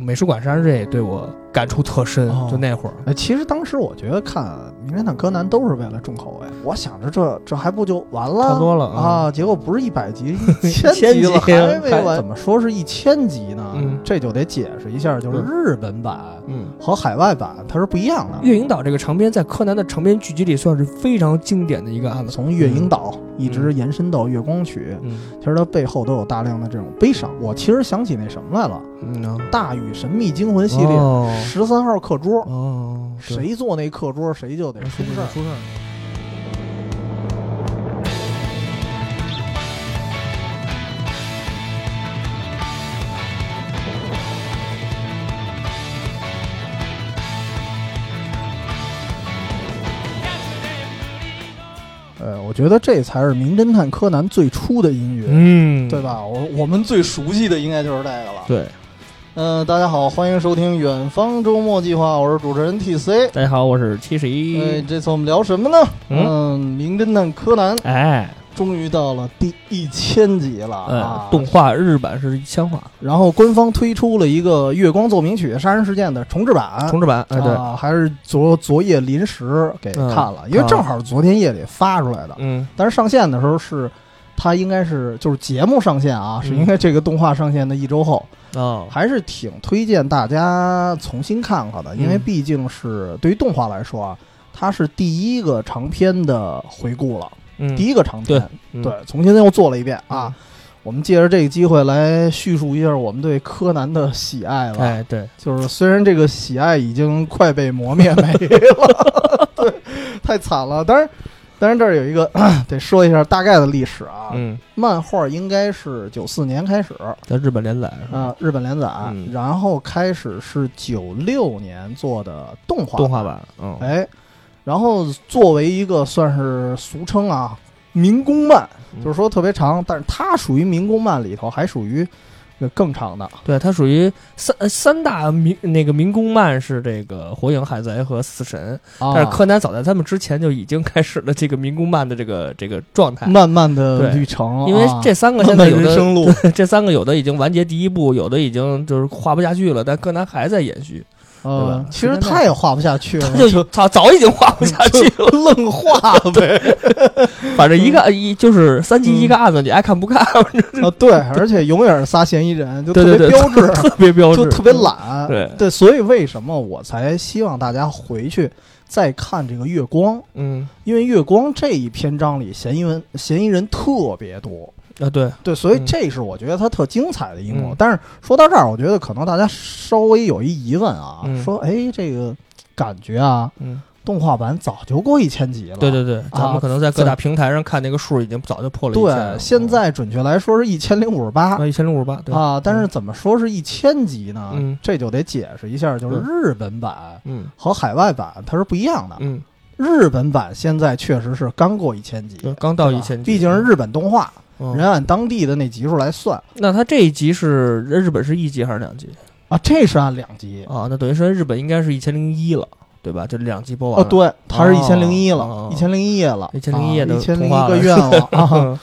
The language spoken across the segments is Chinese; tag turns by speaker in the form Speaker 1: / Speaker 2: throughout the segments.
Speaker 1: 美术馆山这对我感触特深，
Speaker 2: 哦
Speaker 1: 就那会儿，
Speaker 2: 呃，其实当时我觉得看《名侦探柯南》都是为了重口味，我想着这这还不就完了，
Speaker 1: 差不多了嗯
Speaker 2: 啊？结果不是一百集，一
Speaker 1: 千
Speaker 2: 千集了
Speaker 1: 集
Speaker 2: 还没
Speaker 1: 还
Speaker 2: 完，怎么说是一千集呢？
Speaker 1: 嗯
Speaker 2: 这就得解释一下，就是
Speaker 1: 嗯
Speaker 2: 日本版
Speaker 1: 嗯。
Speaker 2: 和海外版它是不一样的。
Speaker 1: 月影岛这个长篇在柯南的长篇剧集里算是非常经典的一嗯个案子。
Speaker 2: 从月影岛一直延伸到月光曲，
Speaker 1: 嗯
Speaker 2: 其实它背后都有大量的这种悲伤。我其实想起那什么来了，
Speaker 1: 嗯啊
Speaker 2: 《大禹神秘惊魂》系列
Speaker 1: 哦
Speaker 2: 十三号课桌，
Speaker 1: 哦，对
Speaker 2: 谁坐那课桌谁就得出事儿。
Speaker 1: 出事儿。
Speaker 2: 呃，我觉得这才是《名侦探柯南》最初的音乐。
Speaker 1: 嗯，
Speaker 2: 对？吧？我我们最熟悉的应该就是这个了。
Speaker 1: 对，
Speaker 2: 嗯、大家好，欢迎收听《远方周末计划》，我是主持人 T C。
Speaker 1: 大家好，我是七十
Speaker 2: 哎，
Speaker 1: 一。
Speaker 2: 这次我们聊什么呢？
Speaker 1: 嗯
Speaker 2: 嗯，名侦探柯南》
Speaker 1: 哎，
Speaker 2: 终于到了第一千集了啊
Speaker 1: 呃，！动画日版是枪化
Speaker 2: 然后官方推出了一个《月光奏鸣曲》杀人事件的重制版。
Speaker 1: 重制版，哎，对，
Speaker 2: 啊，还是昨昨夜临时给
Speaker 1: 嗯
Speaker 2: 看了，因为
Speaker 1: 看
Speaker 2: 正好是昨天夜里发出来的。
Speaker 1: 嗯
Speaker 2: 但是上线的时候是，它应该是就是节目上线啊，是
Speaker 1: 嗯
Speaker 2: 应该这个动画上线的一周后。
Speaker 1: 哦，
Speaker 2: 啊还是挺推荐大家重新看看的，因为
Speaker 1: 嗯
Speaker 2: 毕竟是对于动画来说啊，它是第一个长篇的回顾了，
Speaker 1: 嗯
Speaker 2: 第一个长篇，
Speaker 1: 嗯
Speaker 2: 对，重新又做了一遍啊。我们借着这个机会来叙述一下我们对柯南的喜爱吧。
Speaker 1: 哎，对，
Speaker 2: 就是虽然这个喜爱已经快被磨灭没了， 对，太惨了。当然，当然这儿有一个得说一下大概的历史啊。
Speaker 1: 嗯，
Speaker 2: 漫画应该是九四年开始，
Speaker 1: 在日本连载是吧？
Speaker 2: 啊，日本连载，
Speaker 1: 嗯
Speaker 2: 然后开始是九六年做的动画，
Speaker 1: 动画，版，嗯，
Speaker 2: 哎，然后作为一个算是俗称啊民工漫，
Speaker 1: 嗯
Speaker 2: 就是说特别长，但是它属于民工漫里头还属于呃更长的，
Speaker 1: 对，它属于三呃三大民那个民工漫是这个《火影》《海贼》和《死神》，
Speaker 2: 啊
Speaker 1: 但是柯南早在他们之前就已经开始了这个民工漫的这个这个状态。
Speaker 2: 慢慢的
Speaker 1: 对
Speaker 2: 旅程，
Speaker 1: 因为
Speaker 2: 啊
Speaker 1: 这三个
Speaker 2: 漫
Speaker 1: 现在
Speaker 2: 漫
Speaker 1: 有
Speaker 2: 人
Speaker 1: 的、
Speaker 2: 生路，
Speaker 1: 这三个有的已经完结第一部，有的已经就是画不下去了，但柯南还在延续，
Speaker 2: 呃
Speaker 1: 吧，
Speaker 2: 其实他也画不下去了，
Speaker 1: 他就早早已经画不下去了。
Speaker 2: 愣画呗，
Speaker 1: 反正一个一就是三集
Speaker 2: 嗯
Speaker 1: 一个案子，你爱看不看，
Speaker 2: 啊，对，而且永远是仨嫌疑人，就
Speaker 1: 对
Speaker 2: 特
Speaker 1: 对对，
Speaker 2: 别标志，
Speaker 1: 特别 标志，嗯
Speaker 2: 就特别。懒，
Speaker 1: 对，
Speaker 2: 对，所以为什么我才希望大家回去再看这个月光，
Speaker 1: 嗯
Speaker 2: 因为月光这一篇章里嫌疑人嫌疑人特别多，
Speaker 1: 啊对，
Speaker 2: 对，所以
Speaker 1: 嗯
Speaker 2: 这是我觉得它特精彩的一幕。
Speaker 1: 嗯
Speaker 2: 但是说到这儿，我觉得可能大家稍微有一疑问啊，
Speaker 1: 嗯
Speaker 2: 说哎，这个感觉啊，
Speaker 1: 嗯
Speaker 2: 动画版早就过一千集了，
Speaker 1: 对对对，咱们可能在各大平台上看那个数已经早就破了一千了。
Speaker 2: 啊
Speaker 1: 嗯
Speaker 2: 对，现在准确来说是一千零五十八。
Speaker 1: 啊一千零五十八，对，
Speaker 2: 啊，但是怎么说是一千集呢？
Speaker 1: 嗯
Speaker 2: 这就得解释一下，就是
Speaker 1: 对
Speaker 2: 日本版
Speaker 1: 嗯
Speaker 2: 和海外版它是不一样的。
Speaker 1: 嗯，
Speaker 2: 日本版现在确实是刚过一千集，
Speaker 1: 对，刚到
Speaker 2: 对
Speaker 1: 一
Speaker 2: 吧
Speaker 1: 千集，
Speaker 2: 毕竟是日本动画，
Speaker 1: 嗯
Speaker 2: 人按当地的那集数来算
Speaker 1: 那他这一集是呃日本是一集还是两集
Speaker 2: 啊，这是按两集
Speaker 1: 啊？那等于说日本应该是一千零一了，对吧？就两集播完
Speaker 2: 哦，
Speaker 1: 了。
Speaker 2: 对，它是一千零一
Speaker 1: 哦
Speaker 2: 了，一千零一夜了，啊
Speaker 1: 1001夜的
Speaker 2: 一千
Speaker 1: 童
Speaker 2: 零一
Speaker 1: 话了
Speaker 2: 个愿了啊。
Speaker 1: 嗯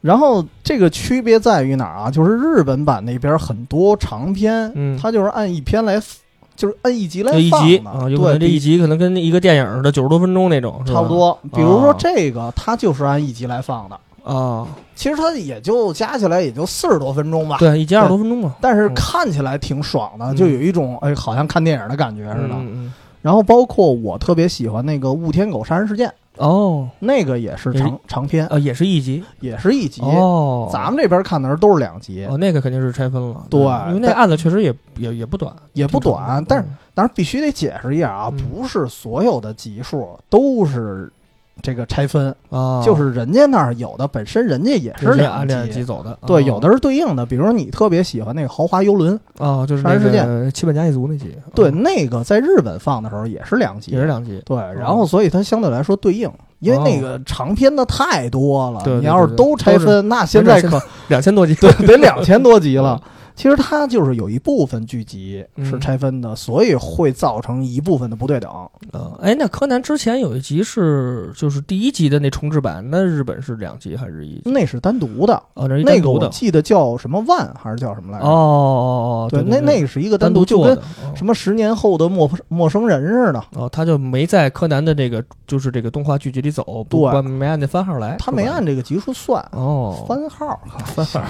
Speaker 2: 然后这个区别在于哪儿啊？就是日本版那边很多长篇，
Speaker 1: 嗯
Speaker 2: 它就是按一篇来，就是按一集来
Speaker 1: 就一
Speaker 2: 放
Speaker 1: 集
Speaker 2: 的
Speaker 1: 啊，有可
Speaker 2: 对，
Speaker 1: 能这
Speaker 2: 比
Speaker 1: 一集可能跟一个电影似的，九十多分钟那种，是吧
Speaker 2: 差不多。比如说
Speaker 1: 哦
Speaker 2: 这个，它就是按一集来放的，
Speaker 1: 啊。
Speaker 2: 其实它也就加起来也就四十多分钟吧。
Speaker 1: 对，一集二十多分钟嘛，
Speaker 2: 但是
Speaker 1: 嗯
Speaker 2: 看起来挺爽的，
Speaker 1: 嗯
Speaker 2: 就有一种哎，好像看电影的感觉似的。
Speaker 1: 嗯嗯
Speaker 2: 然后包括我特别喜欢那个《雾天狗杀人事件》，
Speaker 1: 哦，
Speaker 2: 那个也是长长篇，
Speaker 1: 啊，也是一集
Speaker 2: 也是一集。
Speaker 1: 哦。
Speaker 2: 咱们这边看的时候都是两集，
Speaker 1: 哦，那个肯定是拆分了，嗯
Speaker 2: 对
Speaker 1: 因为那
Speaker 2: 但
Speaker 1: 案子确实也也也不短，
Speaker 2: 也不
Speaker 1: 挺长
Speaker 2: 短
Speaker 1: 的。
Speaker 2: 但是，当然必须得解释一下啊，
Speaker 1: 嗯
Speaker 2: 不是所有的集数都是这个拆分，
Speaker 1: 嗯啊，
Speaker 2: 就是人家那儿有的本身人家也是
Speaker 1: 是
Speaker 2: 两
Speaker 1: 两
Speaker 2: 集。
Speaker 1: 两集走的，
Speaker 2: 对，
Speaker 1: 哦
Speaker 2: 有的是对应的，比如说你特别喜欢那个豪华游轮，
Speaker 1: 哦，就是
Speaker 2: 杀人
Speaker 1: 那
Speaker 2: 事件
Speaker 1: 个七本家一族那集，
Speaker 2: 对，
Speaker 1: 嗯
Speaker 2: 那个在日本放的时候也是两集，
Speaker 1: 也是啊两集，
Speaker 2: 对，然后所以它相对来说对应，因为那个长篇的太多了，
Speaker 1: 对对
Speaker 2: 你要是
Speaker 1: 对对
Speaker 2: 都拆
Speaker 1: 都
Speaker 2: 分，那现在可
Speaker 1: 两千多集，嗯
Speaker 2: 对得两千多集了。 其实它就是有一部分剧集是拆分的，所以会造成一部分的不对等。
Speaker 1: 啊，哎，那柯南之前有一集是就是第一集的那重置版，那日本是两集还是一集？
Speaker 2: 那是单独的，
Speaker 1: 哦，那是
Speaker 2: 那
Speaker 1: 单
Speaker 2: 个
Speaker 1: 独
Speaker 2: 我
Speaker 1: 的。
Speaker 2: 记得叫什么万还是叫什么来
Speaker 1: 哦
Speaker 2: 着？
Speaker 1: 哦哦哦，
Speaker 2: 对，那
Speaker 1: 对
Speaker 2: 那个是一个单
Speaker 1: 独
Speaker 2: 独，就
Speaker 1: 做
Speaker 2: 跟
Speaker 1: 的
Speaker 2: 什么十年后的陌陌生人似的，
Speaker 1: 哦，他就没在柯南的这个就是这个动画剧集里走，不
Speaker 2: 对
Speaker 1: 管没按那番号来，
Speaker 2: 他
Speaker 1: 是吧
Speaker 2: 没按这个集数算，
Speaker 1: 哦，
Speaker 2: 番 号。
Speaker 1: 番号，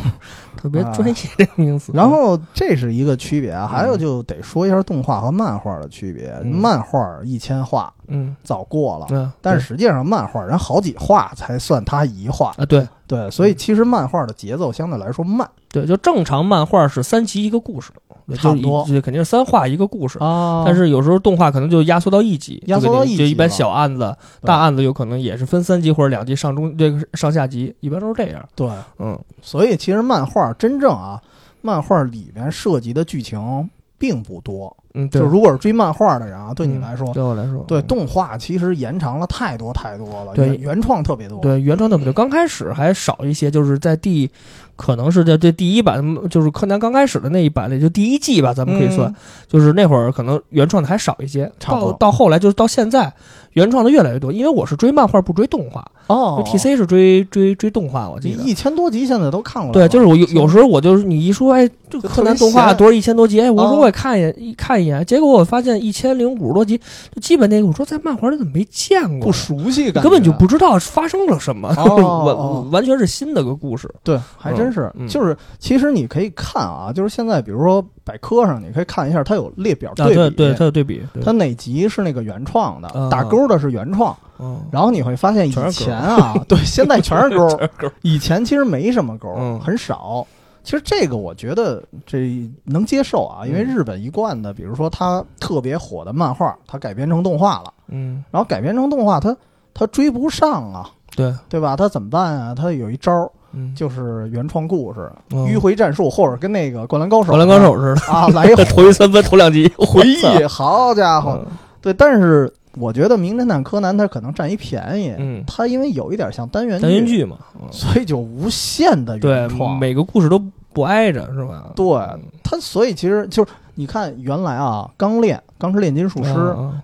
Speaker 1: 特别
Speaker 2: 啊
Speaker 1: 专业这个名词。
Speaker 2: 然后这是一个区别啊，还有
Speaker 1: 嗯
Speaker 2: 就得说一下动画和漫画的区别。
Speaker 1: 嗯
Speaker 2: 漫画一千画
Speaker 1: 嗯，
Speaker 2: 早过了，
Speaker 1: 嗯，
Speaker 2: 但是实际上漫画人好几画才算他一画，
Speaker 1: 对啊，对
Speaker 2: 对，所以其实漫画的节奏相对来说慢
Speaker 1: 对，就正常漫画是三集一个故事，对
Speaker 2: 差不
Speaker 1: 就
Speaker 2: 多
Speaker 1: 一就肯定是三话一个故事。
Speaker 2: 啊
Speaker 1: 但是有时候动画可能就压缩到一集，
Speaker 2: 压缩
Speaker 1: 就
Speaker 2: 到
Speaker 1: 给你
Speaker 2: 一集
Speaker 1: 就一般
Speaker 2: 了
Speaker 1: 小案子、
Speaker 2: 对
Speaker 1: 大案子有可能也是分三集或者两集上中这个上下集，一般都是这样。
Speaker 2: 对，
Speaker 1: 嗯，
Speaker 2: 所以其实漫画真正啊，漫画里面涉及的剧情并不多。
Speaker 1: 嗯，对
Speaker 2: 就如果是追漫画的人啊，对你
Speaker 1: 嗯
Speaker 2: 来说，
Speaker 1: 对我来说，
Speaker 2: 对
Speaker 1: 嗯
Speaker 2: 动画其实延长了太多太多了，
Speaker 1: 对
Speaker 2: 原原创特别多。
Speaker 1: 对原创的本就刚开始还少一些，就是在第，可能是在这第一版，嗯就是柯南刚开始的那一版里，就第一季吧，咱们可以算，
Speaker 2: 嗯
Speaker 1: 就是那会儿可能原创的还少一些。
Speaker 2: 差不多
Speaker 1: 到到后来就是到现在，原创的越来越多，因为我是追漫画不追动画、
Speaker 2: 哦
Speaker 1: t c 是追追追动画，我记得。
Speaker 2: 一千多集现在都看过来
Speaker 1: 对，
Speaker 2: 了，
Speaker 1: 就是我有有时候我就是你一说，哎，这
Speaker 2: 就
Speaker 1: 柯南
Speaker 2: 特别
Speaker 1: 动画
Speaker 2: 闲
Speaker 1: 多少一千多集，哎，我
Speaker 2: 哦
Speaker 1: 说我也看一眼一看一眼，结果我发现一千零五十多集，就基本那个我说在漫画里怎么没见过？
Speaker 2: 不熟悉感觉，啊
Speaker 1: 根本就不知道发生了什么，
Speaker 2: 哦
Speaker 1: 完
Speaker 2: 哦
Speaker 1: 完全是新的个故事。
Speaker 2: 对，还真
Speaker 1: 嗯
Speaker 2: 是。
Speaker 1: 嗯
Speaker 2: 就是其实你可以看啊，就是现在比如说百科上，你可以看一下，它有列表
Speaker 1: 啊，
Speaker 2: 比。
Speaker 1: 对对，它有对比，对
Speaker 2: 它哪集是那个原创的，
Speaker 1: 啊
Speaker 2: 打勾的是原创，
Speaker 1: 嗯，
Speaker 2: 然后你会发现以
Speaker 1: 全是勾
Speaker 2: 前啊， 对，现在全是勾，
Speaker 1: 勾
Speaker 2: 以前其实没什么勾，
Speaker 1: 嗯
Speaker 2: 很少。其实这个我觉得这能接受啊，因为
Speaker 1: 嗯
Speaker 2: 日本一贯的，比如说它特别火的漫画，它改编成动画了，
Speaker 1: 嗯，
Speaker 2: 然后改编成动画，它它追不上啊，
Speaker 1: 对，
Speaker 2: 对吧？它怎么办啊？它有一招儿，
Speaker 1: 嗯，
Speaker 2: 就是原创故事、
Speaker 1: 嗯
Speaker 2: 迂回战术，或者跟那个《灌篮高手》
Speaker 1: 灌篮高手哎似的，
Speaker 2: 啊来一
Speaker 1: 头一三分，头 两集，
Speaker 2: 回
Speaker 1: 啊
Speaker 2: 忆， 好家
Speaker 1: 然
Speaker 2: 伙，
Speaker 1: 后
Speaker 2: 对，但是我觉得《名侦探柯南》它可能占一便宜，
Speaker 1: 嗯，
Speaker 2: 它因为有一点像单元
Speaker 1: 单元剧嘛，嗯
Speaker 2: 所以就无限的
Speaker 1: 对
Speaker 2: 原，创。
Speaker 1: 每个故事都不挨着是吧？
Speaker 2: 对
Speaker 1: 嗯
Speaker 2: 它所以其实就是你看，原来啊，钢炼钢之炼金术师，，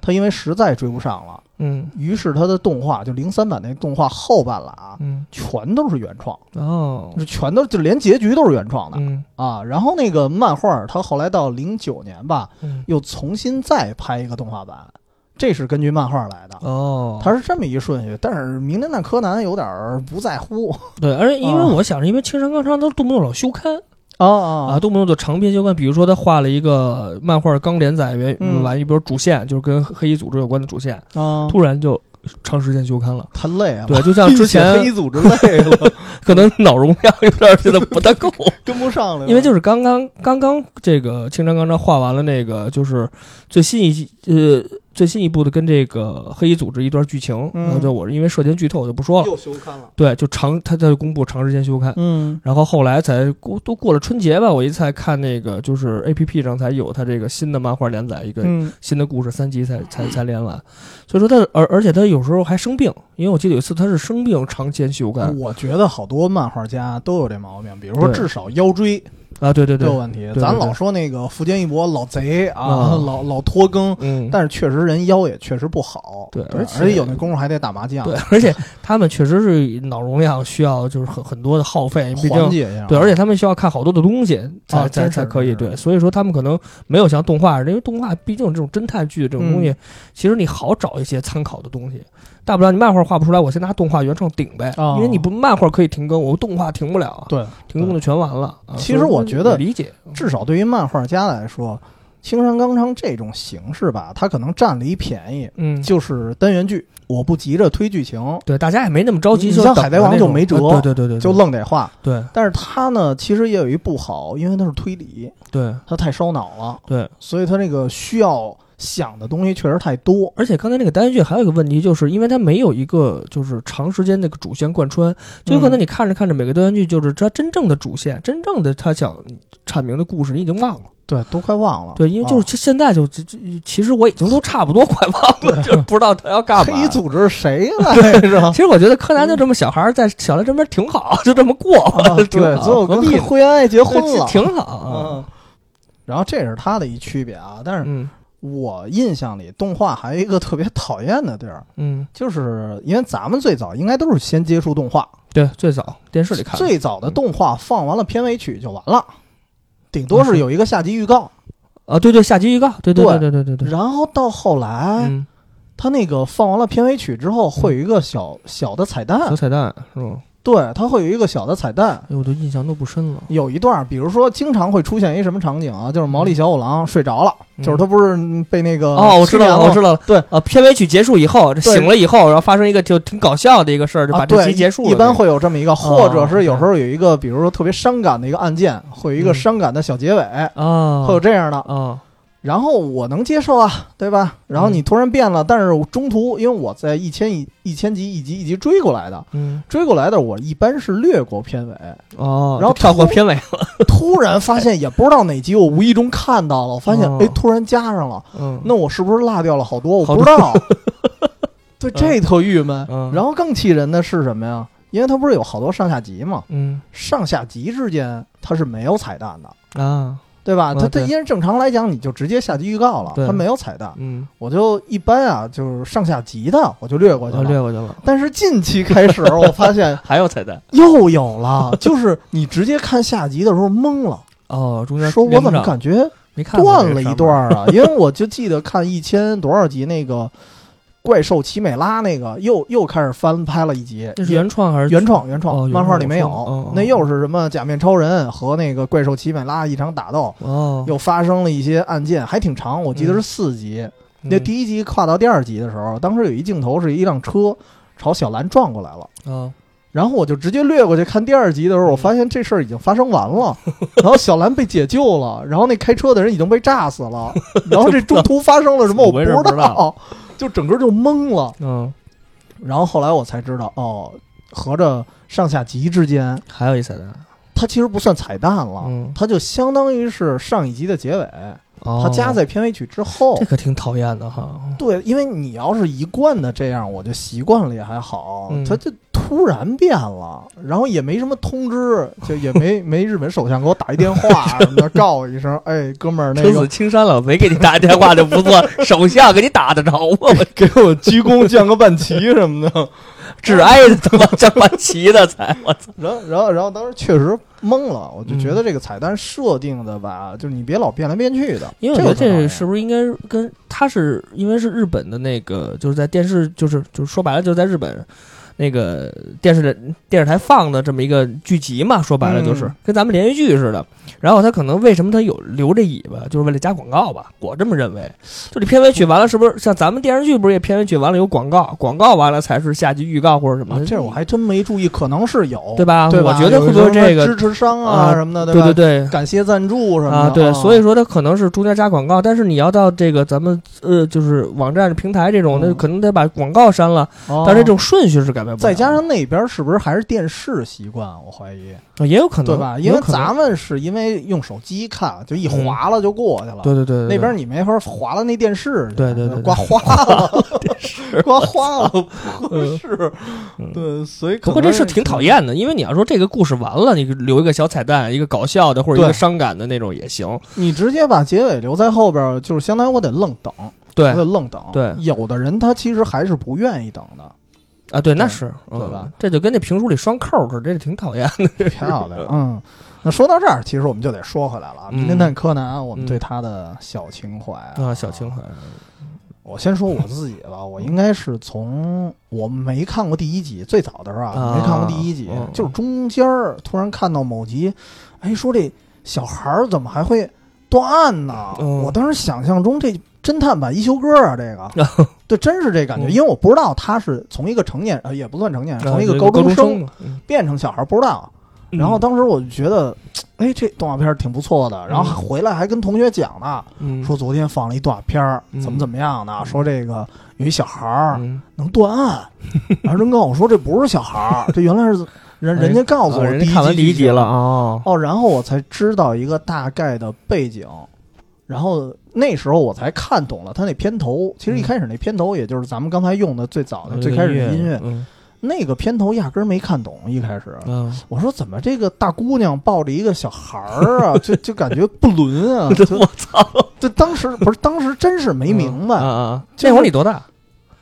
Speaker 2: 它因为实在追不上了，
Speaker 1: 嗯
Speaker 2: 于是它的动画就零三版那动画后半了啊，
Speaker 1: 嗯，
Speaker 2: 全都是原创，
Speaker 1: 嗯哦
Speaker 2: 就，全都就连结局都是原创的
Speaker 1: 嗯
Speaker 2: 啊。然后那个漫画，它后来到零九年吧，
Speaker 1: 嗯，
Speaker 2: 又重新再拍一个动画版，这是根据漫画来的。
Speaker 1: 哦，
Speaker 2: 它是这么一顺序，但是《名侦探柯南》有点儿不在乎
Speaker 1: 对，而且因为
Speaker 2: 啊
Speaker 1: 我想是因为青山刚昌他动不动老修刊，
Speaker 2: 啊
Speaker 1: 啊，
Speaker 2: 啊
Speaker 1: 动不动就长篇修刊，比如说他画了一个漫画刚连载原
Speaker 2: 嗯
Speaker 1: 完一波主线，就是跟黑衣组织有关的主线，
Speaker 2: 啊！
Speaker 1: 突然就长时间休刊了。
Speaker 2: 太累了，
Speaker 1: 对，就 像之前
Speaker 2: 黑组织累了，
Speaker 1: 可能脑容量有点儿觉得不太够，
Speaker 2: 跟不上了，
Speaker 1: 因为就是刚刚刚刚这个青山刚昌画完了那个就是最新一季呃最新一部的跟这个黑衣组织一段剧情，
Speaker 2: 嗯
Speaker 1: 然后就我是因为涉嫌剧透我就不说了，
Speaker 2: 又休刊了。
Speaker 1: 对，就长他他就公布长时间休刊，
Speaker 2: 嗯
Speaker 1: 然后后来才过都过了春节吧，我一才看那个就是 A P P 上才有他这个新的漫画连载一个
Speaker 2: 嗯
Speaker 1: 新的故事三集才才才连完，所以说他而而且他有时候还生病，因为我记得有一次他是生病长期休刊
Speaker 2: 啊我觉得好多漫画家都有这毛病，比如说
Speaker 1: 对
Speaker 2: 至少腰椎
Speaker 1: 啊，对对
Speaker 2: 都
Speaker 1: 对
Speaker 2: 有，问题。
Speaker 1: 对
Speaker 2: 咱
Speaker 1: 对
Speaker 2: 老说那个福建一博老贼啊，
Speaker 1: 啊
Speaker 2: 老老拖更，
Speaker 1: 嗯，
Speaker 2: 但是确实人腰也确实不好。
Speaker 1: 对
Speaker 2: 而
Speaker 1: 而且
Speaker 2: 且有那功夫还得打麻将
Speaker 1: 对，，而且他们确实是脑容量需要就是很很多的耗费，毕
Speaker 2: 缓
Speaker 1: 竟。
Speaker 2: 解一下。
Speaker 1: 对，而且他们需要看好多的东西才、
Speaker 2: 啊啊真
Speaker 1: 才
Speaker 2: 是
Speaker 1: 才可以
Speaker 2: 真
Speaker 1: 对，
Speaker 2: 是
Speaker 1: 所以说他们可能没有像动画，因为动画毕竟这种侦探剧这种
Speaker 2: 嗯
Speaker 1: 东西，其实你好找一些参考的东西。大不了你漫画画不出来，我先拿动画原创顶呗，
Speaker 2: 哦
Speaker 1: 因为你不漫画可以停更，我动画停不了啊，
Speaker 2: 对，
Speaker 1: 停更的全完了。啊
Speaker 2: 其实
Speaker 1: 所以
Speaker 2: 我觉得
Speaker 1: 也理解，
Speaker 2: 至少对于漫画家来说，青山刚昌这种形式吧，他可能占了一便宜，
Speaker 1: 嗯，
Speaker 2: 就是单元剧，我不急着推剧情，
Speaker 1: 对，大家也没那么着急，
Speaker 2: 你
Speaker 1: 就
Speaker 2: 像
Speaker 1: 等
Speaker 2: 海
Speaker 1: 着
Speaker 2: 贼王
Speaker 1: 那
Speaker 2: 就
Speaker 1: 种
Speaker 2: 没辙
Speaker 1: 啊对对对对，
Speaker 2: 就愣得画。
Speaker 1: 对
Speaker 2: 但是他呢，其实也有一不好，因为他是推理，
Speaker 1: 对
Speaker 2: 他太烧脑了，
Speaker 1: 对，
Speaker 2: 所以他那个需要想的东西确实太多。
Speaker 1: 而且刚才那个单元剧还有一个问题，就是因为它没有一个就是长时间那个主线贯穿，就有可
Speaker 2: 嗯
Speaker 1: 能你看着看着每个单元剧就是它真正的主线，真正的它想阐明的故事你已经忘了。
Speaker 2: 对，都快忘了。
Speaker 1: 对，因为就
Speaker 2: 啊
Speaker 1: 是其现在就就就其实我已经都差不多快忘了，就是不知道他要干嘛。
Speaker 2: 黑组织谁 来着
Speaker 1: 其？实我觉得柯南就这么小孩儿在小兰这边挺好，就这么过
Speaker 2: 啊，，
Speaker 1: 挺
Speaker 2: 对，
Speaker 1: 好
Speaker 2: 最后跟
Speaker 1: 何必
Speaker 2: 李辉安爱结婚
Speaker 1: 对
Speaker 2: 了。
Speaker 1: 挺好啊。
Speaker 2: 嗯，然后这是他的一区别啊。但是
Speaker 1: 嗯
Speaker 2: 我印象里，动画还有一个特别讨厌的地儿，
Speaker 1: 嗯，
Speaker 2: 就是因为咱们最早应该都是先接触动画，
Speaker 1: 对，最早电视里看的，嗯
Speaker 2: 最早的动画放完了片尾曲就完了，顶多是有一个下集预告。
Speaker 1: 啊，对对，下集预告，对对
Speaker 2: 对
Speaker 1: 对对对对，
Speaker 2: 然后到后来，
Speaker 1: 嗯，
Speaker 2: 他那个放完了片尾曲之后，会有一个小小的彩蛋
Speaker 1: 小，彩蛋是吧？
Speaker 2: 对，它会有一个小的彩蛋。
Speaker 1: 哎，我都印象都不深了。
Speaker 2: 有一段，比如说，经常会出现一什么场景啊？就是毛利小五郎睡着了，
Speaker 1: 嗯
Speaker 2: 就是他不是嗯被那个
Speaker 1: 哦，我知道
Speaker 2: 失
Speaker 1: 了，
Speaker 2: 联
Speaker 1: 我知道了。
Speaker 2: 对
Speaker 1: 啊，片尾曲结束以后，这
Speaker 2: 对
Speaker 1: 醒了以后，然后发生一个就挺搞笑的一个事儿，就
Speaker 2: 啊，
Speaker 1: 把
Speaker 2: 对，
Speaker 1: 这集结束了。哦
Speaker 2: 一般会有这么一个，或者是有
Speaker 1: 对
Speaker 2: 时候有一个，比如说特别伤感的一个案件，会有一个
Speaker 1: 嗯
Speaker 2: 伤感的小结尾，
Speaker 1: 啊，
Speaker 2: 会有这样的。
Speaker 1: 啊，
Speaker 2: 然后我能接受啊，对吧？
Speaker 1: 嗯
Speaker 2: 然后你突然变了，但是中途因为我在一千一一千集一集一集追过来的，
Speaker 1: 嗯，
Speaker 2: 追过来的我一般是略过片 尾，
Speaker 1: 哦，
Speaker 2: 然后
Speaker 1: 就跳过
Speaker 2: 突
Speaker 1: 片尾了。
Speaker 2: 突然发现也不知道哪集，我无意中看到了，我发现
Speaker 1: 哦
Speaker 2: 哎，突然加上了，
Speaker 1: 嗯，
Speaker 2: 那我是不是落掉了 好多？我
Speaker 1: 好
Speaker 2: 不
Speaker 1: 多
Speaker 2: 知道，对，这特郁闷。
Speaker 1: 嗯
Speaker 2: 然后更气人的是什么呀？因为它不是有好多上下集嘛，
Speaker 1: 嗯
Speaker 2: 上下集之间它是没有彩蛋的，
Speaker 1: 啊，
Speaker 2: 对吧？
Speaker 1: 啊
Speaker 2: 它它
Speaker 1: 对
Speaker 2: 因为正常来讲，你就直接下集预告了，
Speaker 1: 对
Speaker 2: 它没有彩蛋。
Speaker 1: 嗯，
Speaker 2: 我就一般啊，就是上下集的我就略过去
Speaker 1: 我
Speaker 2: 了。
Speaker 1: 啊略过去了。
Speaker 2: 但是近期开始，我发现
Speaker 1: 还有彩蛋
Speaker 2: 又 有了，就是你直接看下集的时候懵了，
Speaker 1: 哦，中间
Speaker 2: 说我怎
Speaker 1: 连
Speaker 2: 么
Speaker 1: 不上
Speaker 2: 感觉
Speaker 1: 没看过
Speaker 2: 断
Speaker 1: 这上
Speaker 2: 了一
Speaker 1: 面
Speaker 2: 段儿啊？因为我就记得看一千多少集那个怪兽奇美拉那个，又又开始翻拍了一集，
Speaker 1: 这是原创还是
Speaker 2: 原创原创，
Speaker 1: 哦原
Speaker 2: 漫画
Speaker 1: 创
Speaker 2: 里
Speaker 1: 我说
Speaker 2: 没有，
Speaker 1: 的哦哦
Speaker 2: 那又是什么假面超人和那个怪兽奇美拉一场打斗，
Speaker 1: 哦，
Speaker 2: 又发生了一些案件，还挺长，我记得是四集。那
Speaker 1: 嗯
Speaker 2: 第一集跨到第二集的时候，当时有一镜头是一辆车朝小兰撞过来了。
Speaker 1: 啊
Speaker 2: 然后我就直接略过去看第二集的时候，
Speaker 1: 嗯
Speaker 2: 我发现这事儿已经发生完 了。然后小兰被解救了，然后那开车的人已经被炸死 了。然后这中途发生了什么，我
Speaker 1: 就
Speaker 2: 不
Speaker 1: 不知道
Speaker 2: 知道，就整个就懵了。
Speaker 1: 嗯，
Speaker 2: 然后后来我才知道，哦，合着上下集之间，
Speaker 1: 还有一彩蛋，
Speaker 2: 它其实不算彩蛋了，
Speaker 1: 嗯，
Speaker 2: 它就相当于是上一集的结尾，它
Speaker 1: 他
Speaker 2: 啊加在片尾曲之后。
Speaker 1: 这可挺讨厌的哈。
Speaker 2: 对，因为你要是一贯的这样，我就习惯了也还好。
Speaker 1: 嗯
Speaker 2: 它就突然变了，然后也没什么通知，就也没没日本首相给我打一电话啊什么的，告我一声，哎，哥们儿，那
Speaker 1: 车
Speaker 2: 个
Speaker 1: 死青山了，没给你打电话就不错， 首相给你打得着吗？我
Speaker 2: 给我鞠躬降个半旗什么的。
Speaker 1: 致哀的他妈这么齐的才，我操！
Speaker 2: 然后，然后，然后当时确实懵了，我就
Speaker 1: 嗯
Speaker 2: 觉得这个彩蛋设定的吧，就是你别老变来变去的。
Speaker 1: 因为我觉得
Speaker 2: 这个
Speaker 1: 这
Speaker 2: 很讨厌
Speaker 1: 是不是应该跟他是因为是日本的那个，就是在电视，就是就是说白了就是在日本那个电视的电视台放的这么一个剧集嘛，说白了就是、
Speaker 2: 嗯
Speaker 1: 跟咱们连续剧似的。然后他可能为什么他有留这尾巴，就是为了加广告
Speaker 2: 嗯
Speaker 1: 吧，我这么认为。就你片尾曲完了，是不是像咱们电视剧不是也片尾曲完了有广告，广告完了才是下集预告或者什么
Speaker 2: 啊
Speaker 1: 的？
Speaker 2: 这我还真没注意，可能是有，
Speaker 1: 对吧？
Speaker 2: 对吧？
Speaker 1: 我觉得
Speaker 2: 有
Speaker 1: 会不会
Speaker 2: 什么
Speaker 1: 这个
Speaker 2: 支持商啊
Speaker 1: 啊
Speaker 2: 什么的，
Speaker 1: 对
Speaker 2: 吧？
Speaker 1: 对。
Speaker 2: 感谢赞助什么的哦
Speaker 1: 啊，对，所以说它可能是中间加广告，但是你要到这个咱们呃，就是网站平台这种，
Speaker 2: 嗯
Speaker 1: 那可能得把广告删了，
Speaker 2: 哦
Speaker 1: 但是这种顺序是改变不了的。
Speaker 2: 再加上那边是不是还是电视习惯？我怀疑，
Speaker 1: 啊也有可能，
Speaker 2: 对吧？
Speaker 1: 也
Speaker 2: 因
Speaker 1: 有
Speaker 2: 为
Speaker 1: 可能
Speaker 2: 咱们是因为用手机看，就一划了就过去了。
Speaker 1: 对对对对
Speaker 2: 那边你没法划了那电视去，
Speaker 1: 对对对对
Speaker 2: 刮花 了，刮花了不合适。
Speaker 1: 嗯
Speaker 2: 对，所以可
Speaker 1: 不过
Speaker 2: 能
Speaker 1: 这事挺讨。厌的，因为你要说这个故事完了，你留一个小彩蛋，一个搞笑的或者一
Speaker 2: 对
Speaker 1: 个伤感的那种也行。
Speaker 2: 你直接把结尾留在后边儿，就是相当于我得愣等，
Speaker 1: 对
Speaker 2: 我得愣等。
Speaker 1: 对
Speaker 2: 有的人他其实还是不愿意等 的。
Speaker 1: 啊，对，那是
Speaker 2: 对吧
Speaker 1: 嗯这就跟那评书里双扣似的，这挺讨厌 的。
Speaker 2: 漂亮，嗯。那说到这儿，其实我们就得说回来了啊，《名
Speaker 1: 嗯
Speaker 2: 侦探柯南》，我们
Speaker 1: 嗯
Speaker 2: 对他的小情怀啊
Speaker 1: 啊，小情怀，
Speaker 2: 我先说我自己吧，我应该是从我没看过第一集，最早的时候啊，
Speaker 1: 啊
Speaker 2: 没看过第一集，
Speaker 1: 嗯
Speaker 2: 就是中间儿突然看到某集，哎，说这小孩儿怎么还会断案呢？
Speaker 1: 嗯
Speaker 2: 我当时想象中这侦探版一休哥啊，这个，对，真是这感觉，
Speaker 1: 嗯啊
Speaker 2: 因为我不知道他是从一个成年，呃，也不算成年，从一个
Speaker 1: 高
Speaker 2: 高中
Speaker 1: 生嘛，嗯
Speaker 2: 变成小孩，不知道。啊
Speaker 1: 嗯
Speaker 2: 然后当时我就觉得，哎，这动画片儿挺不错的。然后回来还跟同学讲呢，
Speaker 1: 嗯
Speaker 2: 说昨天放了一动画片儿，
Speaker 1: 嗯
Speaker 2: 怎么怎么样呢？说这个有一小孩儿
Speaker 1: 嗯
Speaker 2: 能 断案，然后人跟我说这不是小孩儿，这原来是人
Speaker 1: 哎
Speaker 2: 人家告诉
Speaker 1: 哦
Speaker 2: 我
Speaker 1: 人家看完第一集
Speaker 2: 集
Speaker 1: 了啊，
Speaker 2: 哦，然后我才知道一个大概的背景，然后那时候我才看懂了他那片头。其实一开始那片头，也就是咱们刚才用的最
Speaker 1: 啊
Speaker 2: 早的、最开始的音乐，
Speaker 1: 嗯
Speaker 2: 那个片头压根儿没看懂。一开始
Speaker 1: 嗯，
Speaker 2: 我说怎么这个大姑娘抱着一个小孩儿 啊，就就感觉不伦啊，就
Speaker 1: 我操，
Speaker 2: 就当时 不是当时真是没
Speaker 1: 啊
Speaker 2: 明白，
Speaker 1: 啊，
Speaker 2: 就是
Speaker 1: 那会儿你多大？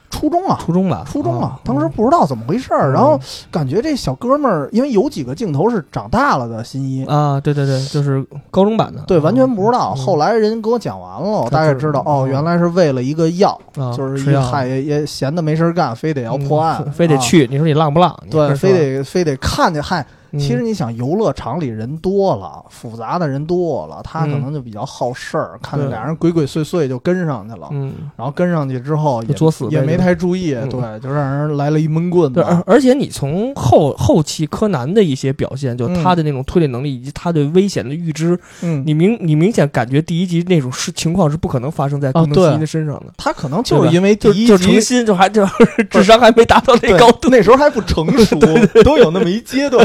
Speaker 2: 初中啊。
Speaker 1: 初中吧，
Speaker 2: 初中啊
Speaker 1: 啊，，
Speaker 2: 当时
Speaker 1: 嗯
Speaker 2: 不知道怎么回事儿，
Speaker 1: 嗯
Speaker 2: 然后感觉这小哥们儿，因为有几个镜头是长大了的新一，
Speaker 1: 啊，对对对，就是高中版的，
Speaker 2: 对，完全不知道。
Speaker 1: 嗯
Speaker 2: 后来人给我讲完了，我
Speaker 1: 他
Speaker 2: 大概
Speaker 1: 就是
Speaker 2: 知道，
Speaker 1: 嗯
Speaker 2: 哦，原来是为了一个药，
Speaker 1: 啊
Speaker 2: 就是
Speaker 1: 吃
Speaker 2: 一
Speaker 1: 药
Speaker 2: 嗨也也闲的没事儿干，非得要
Speaker 1: 嗯
Speaker 2: 破案
Speaker 1: 非，非得
Speaker 2: 啊。
Speaker 1: 去，你说你浪不浪？你
Speaker 2: 对，
Speaker 1: 是
Speaker 2: 非
Speaker 1: 吧，
Speaker 2: 得非得看见嗨。
Speaker 1: 嗯
Speaker 2: 其实你想，游乐场里人多了，复杂的人多了，他可
Speaker 1: 嗯
Speaker 2: 能就比较好事儿，看
Speaker 1: 对
Speaker 2: 见俩人鬼鬼祟祟就跟上去了，
Speaker 1: 嗯，
Speaker 2: 然后跟上去之后
Speaker 1: 就
Speaker 2: 也
Speaker 1: 作死
Speaker 2: 也
Speaker 1: 呗
Speaker 2: 没
Speaker 1: 就
Speaker 2: 太注意，
Speaker 1: 嗯
Speaker 2: 对，就让人来了一闷棍子
Speaker 1: 对，。而而且你从后后期柯南的一些表现，就
Speaker 2: 嗯
Speaker 1: 他的那种推理能力以及他对危险的预知，
Speaker 2: 嗯，
Speaker 1: 你明你明显感觉第一集那种事情况是不可能发生在
Speaker 2: 啊
Speaker 1: 工藤
Speaker 2: 对
Speaker 1: 新一的身上的，
Speaker 2: 他可能
Speaker 1: 对
Speaker 2: 就是
Speaker 1: 吧
Speaker 2: 因为第
Speaker 1: 就
Speaker 2: 一
Speaker 1: 就
Speaker 2: 集
Speaker 1: 诚心就还就是 智商还没达到那
Speaker 2: 对
Speaker 1: 高度，
Speaker 2: 那时候还不成 熟，都有那么一阶段。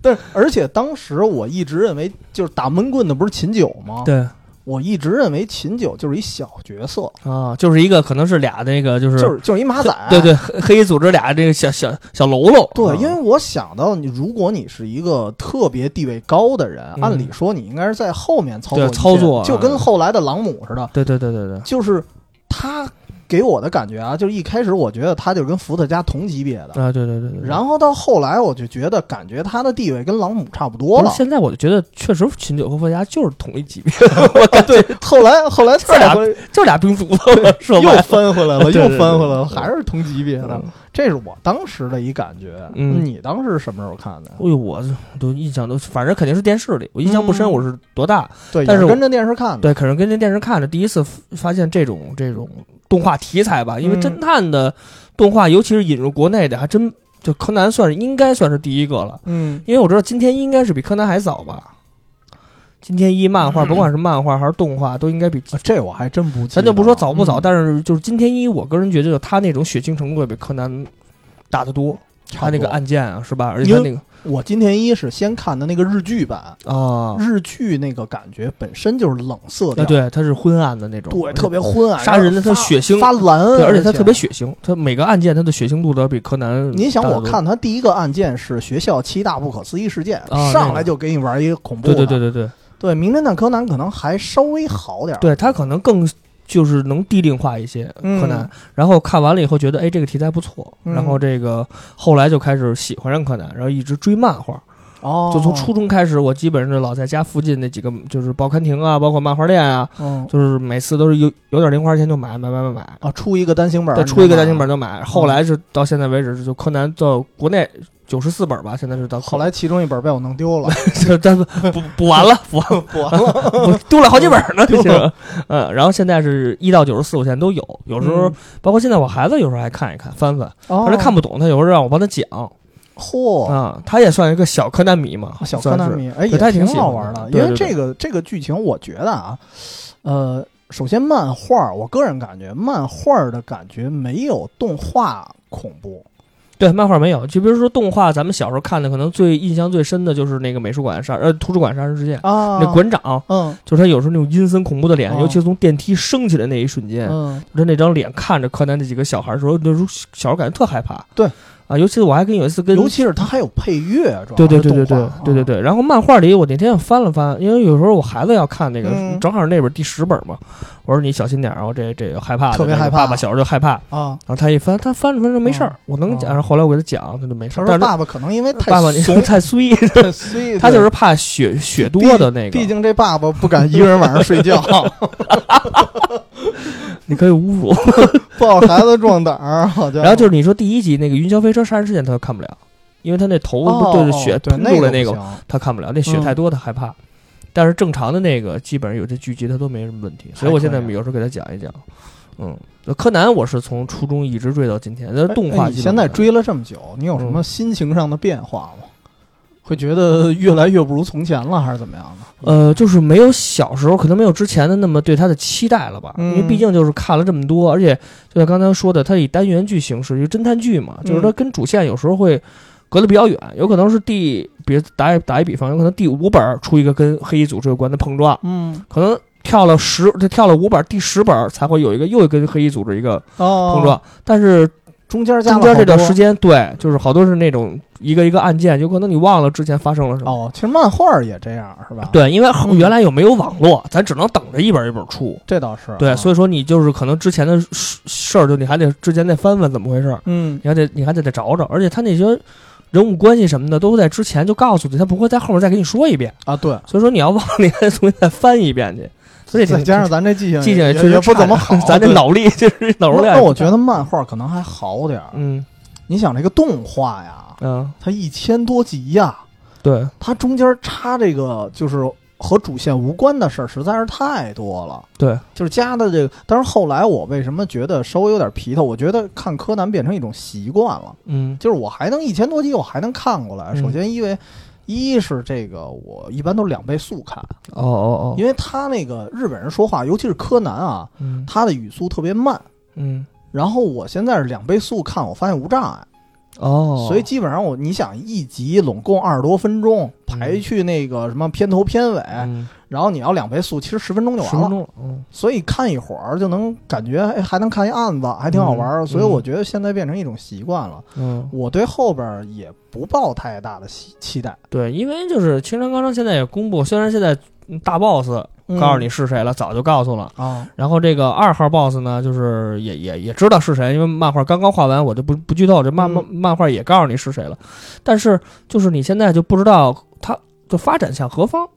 Speaker 2: 但是，而且当时我一直认为，就是打闷棍的不是秦九吗？
Speaker 1: 对
Speaker 2: 我一直认为秦九就是一小角色，
Speaker 1: 啊，就是一个可能是俩那个就是
Speaker 2: 就是就是一马仔。
Speaker 1: 对对黑黑衣组织俩这个小小小喽啰，
Speaker 2: 啊对
Speaker 1: 啊
Speaker 2: 因为我想到你，如果你是一个特别地位高的人，
Speaker 1: 嗯
Speaker 2: 按理说你应该是在后面操作
Speaker 1: 对
Speaker 2: 一切
Speaker 1: 操作啊
Speaker 2: 就跟后来的朗姆似的，
Speaker 1: 对对对对对，
Speaker 2: 就是他给我的感觉啊，就是一开始我觉得他就是跟伏特加同级别的。
Speaker 1: 啊对对对对，
Speaker 2: 然后到后来，我就觉得感觉他的地位跟朗姆差不多
Speaker 1: 不是
Speaker 2: 了。
Speaker 1: 现在我就觉得确实秦九和佛家就是同一级别，
Speaker 2: 对，后来后来
Speaker 1: 这俩
Speaker 2: 再回
Speaker 1: 就俩兵卒了，说
Speaker 2: 又
Speaker 1: 白了
Speaker 2: 翻回来了，
Speaker 1: 对对
Speaker 2: 又
Speaker 1: 对
Speaker 2: 翻回来了，
Speaker 1: 对
Speaker 2: 还是同级别的。
Speaker 1: 嗯
Speaker 2: 这是我当时的一感觉。
Speaker 1: 嗯
Speaker 2: 你当时什么时候看的？
Speaker 1: 哎呦，我都印象都，反正肯定是电视里，我印象不深，
Speaker 2: 嗯
Speaker 1: 我是多大？
Speaker 2: 对，
Speaker 1: 但是
Speaker 2: 也
Speaker 1: 我
Speaker 2: 跟着电视看的。
Speaker 1: 对，可能跟那电视看的，第一次发现这种这种动画题材吧，因为
Speaker 2: 嗯
Speaker 1: 侦探的动画，尤其是引入国内的，还真就柯南算是应该算是第一个了，
Speaker 2: 嗯，
Speaker 1: 因为我知道今天应该是比柯南还早吧。今天一漫画，甭管是漫画还是动画，都应该比
Speaker 2: 嗯啊这我还真不记得。
Speaker 1: 咱就不说早不早，
Speaker 2: 嗯
Speaker 1: 但是就是今天一，我个人觉得，就他那种血腥程度也比柯南大得多。他
Speaker 2: 差不
Speaker 1: 那
Speaker 2: 多
Speaker 1: 个案件啊，是吧？而且他那个
Speaker 2: 我今天一是先看的那个日剧版，
Speaker 1: 啊，
Speaker 2: 日剧那个感觉本身就是冷色
Speaker 1: 啊，
Speaker 2: 调，
Speaker 1: 对，他是昏暗的那种，
Speaker 2: 对，特别昏暗，
Speaker 1: 杀人的
Speaker 2: 然后
Speaker 1: 他血腥
Speaker 2: 发蓝，
Speaker 1: 对，而且他特别。血腥，他每个案件他的血腥度都要比柯南。
Speaker 2: 您想，我，看他第一个案件是学校七大不可思议事件，
Speaker 1: 啊那
Speaker 2: 上
Speaker 1: 个
Speaker 2: 来就给你玩一个恐怖
Speaker 1: 对
Speaker 2: 啊的，
Speaker 1: 对对对对，
Speaker 2: 对，名侦探柯南可能还稍微好点儿。
Speaker 1: 对他可能更就是能地定化一些
Speaker 2: 嗯
Speaker 1: 柯南。然后看完了以后觉得，哎，这个题材不错，
Speaker 2: 嗯
Speaker 1: 然后这个后来就开始喜欢上柯南，然后一直追漫画。
Speaker 2: 哦，
Speaker 1: 就从初中开始，我基本上就老在家附近那几个就是报刊亭啊，包括漫画店啊，
Speaker 2: 嗯
Speaker 1: 就是每次都是有有点零花钱就买买买买买。
Speaker 2: 啊，出一个单行本儿，
Speaker 1: 再
Speaker 2: 你
Speaker 1: 出一个
Speaker 2: 就买
Speaker 1: 单行本
Speaker 2: 了。
Speaker 1: 就买，后来是到现在为止，就柯南到国内九十四本吧，现在是到
Speaker 2: 后来其中一本被我弄 丢了，
Speaker 1: 这 这补补完了，补完了
Speaker 2: 补完了。
Speaker 1: 补 丢了好几本呢，就是嗯，然后现在是一到九十四，我现在都有，有时候
Speaker 2: 嗯
Speaker 1: 包括现在我孩子有时候还看一看翻翻，
Speaker 2: 哦
Speaker 1: 反正看不懂，他有时候让我帮他讲
Speaker 2: 嚯，
Speaker 1: 啊，他也算一个小柯南迷嘛，
Speaker 2: 小柯南
Speaker 1: 算是，
Speaker 2: 迷，哎，
Speaker 1: 对
Speaker 2: 也
Speaker 1: 他也挺
Speaker 2: 挺
Speaker 1: 喜
Speaker 2: 好
Speaker 1: 欢
Speaker 2: 玩
Speaker 1: 的
Speaker 2: 的。因
Speaker 1: 对
Speaker 2: 为
Speaker 1: 对对
Speaker 2: 这个这个剧情，我觉得啊，呃，首先漫画儿，我个人感觉漫画儿的感觉没有动画恐怖。
Speaker 1: 对漫画没有，就比如说动画，咱们小时候看的，可能最印象最深的就是那个美术馆杀呃图书馆杀人事件，
Speaker 2: 啊，
Speaker 1: 那馆长。
Speaker 2: 嗯
Speaker 1: 就是他有时候那种阴森恐怖的脸，
Speaker 2: 哦
Speaker 1: 尤其是从电梯升起来那一瞬间，
Speaker 2: 嗯，
Speaker 1: 他那张脸看着柯南那几个小孩的时候，那时候小孩感觉特害怕。
Speaker 2: 对
Speaker 1: 啊，尤其我还跟有一次跟
Speaker 2: 尤其是它还有配乐，主要
Speaker 1: 对对
Speaker 2: 是
Speaker 1: 对对
Speaker 2: 动
Speaker 1: 对
Speaker 2: 画
Speaker 1: 对对，对，然后漫画里我那天也翻了翻，因为有时候我孩子要看那个，
Speaker 2: 嗯
Speaker 1: 正好那本第十本嘛，我说你小心点儿啊，我这这害怕的，
Speaker 2: 特别
Speaker 1: 那个
Speaker 2: 害怕
Speaker 1: 爸爸小时候就害怕，
Speaker 2: 啊啊。
Speaker 1: 然后他一翻，他翻着翻着没事儿，我能讲，
Speaker 2: 哦
Speaker 1: 然后后来我给他讲，他就没事
Speaker 2: 他
Speaker 1: 儿。
Speaker 2: 说：“
Speaker 1: 但是
Speaker 2: 爸爸可能因为太
Speaker 1: 爸爸你，
Speaker 2: 怂
Speaker 1: 太衰，
Speaker 2: 所 以
Speaker 1: 他就是怕血血多的那
Speaker 2: 毕
Speaker 1: 个，
Speaker 2: 竟这爸爸不敢一个人晚上 睡觉，
Speaker 1: 你可以侮辱。
Speaker 2: 抱孩子壮胆儿，好家伙！
Speaker 1: 然后就是你说第一集那个云霄飞车杀人事件，他就看不了，因为他那头不是对着血
Speaker 2: 哦对
Speaker 1: 喷出来那
Speaker 2: 个
Speaker 1: 个
Speaker 2: 不，行
Speaker 1: 他看不了，那血
Speaker 2: 嗯
Speaker 1: 太多他害怕。但是正常的那个基本上有这剧集他都没什么问题，所以我现在
Speaker 2: 还可以啊
Speaker 1: 有时候给他讲一讲。嗯，柯南我是从初中一直追到今天，但是动嗯
Speaker 2: 哎
Speaker 1: 画
Speaker 2: 你
Speaker 1: 基本
Speaker 2: 现在
Speaker 1: 没看
Speaker 2: 追了这么久，你有什么心情上的变化吗？会觉得越来越不如从前了，还是怎么样的？
Speaker 1: 呃，就是没有小时候，可能没有之前的那么对他的期待了吧，因为毕
Speaker 2: 嗯
Speaker 1: 竟就是看了这么多，而且就像刚才说的，它以单元剧形式，就是侦探剧嘛，就是
Speaker 2: 嗯
Speaker 1: 它跟主线有时候会隔得比较远，有可能是第，比如打一打一比方，有可能第五本出一个跟黑衣组织有关的碰撞，
Speaker 2: 嗯，
Speaker 1: 可能跳了十，这跳了五本，第十本才会有一个又一个跟黑衣组织一个
Speaker 2: 哦，
Speaker 1: 碰撞，但是
Speaker 2: 中间加
Speaker 1: 中
Speaker 2: 了
Speaker 1: 间这段
Speaker 2: 好多
Speaker 1: 时间，对，就是好多是那种一个一个案件，有可能你忘了之前发生了什么。
Speaker 2: 哦，其实漫画也这样是吧？，
Speaker 1: 对，因为后
Speaker 2: 嗯
Speaker 1: 原来又没有网络，咱只能等着一本一本出。
Speaker 2: 这倒是
Speaker 1: 对，所
Speaker 2: 以
Speaker 1: 以说你就是可能之前的事事儿，就你还得之前得翻翻怎么回事儿，
Speaker 2: 嗯
Speaker 1: 你还得你还得得找找，而且他那些人物关系什么的都在之前就告诉你，他不会在后面再给你说一遍。
Speaker 2: 啊对，
Speaker 1: 所以说你要忘了，你还得重新再翻一遍去。所以挺
Speaker 2: 再加上咱这记性
Speaker 1: 记性
Speaker 2: 也
Speaker 1: 确实
Speaker 2: 也不
Speaker 1: 差
Speaker 2: 怎么
Speaker 1: 点，
Speaker 2: 好
Speaker 1: 咱这
Speaker 2: 对
Speaker 1: 脑 力就是脑容
Speaker 2: 那
Speaker 1: 量。
Speaker 2: 那我觉，得漫画可能还好点儿。
Speaker 1: 嗯
Speaker 2: 你想这个动画呀，
Speaker 1: 嗯，
Speaker 2: 它一千多集呀，
Speaker 1: 对，
Speaker 2: 它中间插这个就是和主线无关的事儿实在是太多了。
Speaker 1: 对，
Speaker 2: 就是加的这个。但是后来我为什么觉得稍微有点皮头？我觉得看柯南变成一种习惯了，
Speaker 1: 嗯
Speaker 2: 就是我还能一千多集我还能看过来。
Speaker 1: 嗯
Speaker 2: 首先因为。一是这个，我一般都是两倍速看，
Speaker 1: 哦哦哦，
Speaker 2: 因为他那个日本人说话，尤其是柯南啊，
Speaker 1: 嗯
Speaker 2: 他的语速特别慢。
Speaker 1: 嗯
Speaker 2: 然后我现在是两倍速看，我发现无障碍，
Speaker 1: 哦，
Speaker 2: 所以基本上我你想一集拢共二十多分钟，排去那个什么片头片尾，
Speaker 1: 嗯
Speaker 2: 然后你要两倍速，其实十分钟就
Speaker 1: 十分
Speaker 2: 完了。
Speaker 1: 钟了，嗯
Speaker 2: 所以看一会儿就能感觉，哎，还能看一案子，还挺好玩儿。
Speaker 1: 嗯
Speaker 2: 所以我觉得现在变成一种习惯了。
Speaker 1: 嗯。
Speaker 2: 我对后边儿也不抱太大的期期待。
Speaker 1: 对，因为就是青山刚昌现在也公布，虽然现在嗯大 boss 告诉你是谁了，早就告诉了。
Speaker 2: 嗯啊，
Speaker 1: 然后这个二号 boss 呢，就是也也也知道是谁，因为漫画刚刚画完，我就不不剧透，这漫漫漫画也告诉你是谁了。但是就是你现在就不知道它就发展向何方。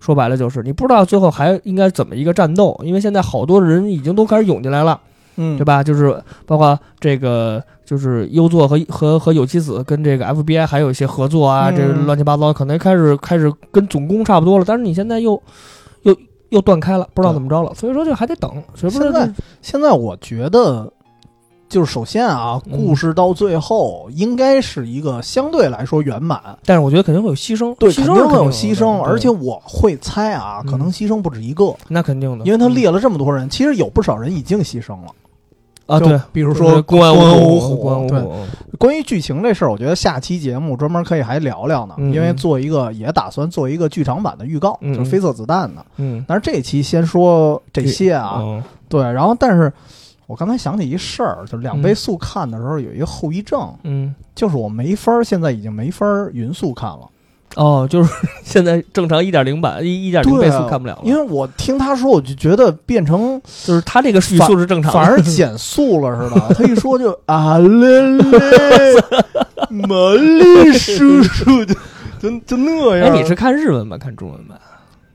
Speaker 1: 说白了就是你不知道最后还应该怎么一个战斗，因为现在好多人已经都开始涌进来了，
Speaker 2: 嗯，
Speaker 1: 对
Speaker 2: 吧？
Speaker 1: 吧？就是包括这个，就是优作和和和有纪子跟这个 FBI 还有一些合作啊，
Speaker 2: 嗯
Speaker 1: 这乱七八糟，可能开始开始跟总攻差不多了，但是你现在又又又断开了，不知道
Speaker 2: 对
Speaker 1: 怎么着了，所以说就还得等，谁不知
Speaker 2: 现
Speaker 1: 道
Speaker 2: 在现在我觉得，就是首先啊，
Speaker 1: 嗯
Speaker 2: 故事到最后应该是一个相对来说圆满，
Speaker 1: 但是我觉得肯定会有牺牲，
Speaker 2: 对，
Speaker 1: 牺
Speaker 2: 肯
Speaker 1: 牲
Speaker 2: 定
Speaker 1: 是
Speaker 2: 会有
Speaker 1: 的
Speaker 2: 牺牲，
Speaker 1: 对
Speaker 2: 而且我会猜啊，
Speaker 1: 嗯
Speaker 2: 可能牺牲不止一个，
Speaker 1: 那肯定的，
Speaker 2: 因为他
Speaker 1: 嗯
Speaker 2: 列了这么多人，其实有不少人已经牺牲了。
Speaker 1: 啊，
Speaker 2: 就
Speaker 1: 对，
Speaker 2: 比如
Speaker 1: 就
Speaker 2: 说
Speaker 1: 是公安
Speaker 2: 安
Speaker 1: 五
Speaker 2: 虎，
Speaker 1: 公安五
Speaker 2: 对，
Speaker 1: 虎，
Speaker 2: 关于剧情这事儿，我觉得下期节目专门可以还聊聊呢，
Speaker 1: 嗯
Speaker 2: 因为做一个也打算做一个剧场版的预告，
Speaker 1: 嗯
Speaker 2: 就是绯色子弹呢。
Speaker 1: 嗯
Speaker 2: 但是这期先说这些啊，
Speaker 1: 嗯
Speaker 2: 对，然后但是我刚才想起一事儿，就是两倍速看的时候有一个后遗症，
Speaker 1: 嗯。
Speaker 2: 就是我没法儿，现在已经没法儿匀速看了，
Speaker 1: 哦，就是 现在正常一点零版一一点零
Speaker 2: 对
Speaker 1: 哎倍
Speaker 2: 啊
Speaker 1: 速看不了了，
Speaker 2: 因为我听他说，我就觉得变成
Speaker 1: 就是它这个语
Speaker 2: 反
Speaker 1: 速是正常的，
Speaker 2: 反 而减速了似的。他一说就啊嘞 嘞，玛丽叔叔就就就那
Speaker 1: 哎，
Speaker 2: 样。
Speaker 1: 你是看日文版看中文版？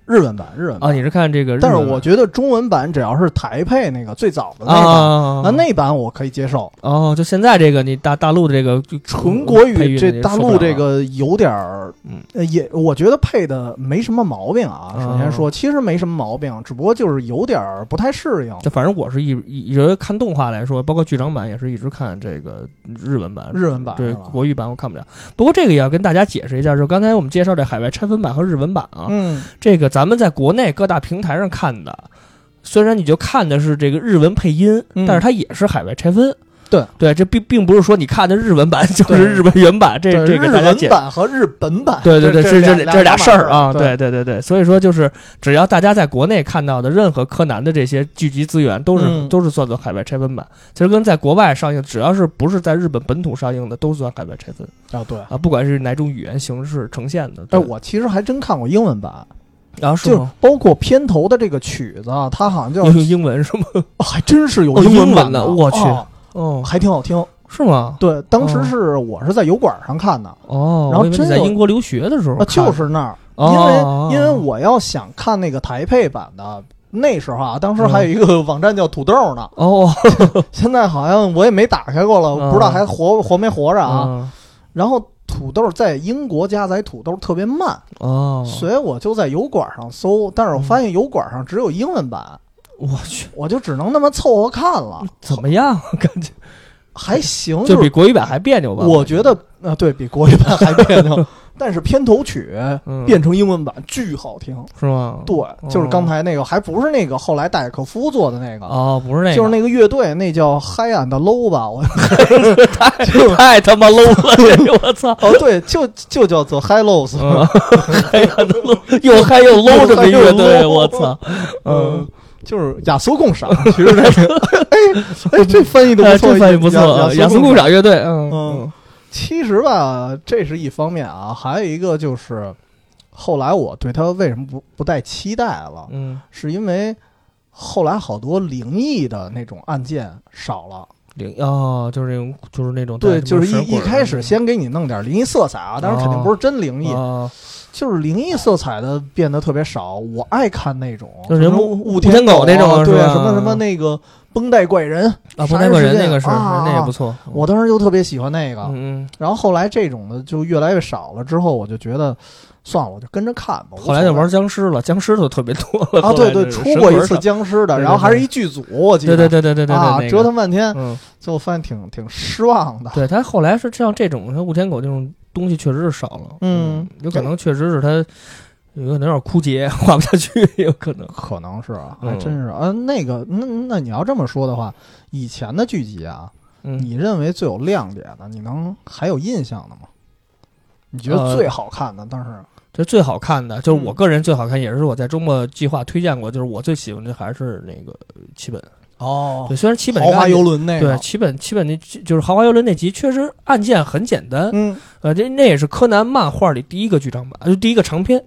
Speaker 2: 日文版，日文版。
Speaker 1: 啊，你是看这个日文
Speaker 2: 但
Speaker 1: 版？
Speaker 2: 是我觉得中文版只要是台配那个最早的那版，
Speaker 1: 啊，
Speaker 2: 那那版我可以接受。
Speaker 1: 哦，就现在这个你大大陆的这个就
Speaker 2: 纯国
Speaker 1: 配
Speaker 2: 语
Speaker 1: 乐
Speaker 2: 这
Speaker 1: 你
Speaker 2: 大
Speaker 1: 受不
Speaker 2: 陆
Speaker 1: 了
Speaker 2: 这
Speaker 1: 了
Speaker 2: 个有点儿
Speaker 1: 嗯，
Speaker 2: 呃也我觉得配的没什么毛病啊。首先说，其实没什么毛病，只不过就是有点儿不太适应
Speaker 1: 就反正我是一一觉得看动画来说，包括剧场版也是一直看这个日文版。
Speaker 2: 日文版
Speaker 1: 对
Speaker 2: 是吧。
Speaker 1: 国语版我看不了，不过这个也要跟大家解释一下，就刚才我们介绍这海外拆分版和日文版啊，
Speaker 2: 嗯，
Speaker 1: 这个咱们在国内各大平台上看的，虽然你就看的是这个日文配音，
Speaker 2: 嗯
Speaker 1: 但是它也是海外拆分。
Speaker 2: 对
Speaker 1: 对，这并并不是说你看的日文版 就是
Speaker 2: 对
Speaker 1: 日本原版，这
Speaker 2: 对
Speaker 1: 这个
Speaker 2: 日
Speaker 1: 大家
Speaker 2: 文
Speaker 1: 解
Speaker 2: 版和日本 版，
Speaker 1: 对对对，
Speaker 2: 这
Speaker 1: 是这
Speaker 2: 俩
Speaker 1: 这俩
Speaker 2: 俩
Speaker 1: 事儿
Speaker 2: 版
Speaker 1: 啊，
Speaker 2: 对，
Speaker 1: 对对对对，所以说就是只要大家在国内看到的任何柯南的这些剧集资源，都是、
Speaker 2: 嗯
Speaker 1: 都是算作海外拆分版。其实跟在国外上映，只要是不是在日本本土上映的，都算海外拆分
Speaker 2: 啊对。
Speaker 1: 啊，不管是哪种语言形式呈现的。
Speaker 2: 哎，
Speaker 1: 对
Speaker 2: 我其实还真看过英文版，
Speaker 1: 然后是
Speaker 2: 就是
Speaker 1: 吗？
Speaker 2: 包括片头的这个曲子啊，它好像叫
Speaker 1: 要，用英文是吗？
Speaker 2: 哦还真是有
Speaker 1: 哦英文
Speaker 2: 版
Speaker 1: 的
Speaker 2: 的，
Speaker 1: 我去
Speaker 2: 哦
Speaker 1: 哦，
Speaker 2: 还挺好听。
Speaker 1: 是吗？
Speaker 2: 对，当时
Speaker 1: 哦
Speaker 2: 是我是在油管上看的，
Speaker 1: 哦，
Speaker 2: 然
Speaker 1: 我
Speaker 2: 后
Speaker 1: 以为
Speaker 2: 真
Speaker 1: 你在
Speaker 2: 有
Speaker 1: 英国留学的时候
Speaker 2: 啊，
Speaker 1: 看的，
Speaker 2: 就是那儿，因
Speaker 1: 哦
Speaker 2: 为因为我要想看那个台配版的。那时候啊，当时还有一个网站叫土豆呢，
Speaker 1: 嗯哦
Speaker 2: 现在好像我也没打开过了，
Speaker 1: 嗯
Speaker 2: 不知道还活活没活着啊。
Speaker 1: 啊
Speaker 2: 然后土豆在英国加载土豆特别慢，
Speaker 1: 哦，
Speaker 2: 啊
Speaker 1: 嗯
Speaker 2: 所以我就在油管上搜，但是我发现油管上只有英文版，
Speaker 1: 我去，
Speaker 2: 我就只能那么凑合看 了，
Speaker 1: 怎么样？啊感觉
Speaker 2: 还行，
Speaker 1: 就
Speaker 2: 就
Speaker 1: 比
Speaker 2: 是
Speaker 1: 国语版还别扭吧？
Speaker 2: 啊我觉得呃，对比国语版还别扭，但是片头曲
Speaker 1: 嗯，哦
Speaker 2: 变成英文版巨好听。
Speaker 1: 是吗？
Speaker 2: 对，就是刚才那个，还不是那个后来戴可夫做的那个，
Speaker 1: 哦，不是那个，
Speaker 2: 就是那个乐队，那叫 High and Low 吧？我
Speaker 1: 那太他妈 low 了，这个我操！
Speaker 2: 哦，对，就就叫做 High Lows。
Speaker 1: 嗯，嗨呀都 low，又嗨又 low 这么一乐
Speaker 2: 又嗨
Speaker 1: 队，
Speaker 2: 又 low
Speaker 1: 我 操！嗯，，
Speaker 2: 就是雅俗共 赏。其实那个，哎哎，这翻译的
Speaker 1: 哎
Speaker 2: 不
Speaker 1: 这
Speaker 2: 错，
Speaker 1: 翻译不错，
Speaker 2: 雅
Speaker 1: 啊雅俗共
Speaker 2: 赏。
Speaker 1: 赏乐队，嗯
Speaker 2: 嗯，其实吧，这是一方面啊，还有一个就是，后来我对他为什么不不带期待了，
Speaker 1: 嗯，
Speaker 2: 是因为后来好多灵异的那种案件少了。
Speaker 1: 灵哦，就是那种，就是嗯那种
Speaker 2: 对，
Speaker 1: 带什么
Speaker 2: 就是
Speaker 1: 神
Speaker 2: 一
Speaker 1: 棍
Speaker 2: 一
Speaker 1: 儿
Speaker 2: 开始先给你弄点灵异色彩啊，当然肯定不是真灵异，
Speaker 1: 啊，
Speaker 2: 就是灵异色彩的变得特别少。我爱看那种
Speaker 1: 就是
Speaker 2: 什么
Speaker 1: 人
Speaker 2: 雾
Speaker 1: 天狗
Speaker 2: 那
Speaker 1: 那种
Speaker 2: 对，
Speaker 1: 是吧
Speaker 2: 什么什么那个绷带怪人
Speaker 1: 啊，不
Speaker 2: 杀
Speaker 1: 那
Speaker 2: 人
Speaker 1: 个
Speaker 2: 事
Speaker 1: 人
Speaker 2: 件
Speaker 1: 那个是，
Speaker 2: 啊
Speaker 1: 那也不错，
Speaker 2: 我当时就特别喜欢那个。
Speaker 1: 嗯
Speaker 2: 然后后来这种的就越来越少了，之后我就觉得，算了，我就跟着看吧。无
Speaker 1: 嗯，
Speaker 2: 所
Speaker 1: 后来就
Speaker 2: 谓
Speaker 1: 玩僵尸了，僵尸就特别多了
Speaker 2: 啊，对
Speaker 1: 后来
Speaker 2: 对，
Speaker 1: 这
Speaker 2: 出过一
Speaker 1: 神
Speaker 2: 次
Speaker 1: 棍儿
Speaker 2: 僵尸的，
Speaker 1: 对对
Speaker 2: 然后还是一剧组，我记
Speaker 1: 对
Speaker 2: 得
Speaker 1: 对对对对对
Speaker 2: 啊，
Speaker 1: 对，
Speaker 2: 折腾半天，
Speaker 1: 腾，嗯，
Speaker 2: 最后发现挺挺失望的。
Speaker 1: 对他后来是像这种像雾天狗这种东西确实是少了，
Speaker 2: 嗯
Speaker 1: 有可能确实是他有可能有点枯竭， 画不下去，有可能，
Speaker 2: 可能是啊，
Speaker 1: 嗯
Speaker 2: 还真是。嗯、那个，那那你要这么说的话，以前的剧集啊，
Speaker 1: 嗯，
Speaker 2: 你认为最有亮点的，你能还有印象的吗？你觉得最好看的，但是
Speaker 1: 这最好看的就是我
Speaker 2: 嗯
Speaker 1: 个人最好看，也是我在周末计划推荐过，就是我最喜欢的还是那个七本，
Speaker 2: 哦
Speaker 1: 对，虽然七本
Speaker 2: 豪华
Speaker 1: 案件
Speaker 2: 游轮那
Speaker 1: 对
Speaker 2: 个，
Speaker 1: 七本七本那集就是豪华游轮那集，确实案件很简单，
Speaker 2: 嗯，
Speaker 1: 呃，这那也是柯南漫画里第一个剧场版，呃就第一个长篇，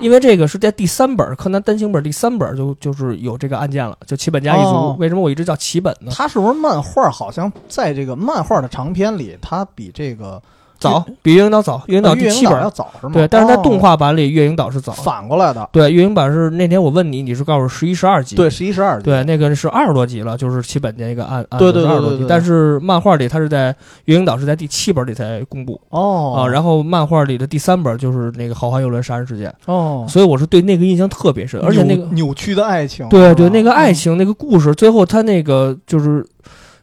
Speaker 1: 因为这个是在第三本柯南单行本第三本就就是有这个案件了，就齐本家一族。
Speaker 2: 哦
Speaker 1: 为什么我一直叫齐本呢？
Speaker 2: 它是不是漫画？好像在这个漫画的长篇里，它比这个
Speaker 1: 早比月影岛早，月影岛
Speaker 2: 呃
Speaker 1: 第
Speaker 2: 月
Speaker 1: 七
Speaker 2: 影岛要
Speaker 1: 本，
Speaker 2: 早是吗？
Speaker 1: 对，但是在
Speaker 2: 哦
Speaker 1: 动画版里月影岛是早，
Speaker 2: 反过来的，
Speaker 1: 对，月影版是那天我问你，你是告诉我十一十二集，
Speaker 2: 对，十一十二集，
Speaker 1: 对，那个是二十多集了，就是齐本的一个案案
Speaker 2: 对
Speaker 1: 子是
Speaker 2: 对对
Speaker 1: 二十多
Speaker 2: 对
Speaker 1: 集
Speaker 2: 对，
Speaker 1: 但是漫画里它是在月影岛是在第七本里才公布
Speaker 2: 哦
Speaker 1: 啊，然后漫画里的第三本就是那个豪华游轮杀人事件，
Speaker 2: 后哦，
Speaker 1: 所以我是对那个印象特别深，而且那个
Speaker 2: 扭扭曲的爱情，
Speaker 1: 对
Speaker 2: 是
Speaker 1: 对，
Speaker 2: 吧
Speaker 1: 那个爱
Speaker 2: 嗯
Speaker 1: 情、那个故事，最后他那个就是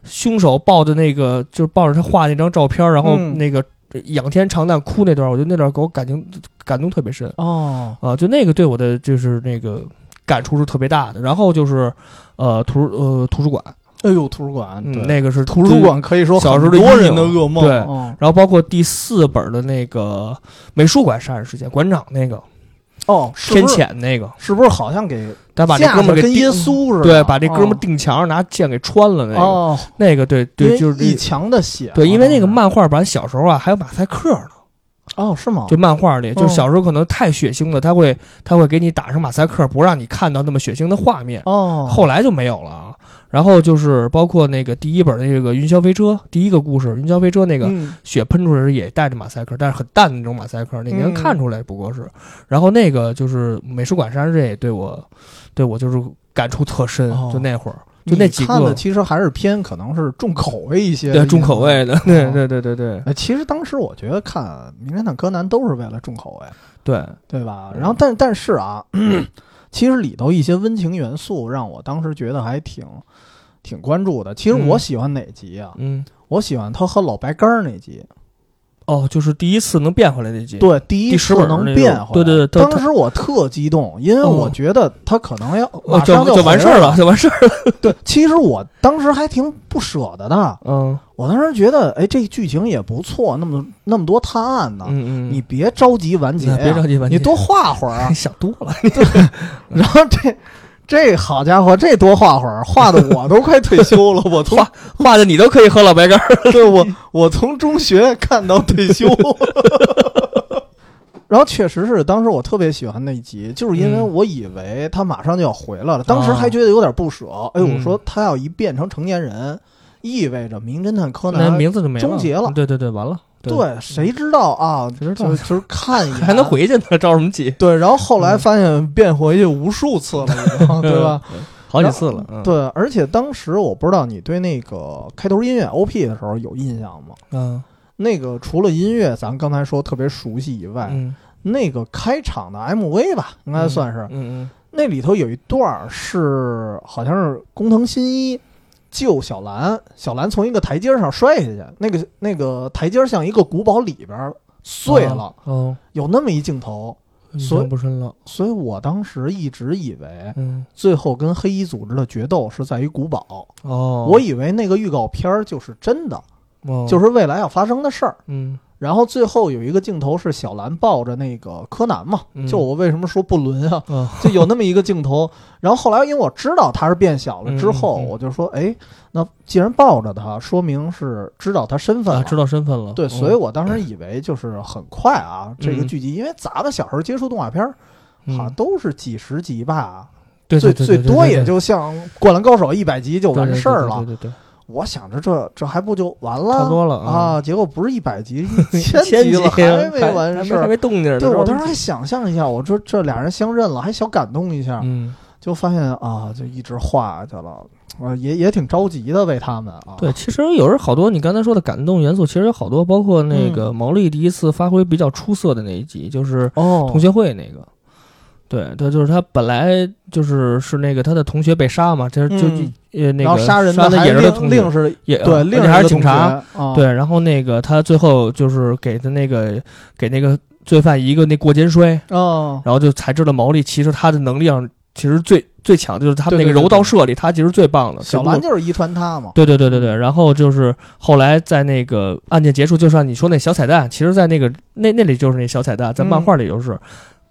Speaker 1: 凶手抱着那个，就是抱着他画那张照片，然后
Speaker 2: 嗯
Speaker 1: 那个仰天长叹哭那段，我觉得那段给我感情感动特别深
Speaker 2: 哦，
Speaker 1: 啊，就那个对我的就是那个感触是特别大的。然后就是呃图呃图书馆，
Speaker 2: 哎呦，图书馆，
Speaker 1: 嗯
Speaker 2: 对，
Speaker 1: 那个是
Speaker 2: 图书。馆可以说
Speaker 1: 小时候的
Speaker 2: 很多人的
Speaker 1: 阴影
Speaker 2: 噩梦，
Speaker 1: 对
Speaker 2: 嗯
Speaker 1: 然后包括第四本的那个美术馆杀人事件，馆长那个
Speaker 2: 哦，是
Speaker 1: 天
Speaker 2: 不是
Speaker 1: 谴那个，
Speaker 2: 是不是好像给
Speaker 1: 他把那
Speaker 2: 架
Speaker 1: 哥们
Speaker 2: 着
Speaker 1: 儿给
Speaker 2: 跟
Speaker 1: 钉
Speaker 2: 耶稣似的？
Speaker 1: 对，把这哥们儿
Speaker 2: 哦
Speaker 1: 钉墙上拿剑给穿了那个，
Speaker 2: 哦，
Speaker 1: 那个对
Speaker 2: 因
Speaker 1: 对，
Speaker 2: 为
Speaker 1: 就是这
Speaker 2: 一墙的血嘛，
Speaker 1: 对，因为那个
Speaker 2: 当时
Speaker 1: 漫画版小时候啊，还有马赛克呢。
Speaker 2: 哦是吗？
Speaker 1: 就漫画里，就
Speaker 2: 哦
Speaker 1: 是小时候可能太血腥了，他会他会给你打上马赛克，不让你看到那么血腥的画面。
Speaker 2: 哦，
Speaker 1: 后来就没有了啊。然后就是包括那个第一本那个云霄飞车，第一个故事云霄飞车那个
Speaker 2: 嗯
Speaker 1: 血喷出来时也带着马赛克，但是很淡的那种马赛克，你能
Speaker 2: 嗯
Speaker 1: 看出来不过是。然后那个就是美术馆杀人事件也对我，对我就是感触特深
Speaker 2: 哦，
Speaker 1: 就那会儿就那几
Speaker 2: 你看的
Speaker 1: 个
Speaker 2: 其实还是偏可能是重口味一些，
Speaker 1: 对重口。味的， 对
Speaker 2: 哦
Speaker 1: 对对对对
Speaker 2: 呃，其实当时我觉得看《名侦探柯南》都是为了重口味，
Speaker 1: 对，
Speaker 2: 对吧？
Speaker 1: 嗯
Speaker 2: 然后但但是啊， 其实里头一些温情元素让我当时觉得还挺挺关注的。其实我
Speaker 1: 嗯
Speaker 2: 喜欢哪集啊？
Speaker 1: 嗯。
Speaker 2: 我喜欢他和老白干儿那集，
Speaker 1: 哦，就是第一次能变回来那集。
Speaker 2: 对，第一
Speaker 1: 第十
Speaker 2: 次
Speaker 1: 本儿
Speaker 2: 能
Speaker 1: 那
Speaker 2: 变
Speaker 1: 种
Speaker 2: 回来。
Speaker 1: 对对对他
Speaker 2: 当时我特激动，因为
Speaker 1: 哦
Speaker 2: 我觉得他可能要
Speaker 1: 哦，
Speaker 2: 马
Speaker 1: 就
Speaker 2: 上
Speaker 1: 就完事
Speaker 2: 回
Speaker 1: 儿
Speaker 2: 来
Speaker 1: 了，。就完事儿了。
Speaker 2: 对，其实我当时还挺不舍得的，
Speaker 1: 嗯
Speaker 2: 我当时觉得，哎，这剧情也不错，那么那么多探案呢，
Speaker 1: 嗯嗯，
Speaker 2: 你别着急完结、呀，啊
Speaker 1: 别着急完结，
Speaker 2: 你多画会儿啊
Speaker 1: 你。想多 了。
Speaker 2: 然后这这好家伙，这多画会儿，画的我都快退休了，我从
Speaker 1: 画画的你都可以喝老白干儿。
Speaker 2: 对我，我从中学看到退休。 然后确实是，当时我特别喜欢那一集，就是因为
Speaker 1: 嗯啊
Speaker 2: 我以为他马上就要回来了，当时还觉得有点不舍。哎呦，我
Speaker 1: 嗯
Speaker 2: 说他要一变成成年人，意味着《名侦探柯
Speaker 1: 那
Speaker 2: 南》
Speaker 1: 名字就没了，
Speaker 2: 终结了
Speaker 1: 对对对，完了。
Speaker 2: 对谁知道啊？
Speaker 1: 谁知道
Speaker 2: 就就是看一眼
Speaker 1: 还能。回嗯去呢，着什么急？
Speaker 2: 对，然后后来发现变回去无数次了，已 经对吧？
Speaker 1: 嗯？好几次了。嗯，
Speaker 2: 对，而且当时我不知道你对那个开头音乐 OP 的时候有印象吗？
Speaker 1: 嗯
Speaker 2: 那个除了音乐，咱刚才说特别熟悉以外，
Speaker 1: 嗯，
Speaker 2: 那个开场的 MV 吧，应该算是、
Speaker 1: 嗯嗯
Speaker 2: 那里头有一段儿是好像是工藤新一救小兰，小兰从一个台阶上摔下去，那个那个台阶像一个古堡里边儿碎了，
Speaker 1: 哦，
Speaker 2: 有那么一镜头，
Speaker 1: 印
Speaker 2: 所以哎
Speaker 1: 象不深了，
Speaker 2: 所以我当时一直以为
Speaker 1: 嗯，
Speaker 2: 最后跟黑衣组织的决斗是在于古堡，
Speaker 1: 哦，
Speaker 2: 我以为那个预告片儿就是真的，
Speaker 1: 哦
Speaker 2: 就是未来要发生的事儿。
Speaker 1: 嗯
Speaker 2: 然后最后有一个镜头是小兰抱着那个柯南嘛，
Speaker 1: 嗯
Speaker 2: 就我为什么说不伦啊，
Speaker 1: 嗯
Speaker 2: 就有那么一个镜头。然后后来因为我知道他是变小了之
Speaker 1: 嗯
Speaker 2: 后，
Speaker 1: 嗯嗯
Speaker 2: 我就说，哎，那既然抱着他，说明是知道他身份了。
Speaker 1: 啊，知道身份了，
Speaker 2: 对，
Speaker 1: 嗯
Speaker 2: 所以我当时以为就是很快啊，这个
Speaker 1: 嗯
Speaker 2: 剧集，因为咱们小时候接触动画片儿，好像
Speaker 1: 嗯，
Speaker 2: 都是几十集吧，
Speaker 1: 对
Speaker 2: 最
Speaker 1: 对对
Speaker 2: 最
Speaker 1: 对对
Speaker 2: 多
Speaker 1: 对
Speaker 2: 也
Speaker 1: 对
Speaker 2: 就像《灌篮高手》一百集就
Speaker 1: 对对
Speaker 2: 完
Speaker 1: 对
Speaker 2: 事儿
Speaker 1: 对
Speaker 2: 了。
Speaker 1: 对对，对
Speaker 2: 我想着这这还不就完了？
Speaker 1: 差不多了嗯
Speaker 2: 啊，，结果不是一 百集，一
Speaker 1: 千
Speaker 2: 集了，
Speaker 1: 集
Speaker 2: 还没完事
Speaker 1: 还
Speaker 2: 儿。
Speaker 1: 没动静呢。
Speaker 2: 对
Speaker 1: 是吧
Speaker 2: 我当时还想象一下，我说这俩人相认了，还小感动一 下，
Speaker 1: 嗯，
Speaker 2: 就发现啊，就一直画去了，啊，也也挺着急的为他们啊。
Speaker 1: 对，其实有时候好多你刚才说的感动元素，其实有好多，包括那
Speaker 2: 嗯
Speaker 1: 个毛利第一次发挥比较出色的那一集，就是
Speaker 2: 哦，
Speaker 1: 同学会那个。对，他就是他本来就是是那个他的同学被杀嘛，就是就
Speaker 2: 嗯
Speaker 1: 呃那
Speaker 2: 然后
Speaker 1: 个
Speaker 2: 杀人
Speaker 1: 杀
Speaker 2: 的
Speaker 1: 的也是他
Speaker 2: 另
Speaker 1: 同
Speaker 2: 另
Speaker 1: 学，
Speaker 2: 是
Speaker 1: 也嗯
Speaker 2: 对，另
Speaker 1: 而且还是
Speaker 2: 一个
Speaker 1: 警
Speaker 2: 同
Speaker 1: 察，
Speaker 2: 学，啊
Speaker 1: 对，然后那个他最后就是给的那个给那个罪犯一个那过肩摔，
Speaker 2: 哦，
Speaker 1: 然后就才知道毛利其实他的能力上其实最最强，就是他们那
Speaker 2: 对对
Speaker 1: 个
Speaker 2: 对对
Speaker 1: 柔道社里他其实最棒的。只
Speaker 2: 小
Speaker 1: 不过
Speaker 2: 兰就是遗传他嘛。
Speaker 1: 对对对对对，然后就是后来在那个案件结束，就像你说那小彩蛋，其实，在那个那那里就是那小彩蛋，
Speaker 2: 嗯
Speaker 1: 在漫画里就是。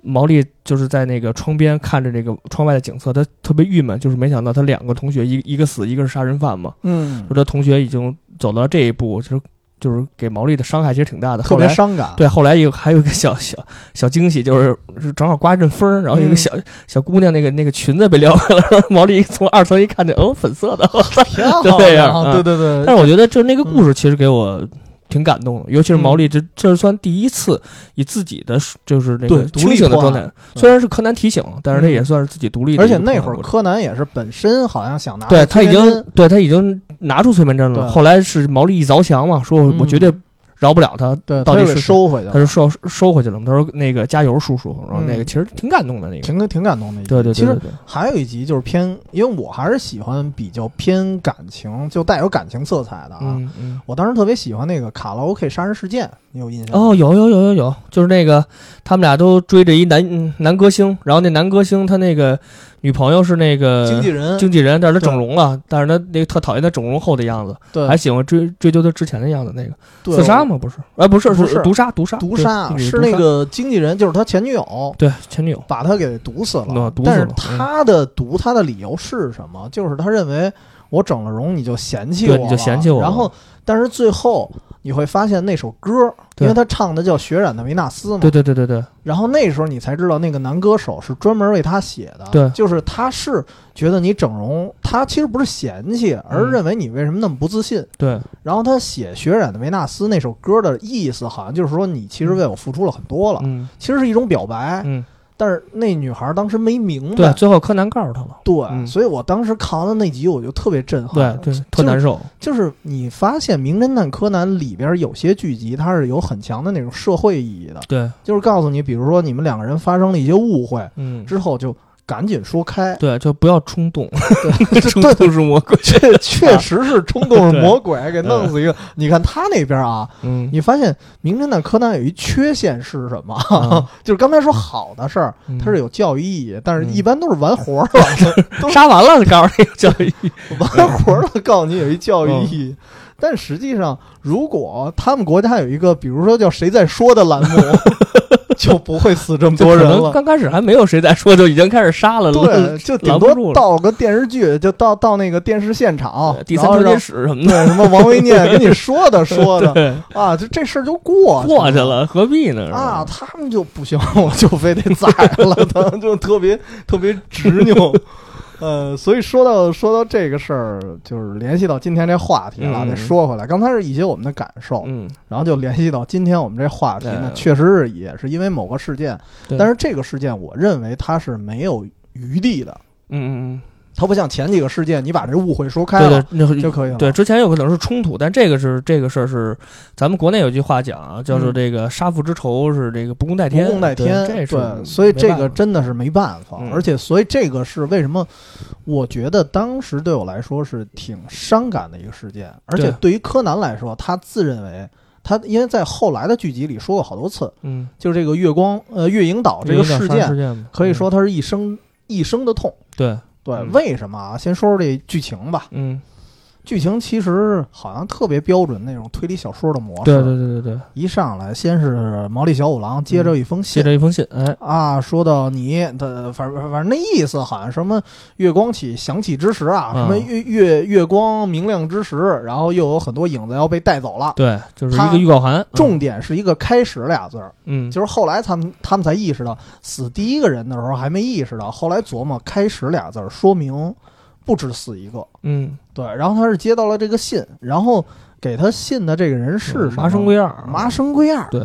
Speaker 1: 毛利就是在那个窗边看着这个窗外的景色，他特别郁闷，就是没想到他两个同学，一一个死，一个是杀人犯嘛。
Speaker 2: 嗯
Speaker 1: 说，他同学已经走到这一步，其实就是给毛利的伤害其实挺大的。
Speaker 2: 特
Speaker 1: 后
Speaker 2: 别
Speaker 1: 来
Speaker 2: 伤感。
Speaker 1: 对，后来有还有一个小小小惊喜，就是是正好刮一阵风儿，然后有一
Speaker 2: 嗯
Speaker 1: 个小、小姑娘那个那个裙子被撩开了，然后毛利从二层一看见，哦，粉色的。
Speaker 2: 挺好
Speaker 1: 就这样
Speaker 2: 的，
Speaker 1: 啊
Speaker 2: 对对对。
Speaker 1: 但是我觉得就是那个故
Speaker 2: 嗯
Speaker 1: 事其实给我挺感动的，尤其是毛利，这这是算第一次以自己的就是那
Speaker 2: 对
Speaker 1: 个
Speaker 2: 独立
Speaker 1: 清醒的
Speaker 2: 破
Speaker 1: 状
Speaker 2: 案
Speaker 1: 态，虽然是柯南提醒，但是他也算是自己独立的
Speaker 2: 而
Speaker 1: 一个
Speaker 2: 且
Speaker 1: 破案过程。
Speaker 2: 那会儿柯南也是本身好像想拿
Speaker 1: 对他
Speaker 2: 崔
Speaker 1: 已
Speaker 2: 天
Speaker 1: 经
Speaker 2: 真
Speaker 1: 对他已经拿出催眠针
Speaker 2: 对
Speaker 1: 了，后来是毛利一着墙嘛，说我
Speaker 2: 嗯
Speaker 1: 我绝对饶不了他，
Speaker 2: 对
Speaker 1: 到
Speaker 2: 他
Speaker 1: 底
Speaker 2: 又给
Speaker 1: 是
Speaker 2: 收回去
Speaker 1: 他就
Speaker 2: 了，
Speaker 1: 收收回去了嘛。他说那个加油，叔叔，然后那个
Speaker 2: 嗯
Speaker 1: 其实挺感动的那个。
Speaker 2: 挺挺感动的一集。
Speaker 1: 对对，对
Speaker 2: 其实
Speaker 1: 对对
Speaker 2: 还有一集就是偏，因为我还是喜欢比较偏感情，就带有感情色彩的啊。
Speaker 1: 嗯嗯。
Speaker 2: 我当时特别喜欢那个卡拉 OK 杀人事件，你有印象吗？
Speaker 1: 哦，有有有有有，就是那个他们俩都追着一男嗯男歌星，然后那男歌星他那个女朋友是那个
Speaker 2: 经纪人
Speaker 1: 经纪人，但是他
Speaker 2: 对
Speaker 1: 整容了，但是他那个特讨厌他整容后的样子，
Speaker 2: 对
Speaker 1: 还喜欢追追究他之前的样子，那个
Speaker 2: 对
Speaker 1: 自杀吗？不是，哎，不是，
Speaker 2: 不是
Speaker 1: 毒杀，毒杀，
Speaker 2: 毒
Speaker 1: 对
Speaker 2: 杀
Speaker 1: 女
Speaker 2: 是
Speaker 1: 毒
Speaker 2: 那
Speaker 1: 杀
Speaker 2: 个经纪人，就是他前女友
Speaker 1: 对前女友，
Speaker 2: 把他给毒死了。
Speaker 1: 那毒死
Speaker 2: 但是
Speaker 1: 了嗯
Speaker 2: 他的毒他的理由是什么？就是他认为我整了容你就嫌弃我
Speaker 1: 对
Speaker 2: 了，
Speaker 1: 你就嫌弃我了
Speaker 2: 然后，但是最后你会发现那首歌，
Speaker 1: 对
Speaker 2: 因为他唱的叫《血染的维纳斯》嘛，
Speaker 1: 对对对对对，
Speaker 2: 然后那时候你才知道，那个男歌手是专门为他写的。
Speaker 1: 对
Speaker 2: 就是他是觉得你整容，他其实不是嫌弃，而是
Speaker 1: 嗯
Speaker 2: 认为你为什么那么不自信。
Speaker 1: 对
Speaker 2: 然后他写《血染的维纳斯》那首歌的意思，好像就是说你其实为我付出了很多了，
Speaker 1: 嗯
Speaker 2: 其实是一种表白。
Speaker 1: 嗯，
Speaker 2: 但是那女孩当时没明
Speaker 1: 对，
Speaker 2: 白，
Speaker 1: 最后柯南告诉他了，
Speaker 2: 对，
Speaker 1: 嗯
Speaker 2: 所以我当时看完了那集，我就特别震
Speaker 1: 对
Speaker 2: 撼。
Speaker 1: 对，特难受，
Speaker 2: 就是你发现《名侦探柯南》里边有些剧集，它是有很强的那种社会意义的，
Speaker 1: 对，
Speaker 2: 就是告诉你，比如说你们两个人发生了一些误会。
Speaker 1: 嗯。。
Speaker 2: 之后就赶紧说开
Speaker 1: 对，就不要冲动，
Speaker 2: 对
Speaker 1: 冲
Speaker 2: 对，
Speaker 1: 动是魔鬼。
Speaker 2: 确确实是冲动是魔鬼，
Speaker 1: 啊
Speaker 2: 给弄死一个。你看他那边啊，
Speaker 1: 嗯，
Speaker 2: 你发现《名侦探柯南》有一缺陷是什么？
Speaker 1: 啊
Speaker 2: 就是刚才说好的事儿，
Speaker 1: 嗯
Speaker 2: 它是有教育意义，但是
Speaker 1: 嗯
Speaker 2: 一般都是完活儿 了，都是
Speaker 1: 杀完了，告诉那个教育，
Speaker 2: 完活儿了，告诉你有一教育意义。但实际上，如果他们国家有一个，比如说叫“谁在说”的 栏目，就不会死这么
Speaker 1: 就
Speaker 2: 多
Speaker 1: 可
Speaker 2: 人
Speaker 1: 能
Speaker 2: 了。
Speaker 1: 刚开始还没有谁在说，就已经开始杀了。
Speaker 2: 对，就顶
Speaker 1: 拦不
Speaker 2: 多
Speaker 1: 住了
Speaker 2: 到个电视剧，就到到那个电视现场
Speaker 1: 呃，第
Speaker 2: 哦然
Speaker 1: 三
Speaker 2: 后
Speaker 1: 调
Speaker 2: 让
Speaker 1: 解室什么 的，
Speaker 2: 对什么王维念跟你说的说的
Speaker 1: 对，
Speaker 2: 啊，就这事儿就过
Speaker 1: 过去了，何必呢？是吧
Speaker 2: 啊，，他们就不行， 我就非得宰了， 他们就特别特别执拗。呃，所以说到说到这个事儿，就是联系到今天这话题了。
Speaker 1: 嗯
Speaker 2: 得说回来，刚才是一些我们的感受，
Speaker 1: 嗯，
Speaker 2: 然后就联系到今天我们这话题呢，
Speaker 1: 对
Speaker 2: 确实是也是因为某个事件，
Speaker 1: 对
Speaker 2: 但是这个事件我认为它是没有余地的，
Speaker 1: 嗯嗯
Speaker 2: 它不像前几个事件，你把这误会说
Speaker 1: 嗯，
Speaker 2: 开
Speaker 1: 对
Speaker 2: 了
Speaker 1: 对，那
Speaker 2: 就可以了。
Speaker 1: 对，之前有可能是冲突，但这个是这个事儿是，咱们国内有句话讲啊，叫做这个杀父之仇是这个不共戴天，
Speaker 2: 嗯不共戴天，
Speaker 1: 对这是
Speaker 2: 对，所以这个
Speaker 1: 没办法
Speaker 2: 真的是没办法，
Speaker 1: 嗯
Speaker 2: 而且所以这个是为什么？我觉得当时对我来说是挺伤感的一个事件，而且对于柯南来说，他自认为他因为在后来的剧集里说过好多次，
Speaker 1: 嗯，
Speaker 2: 就是这个月光呃月影岛这个事
Speaker 1: 件
Speaker 2: 件，
Speaker 1: 件嘛
Speaker 2: 可以说它是一生一生的痛。
Speaker 1: 嗯对，
Speaker 2: 对，
Speaker 1: 嗯
Speaker 2: 为什么啊？先说说这剧情吧。
Speaker 1: 嗯，
Speaker 2: 剧情其实好像特别标准那种推理小说的模式。
Speaker 1: 对对对对对，
Speaker 2: 一上来先是毛利小五郎接着一封
Speaker 1: 接
Speaker 2: 信、
Speaker 1: 着一封信，哎，
Speaker 2: 啊，说到你的，反正反正那意思好像什么月光起响起之时啊，
Speaker 1: 嗯
Speaker 2: 什么月月月光明亮之时，然后又有很多影子要被带走了。
Speaker 1: 对，就是一
Speaker 2: 他
Speaker 1: 个预告函，
Speaker 2: 重点是一个“开始”俩字儿，
Speaker 1: 嗯，嗯，
Speaker 2: 就是后来他们他们才意识到，死第一个人的时候还没意识到，后来琢磨“开始”俩字儿说明不止死一个。
Speaker 1: 嗯，
Speaker 2: 对，然后他是接到了这个信，然后给他信的这个人是什
Speaker 1: 嗯
Speaker 2: 么
Speaker 1: 麻生归二，
Speaker 2: 麻生归二，
Speaker 1: 对，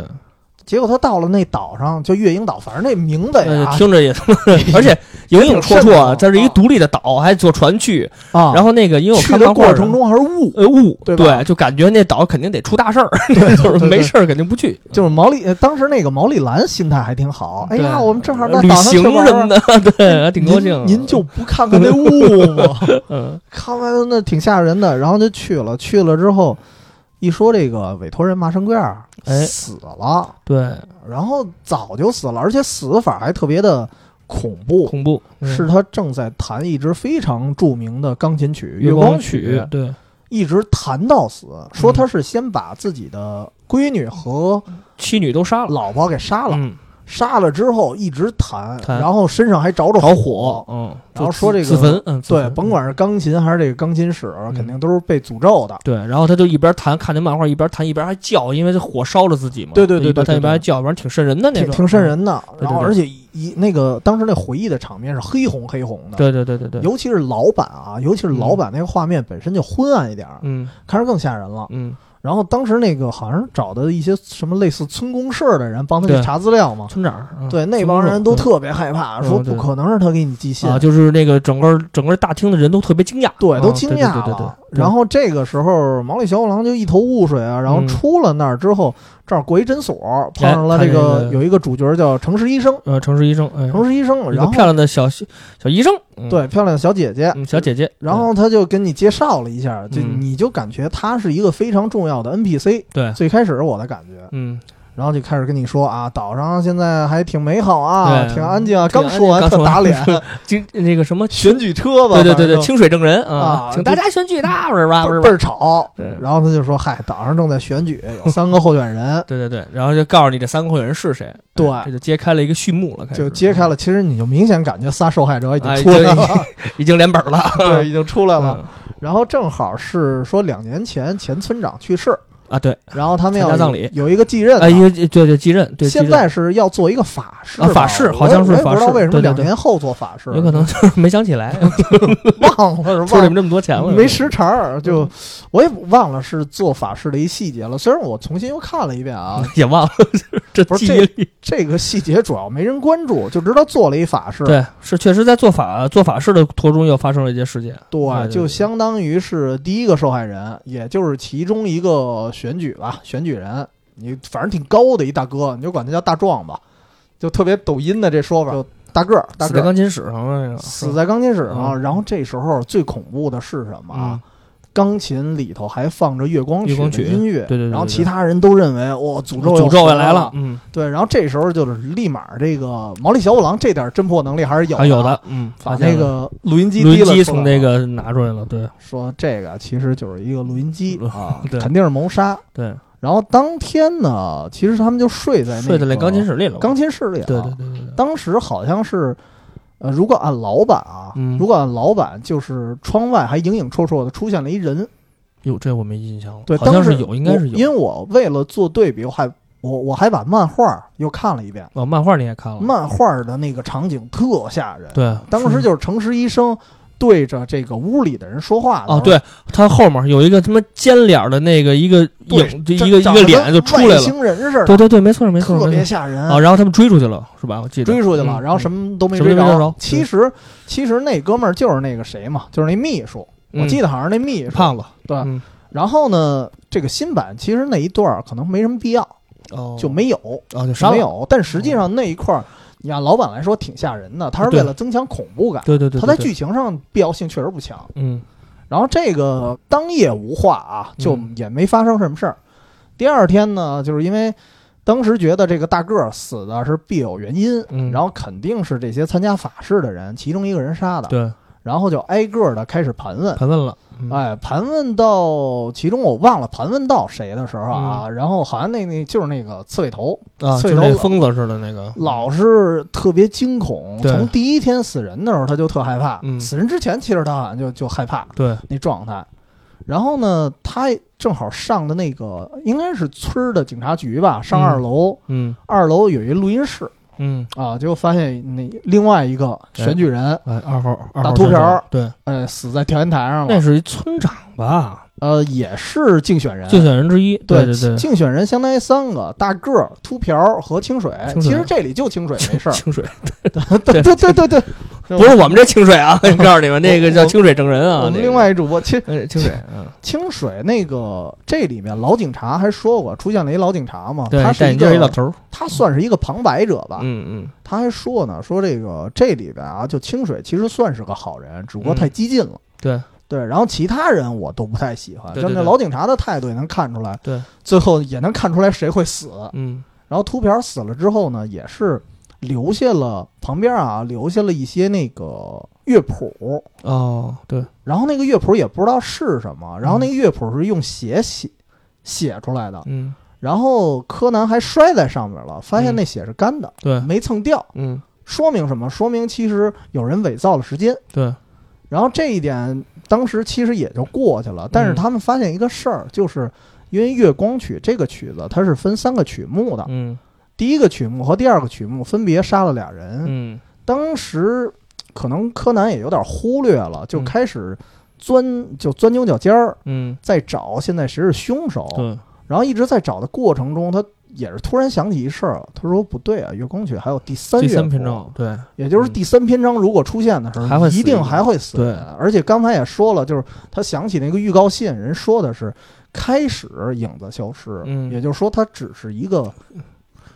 Speaker 2: 结果他到了那岛上，就月影岛，反正那名字
Speaker 1: 那
Speaker 2: 呀啊
Speaker 1: 就听着也他妈，而 且影影绰
Speaker 2: 挺瘆
Speaker 1: 绰
Speaker 2: 得
Speaker 1: 啊，
Speaker 2: 慌
Speaker 1: 这是一个
Speaker 2: 啊
Speaker 1: 独立的岛，还坐船去，
Speaker 2: 啊，
Speaker 1: 然后那个因为我
Speaker 2: 去
Speaker 1: 看
Speaker 2: 的
Speaker 1: 漫画
Speaker 2: 过
Speaker 1: 的
Speaker 2: 程。中还是雾，
Speaker 1: 呃，雾
Speaker 2: 对吧
Speaker 1: 对，就感觉那岛肯定得出大事儿， 就是
Speaker 2: 对对
Speaker 1: 没事儿肯定不去。
Speaker 2: 就是毛利，呃当时那个毛利兰心态还挺好，哎
Speaker 1: 对
Speaker 2: 呀，我们正好到
Speaker 1: 旅
Speaker 2: 岛上去
Speaker 1: 行
Speaker 2: 玩
Speaker 1: 什么
Speaker 2: 儿。
Speaker 1: 的， 对，还挺高兴的。啊
Speaker 2: 您您就不看看那雾吗？
Speaker 1: 嗯
Speaker 2: 看完那挺吓人的，然后就去了。去了之后，一说这个委托人麻生贵二
Speaker 1: 哎
Speaker 2: 死了，
Speaker 1: 对
Speaker 2: 然后早就死了，而且死法还特别的恐怖。
Speaker 1: 恐怖嗯
Speaker 2: 是他正在弹一支非常著名的钢琴曲《
Speaker 1: 月
Speaker 2: 光
Speaker 1: 曲，嗯对
Speaker 2: 一直弹到死，说他是先把自己的闺女和
Speaker 1: 妻女都杀了，
Speaker 2: 老婆给杀了，
Speaker 1: 嗯，
Speaker 2: 杀了之后一直弹，
Speaker 1: 弹
Speaker 2: 然后身上还着着
Speaker 1: 着
Speaker 2: 火。
Speaker 1: 嗯，
Speaker 2: 然后
Speaker 1: 就
Speaker 2: 说
Speaker 1: 自
Speaker 2: 这个
Speaker 1: 自焚，嗯，自
Speaker 2: 对，
Speaker 1: 焚
Speaker 2: 甭管是钢琴还是这个钢琴室，
Speaker 1: 嗯
Speaker 2: 肯定都是被诅咒的。
Speaker 1: 对，然后他就一边弹看那漫画，一边弹一边还叫，因为这火烧了自己嘛。
Speaker 2: 对对对
Speaker 1: 一边
Speaker 2: 对对
Speaker 1: 弹一边
Speaker 2: 对
Speaker 1: 还叫，反正挺瘆人的那
Speaker 2: 挺
Speaker 1: 种，嗯
Speaker 2: 挺瘆。人的，
Speaker 1: 对对
Speaker 2: 然后
Speaker 1: 对
Speaker 2: 而且一那个当时那回忆的场面是黑红黑红的，
Speaker 1: 对对对对对，
Speaker 2: 尤其是老板啊，尤其是老板那个画面本身就昏暗一点儿，
Speaker 1: 嗯
Speaker 2: 看着更吓人了。
Speaker 1: 嗯，
Speaker 2: 然后当时那个好像是找的一些什么类似村公社的人帮他
Speaker 1: 对
Speaker 2: 去查资料嘛，
Speaker 1: 村长，嗯
Speaker 2: 啊对，那帮人都特别害怕，
Speaker 1: 嗯
Speaker 2: 说
Speaker 1: 嗯对
Speaker 2: 不可能是他给你寄信
Speaker 1: 啊，，就是那个整个整个大厅的人都特别惊讶，
Speaker 2: 对，
Speaker 1: 啊
Speaker 2: 都惊讶
Speaker 1: 对对对对
Speaker 2: 了。
Speaker 1: 对
Speaker 2: 然后这个时候，毛利小五郎就一头雾水啊，然后
Speaker 1: 嗯
Speaker 2: 出了那儿之后，正好过一诊所，碰上了
Speaker 1: 看
Speaker 2: 这
Speaker 1: 见
Speaker 2: 个
Speaker 1: 一个
Speaker 2: 有一个主角叫城市医生，
Speaker 1: 呃，城市医生，哎，
Speaker 2: 城市医生，
Speaker 1: 一个
Speaker 2: 然后
Speaker 1: 漂亮的小小小医生，嗯，
Speaker 2: 对漂亮的小姐姐，
Speaker 1: 嗯小姐姐，
Speaker 2: 然后他就跟你介绍了一下，就
Speaker 1: 嗯
Speaker 2: 你就感觉他是一个非常重要的 NPC。
Speaker 1: 对
Speaker 2: 最开始我的感觉，
Speaker 1: 嗯，
Speaker 2: 然后就开始跟你说啊，岛上现在还挺美好啊，
Speaker 1: 对
Speaker 2: 挺安静啊。
Speaker 1: 挺
Speaker 2: 刚说完
Speaker 1: 安静
Speaker 2: 特打脸，
Speaker 1: 今那个 什么，
Speaker 2: 选举车吧，
Speaker 1: 对对对对，
Speaker 2: 反正
Speaker 1: 清水证人
Speaker 2: 啊
Speaker 1: 请大家选举他，啊不是吧，不是
Speaker 2: 就
Speaker 1: 吧
Speaker 2: 倍，儿吵
Speaker 1: 对。
Speaker 2: 然后他就说，嗨，岛上正在选举，
Speaker 1: ，
Speaker 2: 有三个候选人
Speaker 1: 对对对，然后就告诉你这三个候选人是谁，
Speaker 2: 对
Speaker 1: 哎这就揭开了一个序幕了，开始
Speaker 2: 就揭开，了。其实你就明显感觉仨受害者已经
Speaker 1: 哎
Speaker 2: 出来了，
Speaker 1: 已经连本了，
Speaker 2: 对，已经出来了。
Speaker 1: 嗯
Speaker 2: 然后正好是说两年前前村长去世，
Speaker 1: 啊，对，
Speaker 2: 然后他们要
Speaker 1: 参加葬礼
Speaker 2: 有一个继任的
Speaker 1: 啊，一个对对继任，对，继
Speaker 2: 现
Speaker 1: 任
Speaker 2: 在是要做一个法事吧、
Speaker 1: 啊法事好像是
Speaker 2: 我也我也不
Speaker 1: 法
Speaker 2: 知道
Speaker 1: 事
Speaker 2: 为什么
Speaker 1: 对对
Speaker 2: 两
Speaker 1: 对
Speaker 2: 年后做法事，
Speaker 1: 有可能就是没想起 来，
Speaker 2: 忘了是
Speaker 1: 出
Speaker 2: 忘
Speaker 1: 你们
Speaker 2: 了。
Speaker 1: 这么多 钱了，
Speaker 2: 没时长儿，就我也忘了是做法事的一细节了。虽然我重新又看了一遍啊，
Speaker 1: 也忘了，这
Speaker 2: 不
Speaker 1: 记
Speaker 2: 是
Speaker 1: 忆力
Speaker 2: 这个细节主要没人关注，就知道做了一法事。
Speaker 1: 对，是确实在做法做法事的途中又发生了一些事件，
Speaker 2: 对
Speaker 1: 对对
Speaker 2: 就相当于是第一个受害人，也就是其中一个选举吧，选举人，你反正挺高的一大哥，你就管他叫大壮吧，就特别抖音的这说法，就大个儿，大
Speaker 1: 死
Speaker 2: 个
Speaker 1: 在
Speaker 2: 儿
Speaker 1: 钢琴室上了那个，
Speaker 2: 死在钢琴室上。
Speaker 1: 嗯
Speaker 2: 然后这时候最恐怖的是什么啊？
Speaker 1: 啊，
Speaker 2: 钢琴里头还放着月光曲
Speaker 1: 月光曲
Speaker 2: 的音乐，
Speaker 1: 对对对对
Speaker 2: 然后其他人都认为哇，诅咒
Speaker 1: 诅咒
Speaker 2: 要
Speaker 1: 也来了，，嗯，
Speaker 2: 对，然后这时候就是立马这个毛利小五郎这点侦破能力还是有
Speaker 1: 还有
Speaker 2: 的啊，
Speaker 1: 的，嗯，
Speaker 2: 把
Speaker 1: 发现
Speaker 2: 那
Speaker 1: 了
Speaker 2: 个录音机
Speaker 1: 录音
Speaker 2: 提了出来
Speaker 1: 机从那
Speaker 2: 了
Speaker 1: 个拿出来了，对
Speaker 2: 说这个其实就是一个录音机啊
Speaker 1: 对，
Speaker 2: 肯定是谋杀。
Speaker 1: 对，
Speaker 2: 然后当天呢，其实他们就睡在
Speaker 1: 睡在那
Speaker 2: 那个
Speaker 1: 钢琴室里了，
Speaker 2: 钢琴室里了。
Speaker 1: 对对对对对，
Speaker 2: 当时好像是，呃，如果按老板啊，
Speaker 1: 嗯
Speaker 2: 如果按老板，就是窗外还影影绰绰的出现了一人，
Speaker 1: 哟，这我没印象了，
Speaker 2: 对，
Speaker 1: 好像
Speaker 2: 当时
Speaker 1: 是有，应该是
Speaker 2: 我因
Speaker 1: 有，
Speaker 2: 为我为了做对比，我还我我还把漫画又看了一遍，
Speaker 1: 哦，漫画你也看了，
Speaker 2: 漫画的那个场景特吓人。
Speaker 1: 对，嗯
Speaker 2: 当时就是诚实医生对着这个屋里的人说话的时候
Speaker 1: 哦，，对，他后面有一个他妈尖脸儿的那个一个
Speaker 2: 对
Speaker 1: 影，就
Speaker 2: 长
Speaker 1: 一个一
Speaker 2: 长
Speaker 1: 个
Speaker 2: 得
Speaker 1: 脸就
Speaker 2: 跟
Speaker 1: 出来
Speaker 2: 外
Speaker 1: 了。
Speaker 2: 星人似的，
Speaker 1: 对对对，没错没错
Speaker 2: 特
Speaker 1: 没
Speaker 2: 别
Speaker 1: 错。
Speaker 2: 吓人。
Speaker 1: 啊，然后他们追出去了，是吧？我记得
Speaker 2: 嗯追出去了，
Speaker 1: 嗯
Speaker 2: 然后什么都没
Speaker 1: 什么
Speaker 2: 追
Speaker 1: 都没追
Speaker 2: 着
Speaker 1: 着。嗯
Speaker 2: 其实，其实那哥们儿就是那个谁嘛，就是那秘书。
Speaker 1: 嗯
Speaker 2: 我记得好像是那秘书。
Speaker 1: 胖子
Speaker 2: 对
Speaker 1: 嗯
Speaker 2: 然后呢，这个新版其实那一段儿可能没什么必要，
Speaker 1: 哦
Speaker 2: 就没有。
Speaker 1: 啊就杀了。嗯
Speaker 2: 没有，但实际上那一块儿，你按老板来说挺吓人的，他是
Speaker 1: 对
Speaker 2: 为了增强恐怖感，
Speaker 1: 对对对，
Speaker 2: 他
Speaker 1: 对
Speaker 2: 在
Speaker 1: 对
Speaker 2: 剧情上必要性确实不强。
Speaker 1: 嗯
Speaker 2: 然后这个当夜无话啊，就
Speaker 1: 嗯
Speaker 2: 也没发生什么事儿。第二天呢，就是因为当时觉得这个大个儿死的是必有原因，
Speaker 1: 嗯
Speaker 2: 然后肯定是这些参加法事的人其中一个人杀的，
Speaker 1: 对，
Speaker 2: 然后就挨个的开始盘问。
Speaker 1: 盘问了，嗯，
Speaker 2: 哎，盘问到其中我忘了盘问到谁的时候啊，
Speaker 1: 嗯
Speaker 2: 然后好像那那就是那个刺猬头，
Speaker 1: 啊，就
Speaker 2: 翠
Speaker 1: 是
Speaker 2: 头
Speaker 1: 那
Speaker 2: 老
Speaker 1: 疯子似的那个，
Speaker 2: 老是特别惊恐，
Speaker 1: 对
Speaker 2: 从第一天死人的时候他就特害怕，
Speaker 1: 嗯
Speaker 2: 死人之前其实他好像就就害怕
Speaker 1: 对，
Speaker 2: 那状态。然后呢，他正好上的那个应该是村儿的警察局吧，上
Speaker 1: 嗯
Speaker 2: 二楼，
Speaker 1: 嗯
Speaker 2: 二楼有一录音室
Speaker 1: 嗯，
Speaker 2: 啊，结果发现那另外一个选举人，
Speaker 1: 哎，二号二号
Speaker 2: 大秃
Speaker 1: 选手
Speaker 2: 瓢儿
Speaker 1: 对，
Speaker 2: 呃，死在调研台上
Speaker 1: 那
Speaker 2: 了，
Speaker 1: 是一村长吧，
Speaker 2: 呃，也是竞选人，
Speaker 1: 竞选人之一，
Speaker 2: 哎对
Speaker 1: 对对，
Speaker 2: 竞选人相当于三个大个儿、秃瓢儿和清水。
Speaker 1: 清水，
Speaker 2: 其实这里就清水没事儿
Speaker 1: 清水
Speaker 2: 对对对对对，
Speaker 1: 不是我们这清水啊，我告诉你们，那个叫清水证人 啊，
Speaker 2: 我们
Speaker 1: 那个
Speaker 2: 另外一主播清
Speaker 1: 哎 清水，嗯，
Speaker 2: 清水那个这里面老警察还说过，出现了一老警察嘛，
Speaker 1: 对，
Speaker 2: 他
Speaker 1: 戴
Speaker 2: 是一
Speaker 1: 眼镜一老
Speaker 2: 个
Speaker 1: 头儿，
Speaker 2: 他算是一个旁白者吧，
Speaker 1: 嗯嗯，
Speaker 2: 他还说呢，说这个这里边啊，就清水其实算是个好人，只不过
Speaker 1: 嗯
Speaker 2: 太激进了。
Speaker 1: 对
Speaker 2: 对，然后其他人我都不太喜欢，
Speaker 1: 对
Speaker 2: 就
Speaker 1: 对
Speaker 2: 那
Speaker 1: 对
Speaker 2: 老警察的态度也能看出来。
Speaker 1: 对，
Speaker 2: 最后也能看出来谁会死。
Speaker 1: 嗯
Speaker 2: 然后秃瓢死了之后呢，也是留下了旁边啊留下了一些那个乐谱，
Speaker 1: 哦，对，
Speaker 2: 然后那个乐谱也不知道是什么，然后那个乐谱是用血写写出来的，
Speaker 1: 嗯
Speaker 2: 然后柯南还摔在上面了，发现那血是干的，
Speaker 1: 对，
Speaker 2: 没蹭掉。
Speaker 1: 嗯
Speaker 2: 说明什么？说明其实有人伪造了时间。
Speaker 1: 对，
Speaker 2: 然后这一点当时其实也就过去
Speaker 1: 嗯
Speaker 2: 了，但是他们发现一个事儿，就是因为《月光曲》这个曲子它是分三个曲目的，
Speaker 1: 嗯
Speaker 2: 第一个曲目和第二个曲目分别杀了俩人。
Speaker 1: 嗯
Speaker 2: 当时可能柯南也有点忽略了，就
Speaker 1: 嗯
Speaker 2: 开始钻就钻牛角尖儿，
Speaker 1: 嗯，
Speaker 2: 在找现在谁是凶手。
Speaker 1: 对，
Speaker 2: 然后一直在找的过程中，他也是突然想起一事儿，他说不对啊，《月光曲》还有第三
Speaker 1: 第
Speaker 2: 乐
Speaker 1: 三
Speaker 2: 谱
Speaker 1: 篇章，对，
Speaker 2: 也就是第三篇章如果出现的时候，
Speaker 1: 嗯还会死
Speaker 2: 一定还会死
Speaker 1: 对
Speaker 2: 人。而且刚才也说了，就是他想起那个预告信，人说的是开始影子消失，
Speaker 1: 嗯
Speaker 2: 也就是说它只是一个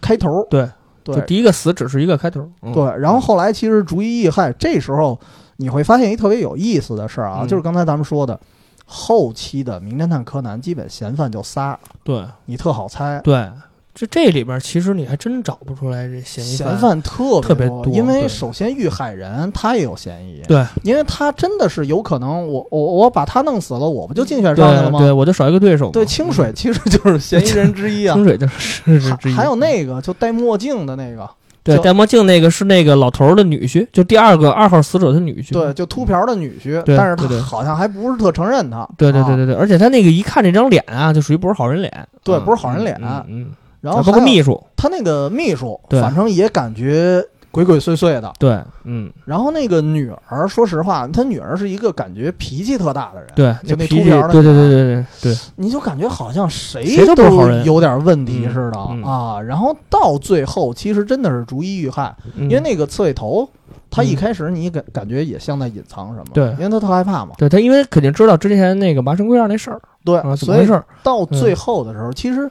Speaker 2: 开头。
Speaker 1: 对
Speaker 2: 对
Speaker 1: 就第一个死只是一个开头，嗯
Speaker 2: 对，然后后来其实逐一易害，这时候你会发现一特别有意思的事儿啊，
Speaker 1: 嗯
Speaker 2: 就是刚才咱们说的，后期的《名侦探柯南》基本嫌犯就仨，
Speaker 1: 对
Speaker 2: 你特好猜。
Speaker 1: 对，这这里边其实你还真找不出来这嫌疑
Speaker 2: 嫌犯特
Speaker 1: 特别
Speaker 2: 多，
Speaker 1: 多
Speaker 2: 因为
Speaker 1: 对
Speaker 2: 首先遇害人他也有嫌疑，
Speaker 1: 对，
Speaker 2: 因为他真的是有可能我，我我把他弄死了，我不就竞选
Speaker 1: 对
Speaker 2: 上去了吗？
Speaker 1: 对，我就少一个对手嘛，嗯
Speaker 2: 对清水其实就是嫌疑人之一啊
Speaker 1: 清。水就是 是之
Speaker 2: 还
Speaker 1: 一，嗯
Speaker 2: 还有那个就戴墨镜的那个，
Speaker 1: 对
Speaker 2: 就
Speaker 1: 戴墨镜那个是那个老头儿的女婿，就第二个二号死者的女婿，
Speaker 2: 对，就秃瓢的女婿，
Speaker 1: 对
Speaker 2: 但是
Speaker 1: 对对
Speaker 2: 他好像还不是特承认他。
Speaker 1: 对对对
Speaker 2: 啊
Speaker 1: 对对，而且他那个一看这张脸啊，就属于不是好人脸，
Speaker 2: 对
Speaker 1: 嗯
Speaker 2: 不是好人脸啊
Speaker 1: 嗯嗯，
Speaker 2: 然后
Speaker 1: 包括
Speaker 2: 还有
Speaker 1: 秘书，
Speaker 2: 他那个秘书，
Speaker 1: 对
Speaker 2: 反正也感觉鬼鬼祟祟的。
Speaker 1: 对，嗯，
Speaker 2: 然后那个女儿，说实话，他女儿是一个感觉脾气特大的人，
Speaker 1: 对，
Speaker 2: 就那
Speaker 1: 脾
Speaker 2: 秃
Speaker 1: 气，
Speaker 2: 瓢的
Speaker 1: 对对对对对对，
Speaker 2: 你就感觉好像谁
Speaker 1: 谁都不是好人
Speaker 2: 有点问题似的
Speaker 1: 嗯嗯
Speaker 2: 啊。然后到最后，其实真的是逐一遇害，
Speaker 1: 因
Speaker 2: 因为那个刺猬头，他一
Speaker 1: 嗯
Speaker 2: 开始你感感觉也像在隐藏什么，
Speaker 1: 对
Speaker 2: 因为他特害怕嘛，
Speaker 1: 对他，因为肯定知道之前那个麻绳归二那事儿
Speaker 2: 对
Speaker 1: 啊，，怎么
Speaker 2: 呃所
Speaker 1: 回
Speaker 2: 以
Speaker 1: 事儿？嗯
Speaker 2: 到最后的时候，其实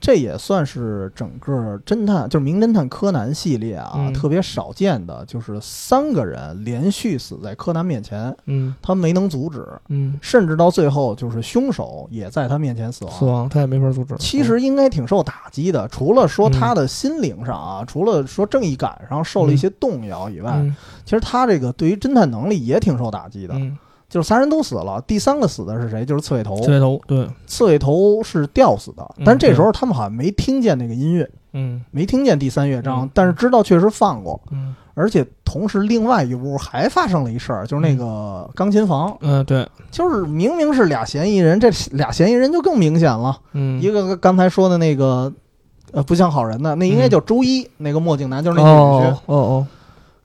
Speaker 2: 这也算是整个侦探就是名侦探柯南系列啊、
Speaker 1: 嗯
Speaker 2: 特别少见的，就是三个人连续死在柯南面前，
Speaker 1: 嗯
Speaker 2: 他没能阻止，
Speaker 1: 嗯，
Speaker 2: 甚至到最后就是凶手也在他面前死亡，
Speaker 1: 死亡他也没法阻止。哦
Speaker 2: 其实应该挺受打击的，除了
Speaker 1: 嗯
Speaker 2: 说他的心灵上啊，除了说正义感上受了一些动摇以外，
Speaker 1: 嗯，
Speaker 2: 其实他这个对于侦探能力也挺受打击的。
Speaker 1: 嗯，
Speaker 2: 就是仨人都死了，第三个死的是谁？就是刺猬头
Speaker 1: 嗯，刺猬头，对，
Speaker 2: 刺猬头是吊死的
Speaker 1: 嗯，
Speaker 2: 但是这时候他们好像没听见那个音乐，
Speaker 1: 嗯
Speaker 2: 没听见第三乐章，
Speaker 1: 嗯
Speaker 2: 但是知道确实放过。
Speaker 1: 嗯
Speaker 2: 而且同时，另外一屋还发生了一事儿，就是那个钢琴房，
Speaker 1: 嗯，对，
Speaker 2: 就是明明是俩嫌疑人，这俩嫌疑人就更明显了。
Speaker 1: 嗯，
Speaker 2: 一个刚才说的那个，呃，不像好人的，那应该叫周一，那个墨镜男就是那女婿。
Speaker 1: 嗯哦哦哦，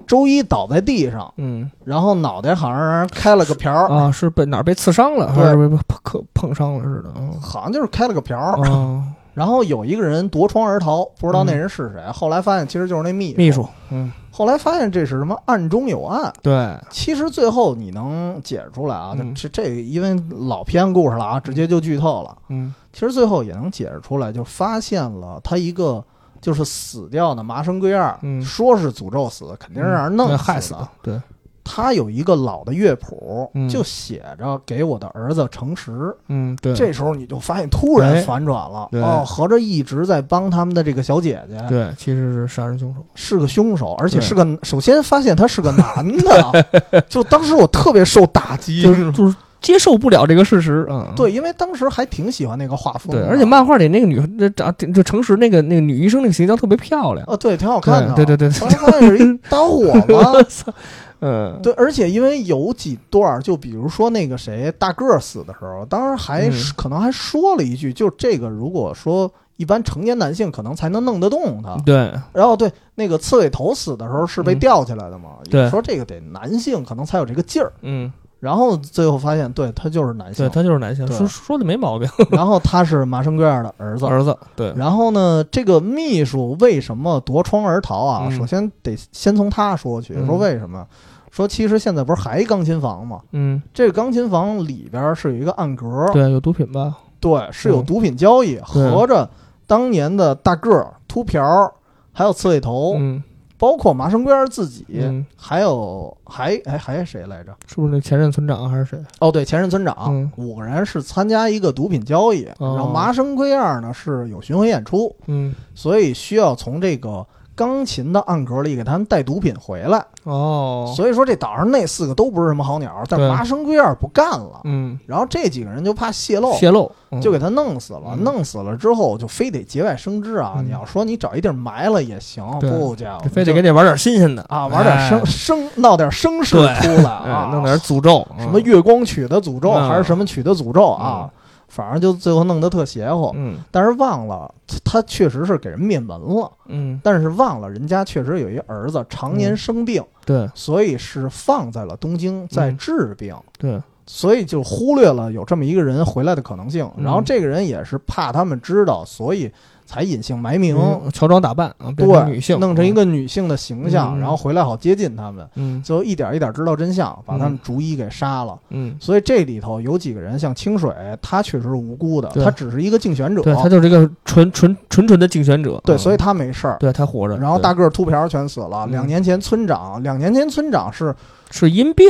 Speaker 2: 周一倒在地上，
Speaker 1: 嗯
Speaker 2: 然后脑袋好像让人开了个瓢儿，
Speaker 1: 啊，是被哪儿被刺伤了，还
Speaker 2: 对
Speaker 1: 是被碰碰伤了似的？嗯
Speaker 2: 好像就是开了个瓢儿。
Speaker 1: 哦，
Speaker 2: 然后有一个人夺窗而逃，不知道那
Speaker 1: 嗯
Speaker 2: 人是谁。后来发现其实就是那秘
Speaker 1: 秘 书，嗯，
Speaker 2: 后来发现这是什么暗中有暗。
Speaker 1: 对，
Speaker 2: 其实最后你能解出来啊，
Speaker 1: 嗯
Speaker 2: 这这因为老篇故事了啊，直接就剧透了。
Speaker 1: 嗯
Speaker 2: 其实最后也能解释出来，就发现了他一个就是死掉的麻生圭二，
Speaker 1: 嗯
Speaker 2: 说是诅咒死，肯定是让人弄
Speaker 1: 那
Speaker 2: 死
Speaker 1: 害死
Speaker 2: 的。
Speaker 1: 的，对，
Speaker 2: 他有一个老的乐谱，
Speaker 1: 嗯
Speaker 2: 就写着“给我的儿子诚实”
Speaker 1: 嗯，对，哎
Speaker 2: 这时候你就发现突然反转了，
Speaker 1: 对
Speaker 2: 哦，合着一直在帮他们的这个小姐姐
Speaker 1: 对，其实是杀人凶手。
Speaker 2: 是个凶手，而且
Speaker 1: 对
Speaker 2: 是个首先发现他是个男 的，就当时我特别受打击，
Speaker 1: 就是就是接受不了这个事实啊。嗯
Speaker 2: 对，因为当时还挺喜欢那个画风
Speaker 1: 对，
Speaker 2: 的，
Speaker 1: 而且漫画里那个女那长就诚实那个那个女医生那个形象特别漂亮。
Speaker 2: 哦，对，挺好看的，
Speaker 1: 对对对对
Speaker 2: 后来发现是一搭伙嘛，
Speaker 1: 嗯，
Speaker 2: 啊对，而且因为有几段儿，就比如说那个谁大个儿死的时候，当时还、
Speaker 1: 嗯
Speaker 2: 可能还说了一句，就这个如果说一般成年男性可能才能弄得动他。
Speaker 1: 对
Speaker 2: 然后对那个刺猬头死的时候是被
Speaker 1: 嗯
Speaker 2: 吊起来的嘛，也
Speaker 1: 对
Speaker 2: 说这个得男性可能才有这个劲儿。
Speaker 1: 嗯，
Speaker 2: 然后最后发现，对他就是男
Speaker 1: 对
Speaker 2: 性，
Speaker 1: 他就是男性，
Speaker 2: 对
Speaker 1: 说说的没毛病。
Speaker 2: 然后他是麻生圭尔的儿子。
Speaker 1: 儿子，对，
Speaker 2: 然后呢，这个秘书为什么夺窗而逃啊？
Speaker 1: 嗯
Speaker 2: 首先得先从他说起，
Speaker 1: 嗯
Speaker 2: 说为什么？说其实现在不是还钢琴房吗？
Speaker 1: 嗯，
Speaker 2: 这个钢琴房里边是有一个暗格，
Speaker 1: 对，有毒品吧？
Speaker 2: 对是有毒品交
Speaker 1: 嗯
Speaker 2: 易。合着当年的大个儿、秃瓢儿，还有刺猬头，
Speaker 1: 嗯
Speaker 2: 包括麻生圭儿自己，
Speaker 1: 嗯，
Speaker 2: 还有还哎还谁来着？
Speaker 1: 是不是那前任村长还是谁？
Speaker 2: 哦，对，前任村长、
Speaker 1: 嗯
Speaker 2: 五个人是参加一个毒品交易，
Speaker 1: 哦
Speaker 2: 然后麻生圭二呢是有巡回演出，
Speaker 1: 嗯，
Speaker 2: 所以需要从这个。钢琴的暗格里给他们带毒品回来，
Speaker 1: 哦，
Speaker 2: 所以说这岛上那四个都不是什么好鸟，但
Speaker 1: 对
Speaker 2: 麻生圭二不干了，
Speaker 1: 嗯，
Speaker 2: 然后这几个人就怕泄露，
Speaker 1: 泄露，嗯
Speaker 2: 就给他弄死了。
Speaker 1: 嗯
Speaker 2: 弄死了之后，就非得节外生枝啊！
Speaker 1: 嗯
Speaker 2: 你要说你找一地儿埋了也行，
Speaker 1: 对
Speaker 2: 不家伙，
Speaker 1: 非得给你玩点新鲜的
Speaker 2: 啊玩点声
Speaker 1: 哎
Speaker 2: 声闹点声势
Speaker 1: 对
Speaker 2: 出来
Speaker 1: 哎
Speaker 2: 啊，
Speaker 1: 弄点诅咒，
Speaker 2: 什么月光曲的诅咒
Speaker 1: 嗯
Speaker 2: 还是什么曲的诅咒啊？反正就最后弄得特邪乎，
Speaker 1: 嗯
Speaker 2: 但是忘了他确实是给人灭门了，
Speaker 1: 嗯，
Speaker 2: 但是忘了人家确实有一儿子常年生病，
Speaker 1: 对
Speaker 2: 所以是放在了东京在
Speaker 1: 嗯
Speaker 2: 治病。
Speaker 1: 对，
Speaker 2: 所以就忽略了有这么一个人回来的可能性。
Speaker 1: 嗯
Speaker 2: 然后这个人也是怕他们知道，所以才隐姓埋名，
Speaker 1: 嗯乔装打扮啊，变成
Speaker 2: 对，
Speaker 1: 女性，
Speaker 2: 弄成一个女性的形象，
Speaker 1: 嗯
Speaker 2: 然后回来好接近他们。
Speaker 1: 嗯
Speaker 2: 最后一点一点知道真相，把他们
Speaker 1: 嗯
Speaker 2: 逐一给杀了。
Speaker 1: 嗯，
Speaker 2: 所以这里头有几个人，像清水，他确实是无辜的，
Speaker 1: 对
Speaker 2: 他只是一个竞选者，
Speaker 1: 对他就是一个纯纯纯纯的竞选者，
Speaker 2: 对
Speaker 1: 嗯
Speaker 2: 所以他没事儿。
Speaker 1: 对他活着，
Speaker 2: 然后
Speaker 1: 嗯对
Speaker 2: 大个儿秃瓢儿全死了。
Speaker 1: 嗯
Speaker 2: 两年前村长，两年前村长是
Speaker 1: 是因病，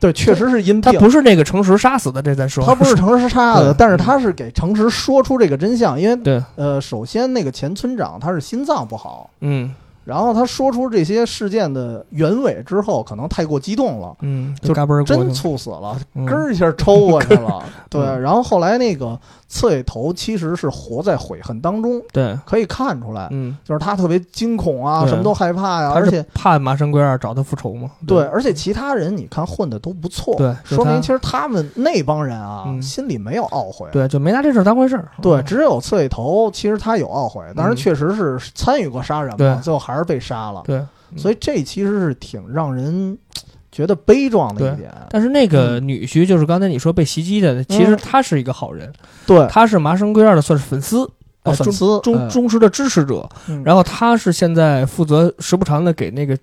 Speaker 2: 对，确实是因
Speaker 1: 他
Speaker 2: 病，
Speaker 1: 不是那个诚实杀死的，这咱说，
Speaker 2: 他不是诚实杀
Speaker 1: 对
Speaker 2: 的，
Speaker 1: 嗯
Speaker 2: 但是他是给诚实说出这个真相，因为
Speaker 1: 对，
Speaker 2: 呃，首先那个前村长他是心脏不好，
Speaker 1: 嗯
Speaker 2: 然后他说出这些事件的原委之后，可能太过激动了，
Speaker 1: 嗯，
Speaker 2: 就
Speaker 1: 嘎嘣儿过去
Speaker 2: 真
Speaker 1: 了
Speaker 2: 猝死了，
Speaker 1: 嗯
Speaker 2: 根儿一下抽过去 了。对，
Speaker 1: 嗯
Speaker 2: 然后后来那个刺猬头其实是活在悔恨当中，
Speaker 1: 对，
Speaker 2: 可以看出来，
Speaker 1: 嗯，
Speaker 2: 就是他特别惊恐啊，
Speaker 1: 对
Speaker 2: 什么都害怕呀、
Speaker 1: 他
Speaker 2: 而
Speaker 1: 是
Speaker 2: 且。
Speaker 1: 怕麻生圭二找他复仇嘛，
Speaker 2: 对，而且其他人你看混的都不错，
Speaker 1: 对就
Speaker 2: 说明
Speaker 1: 他
Speaker 2: 其实他们那帮人啊，
Speaker 1: 嗯
Speaker 2: 心里没有懊悔，
Speaker 1: 对，就没拿这事儿当回事儿，啊
Speaker 2: 对，只有刺猬头，其实他有懊悔，但是
Speaker 1: 嗯
Speaker 2: 确实是参与过杀人嘛，
Speaker 1: 对
Speaker 2: 最后还是被杀了。
Speaker 1: 对，嗯
Speaker 2: 所以这其实是挺让人嘖觉得悲壮的一点。
Speaker 1: 但是那个
Speaker 2: 嗯
Speaker 1: 女婿就是刚才你说被袭击的，其实他是一个好人，
Speaker 2: 对，
Speaker 1: 他是麻生圭二的算是粉丝，
Speaker 2: 哦
Speaker 1: 呃
Speaker 2: 粉丝
Speaker 1: 忠忠
Speaker 2: 哎
Speaker 1: 忠实的支持者，
Speaker 2: 嗯
Speaker 1: 然后他是现在负责时不常的给那个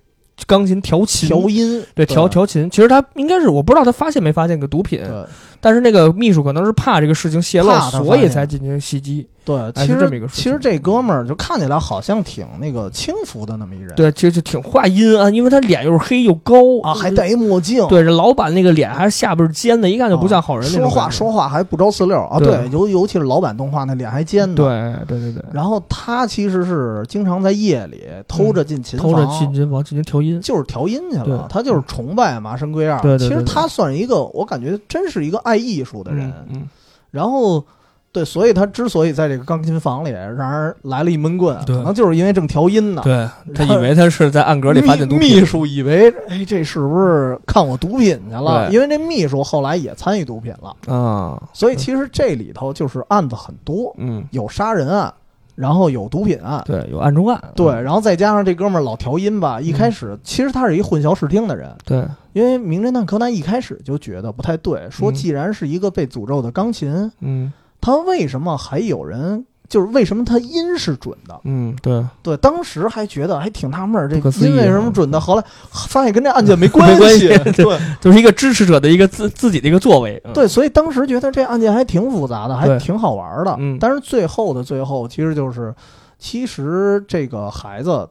Speaker 1: 钢琴调琴，
Speaker 2: 调音，
Speaker 1: 对调调琴，其实他应该是我不知道他发现没发现个毒品，
Speaker 2: 对
Speaker 1: 但是那个秘书可能是怕这个事情泄露
Speaker 2: 怕他，发现
Speaker 1: 所以才进行袭击。
Speaker 2: 对，
Speaker 1: 哎
Speaker 2: 其
Speaker 1: 是这么一
Speaker 2: 实
Speaker 1: 个事情
Speaker 2: 其实这哥们儿就看起来好像挺那个轻浮的那么一人，
Speaker 1: 对，其实就挺话阴暗，因为他脸又是黑又高嗯
Speaker 2: 啊，还。戴一墨镜，
Speaker 1: 对，这老板那个脸还是下巴是尖的，一看就不像好人那种
Speaker 2: 啊
Speaker 1: 感
Speaker 2: 说
Speaker 1: 觉、
Speaker 2: 话说话还不着四六啊。
Speaker 1: 对
Speaker 2: 对，尤尤其是老板动画那脸还尖呢。。
Speaker 1: 对对对对，
Speaker 2: 然后他其实是经常在夜里偷着进琴房，
Speaker 1: 嗯偷着进琴房进行调音。
Speaker 2: 就是调音去
Speaker 1: 对
Speaker 2: 了，他就是崇拜麻生圭二。
Speaker 1: 对对对
Speaker 2: 其实
Speaker 1: 对
Speaker 2: 他算是一个，我感觉真是一个爱艺术的人。
Speaker 1: 嗯嗯，
Speaker 2: 然后，对，所以他之所以在这个钢琴房里让人来了一闷棍，
Speaker 1: 对
Speaker 2: 可能就是因为正调音呢。
Speaker 1: 对他以为他是在暗格里发现毒
Speaker 2: 啊秘
Speaker 1: 品
Speaker 2: 秘，书以为，哎，这是不是看我毒品去了？
Speaker 1: 对
Speaker 2: 因为这秘书后来也参与毒品了，
Speaker 1: 啊，
Speaker 2: 所以其实这里头就是案子很多，
Speaker 1: 嗯，
Speaker 2: 有杀人案，然后有毒品案，
Speaker 1: 对，嗯有暗中案，嗯
Speaker 2: 对，然后再加上这哥们儿老调音吧，一开始其实他是一混淆视听的人，
Speaker 1: 对，
Speaker 2: 因为《名侦探柯南》一开始就觉得不太对，说
Speaker 1: 嗯
Speaker 2: 既然是一个被诅咒的钢琴，
Speaker 1: 嗯
Speaker 2: 他为什么还有人？就是为什么他音是准的？
Speaker 1: 嗯对，
Speaker 2: 对，当时还觉得还挺纳闷儿，这
Speaker 1: 不可思议啊
Speaker 2: 音为什么准的？后来发现跟这案件没关
Speaker 1: 没关系
Speaker 2: 对
Speaker 1: 就是一个支持者的一个自自己的一个作为。嗯
Speaker 2: 对，所以当时觉得这案件还挺复杂的，还
Speaker 1: 对
Speaker 2: 挺好玩儿的。
Speaker 1: 嗯
Speaker 2: 但是最后的最后，其实就是，其实这个孩子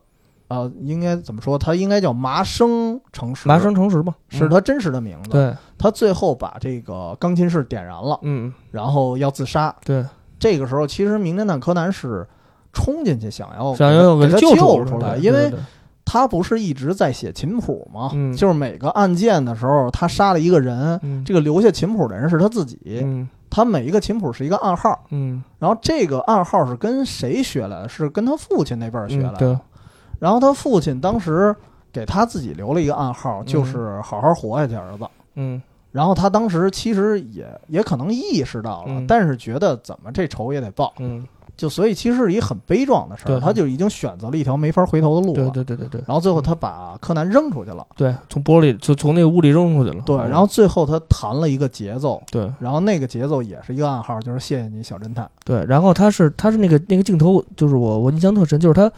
Speaker 2: 呃，应该怎么说？它应该叫麻生城市，
Speaker 1: 麻生诚实嘛，
Speaker 2: 是
Speaker 1: 嗯
Speaker 2: 他真实的名字。
Speaker 1: 对，
Speaker 2: 他最后把这个钢琴室点燃了，
Speaker 1: 嗯，
Speaker 2: 然后要自杀。
Speaker 1: 对，
Speaker 2: 这个时候，其实名侦探柯南是冲进去想要
Speaker 1: 想要
Speaker 2: 哦给
Speaker 1: 给
Speaker 2: 他
Speaker 1: 救
Speaker 2: 救
Speaker 1: 出
Speaker 2: 来，
Speaker 1: 来，
Speaker 2: 因为
Speaker 1: 对对对
Speaker 2: 他不是一直在写琴谱吗？
Speaker 1: 嗯
Speaker 2: 就是每个案件的时候，他杀了一个人，
Speaker 1: 嗯
Speaker 2: 这个留下琴谱的人是他自己。
Speaker 1: 嗯
Speaker 2: 他每一个琴谱是一个暗号，
Speaker 1: 嗯，
Speaker 2: 然后这个暗号是跟谁学来的？是跟他父亲那辈儿学来
Speaker 1: 嗯
Speaker 2: 的。
Speaker 1: 对，
Speaker 2: 然后他父亲当时给他自己留了一个暗号，
Speaker 1: 嗯
Speaker 2: 就是“好好活下去，儿子”。
Speaker 1: 嗯
Speaker 2: 然后他当时其实也也可能意识到了，
Speaker 1: 嗯
Speaker 2: 但是觉得怎么这仇也得报，
Speaker 1: 嗯，
Speaker 2: 就所以其实是一很悲壮的事儿。
Speaker 1: 对
Speaker 2: 他就已经选择了一条没法回头的路了。
Speaker 1: 对对对对对
Speaker 2: 然后最后他把柯南扔出去了，
Speaker 1: 对，从玻璃就从那个屋里扔出去了，
Speaker 2: 对，
Speaker 1: 嗯
Speaker 2: 然后最后他弹了一个节奏，
Speaker 1: 对
Speaker 2: 然后那个节奏也是一个暗号，就是谢谢你，小侦探。
Speaker 1: 对，然后他是他是那个那个镜头，就是我我印象特深，就是他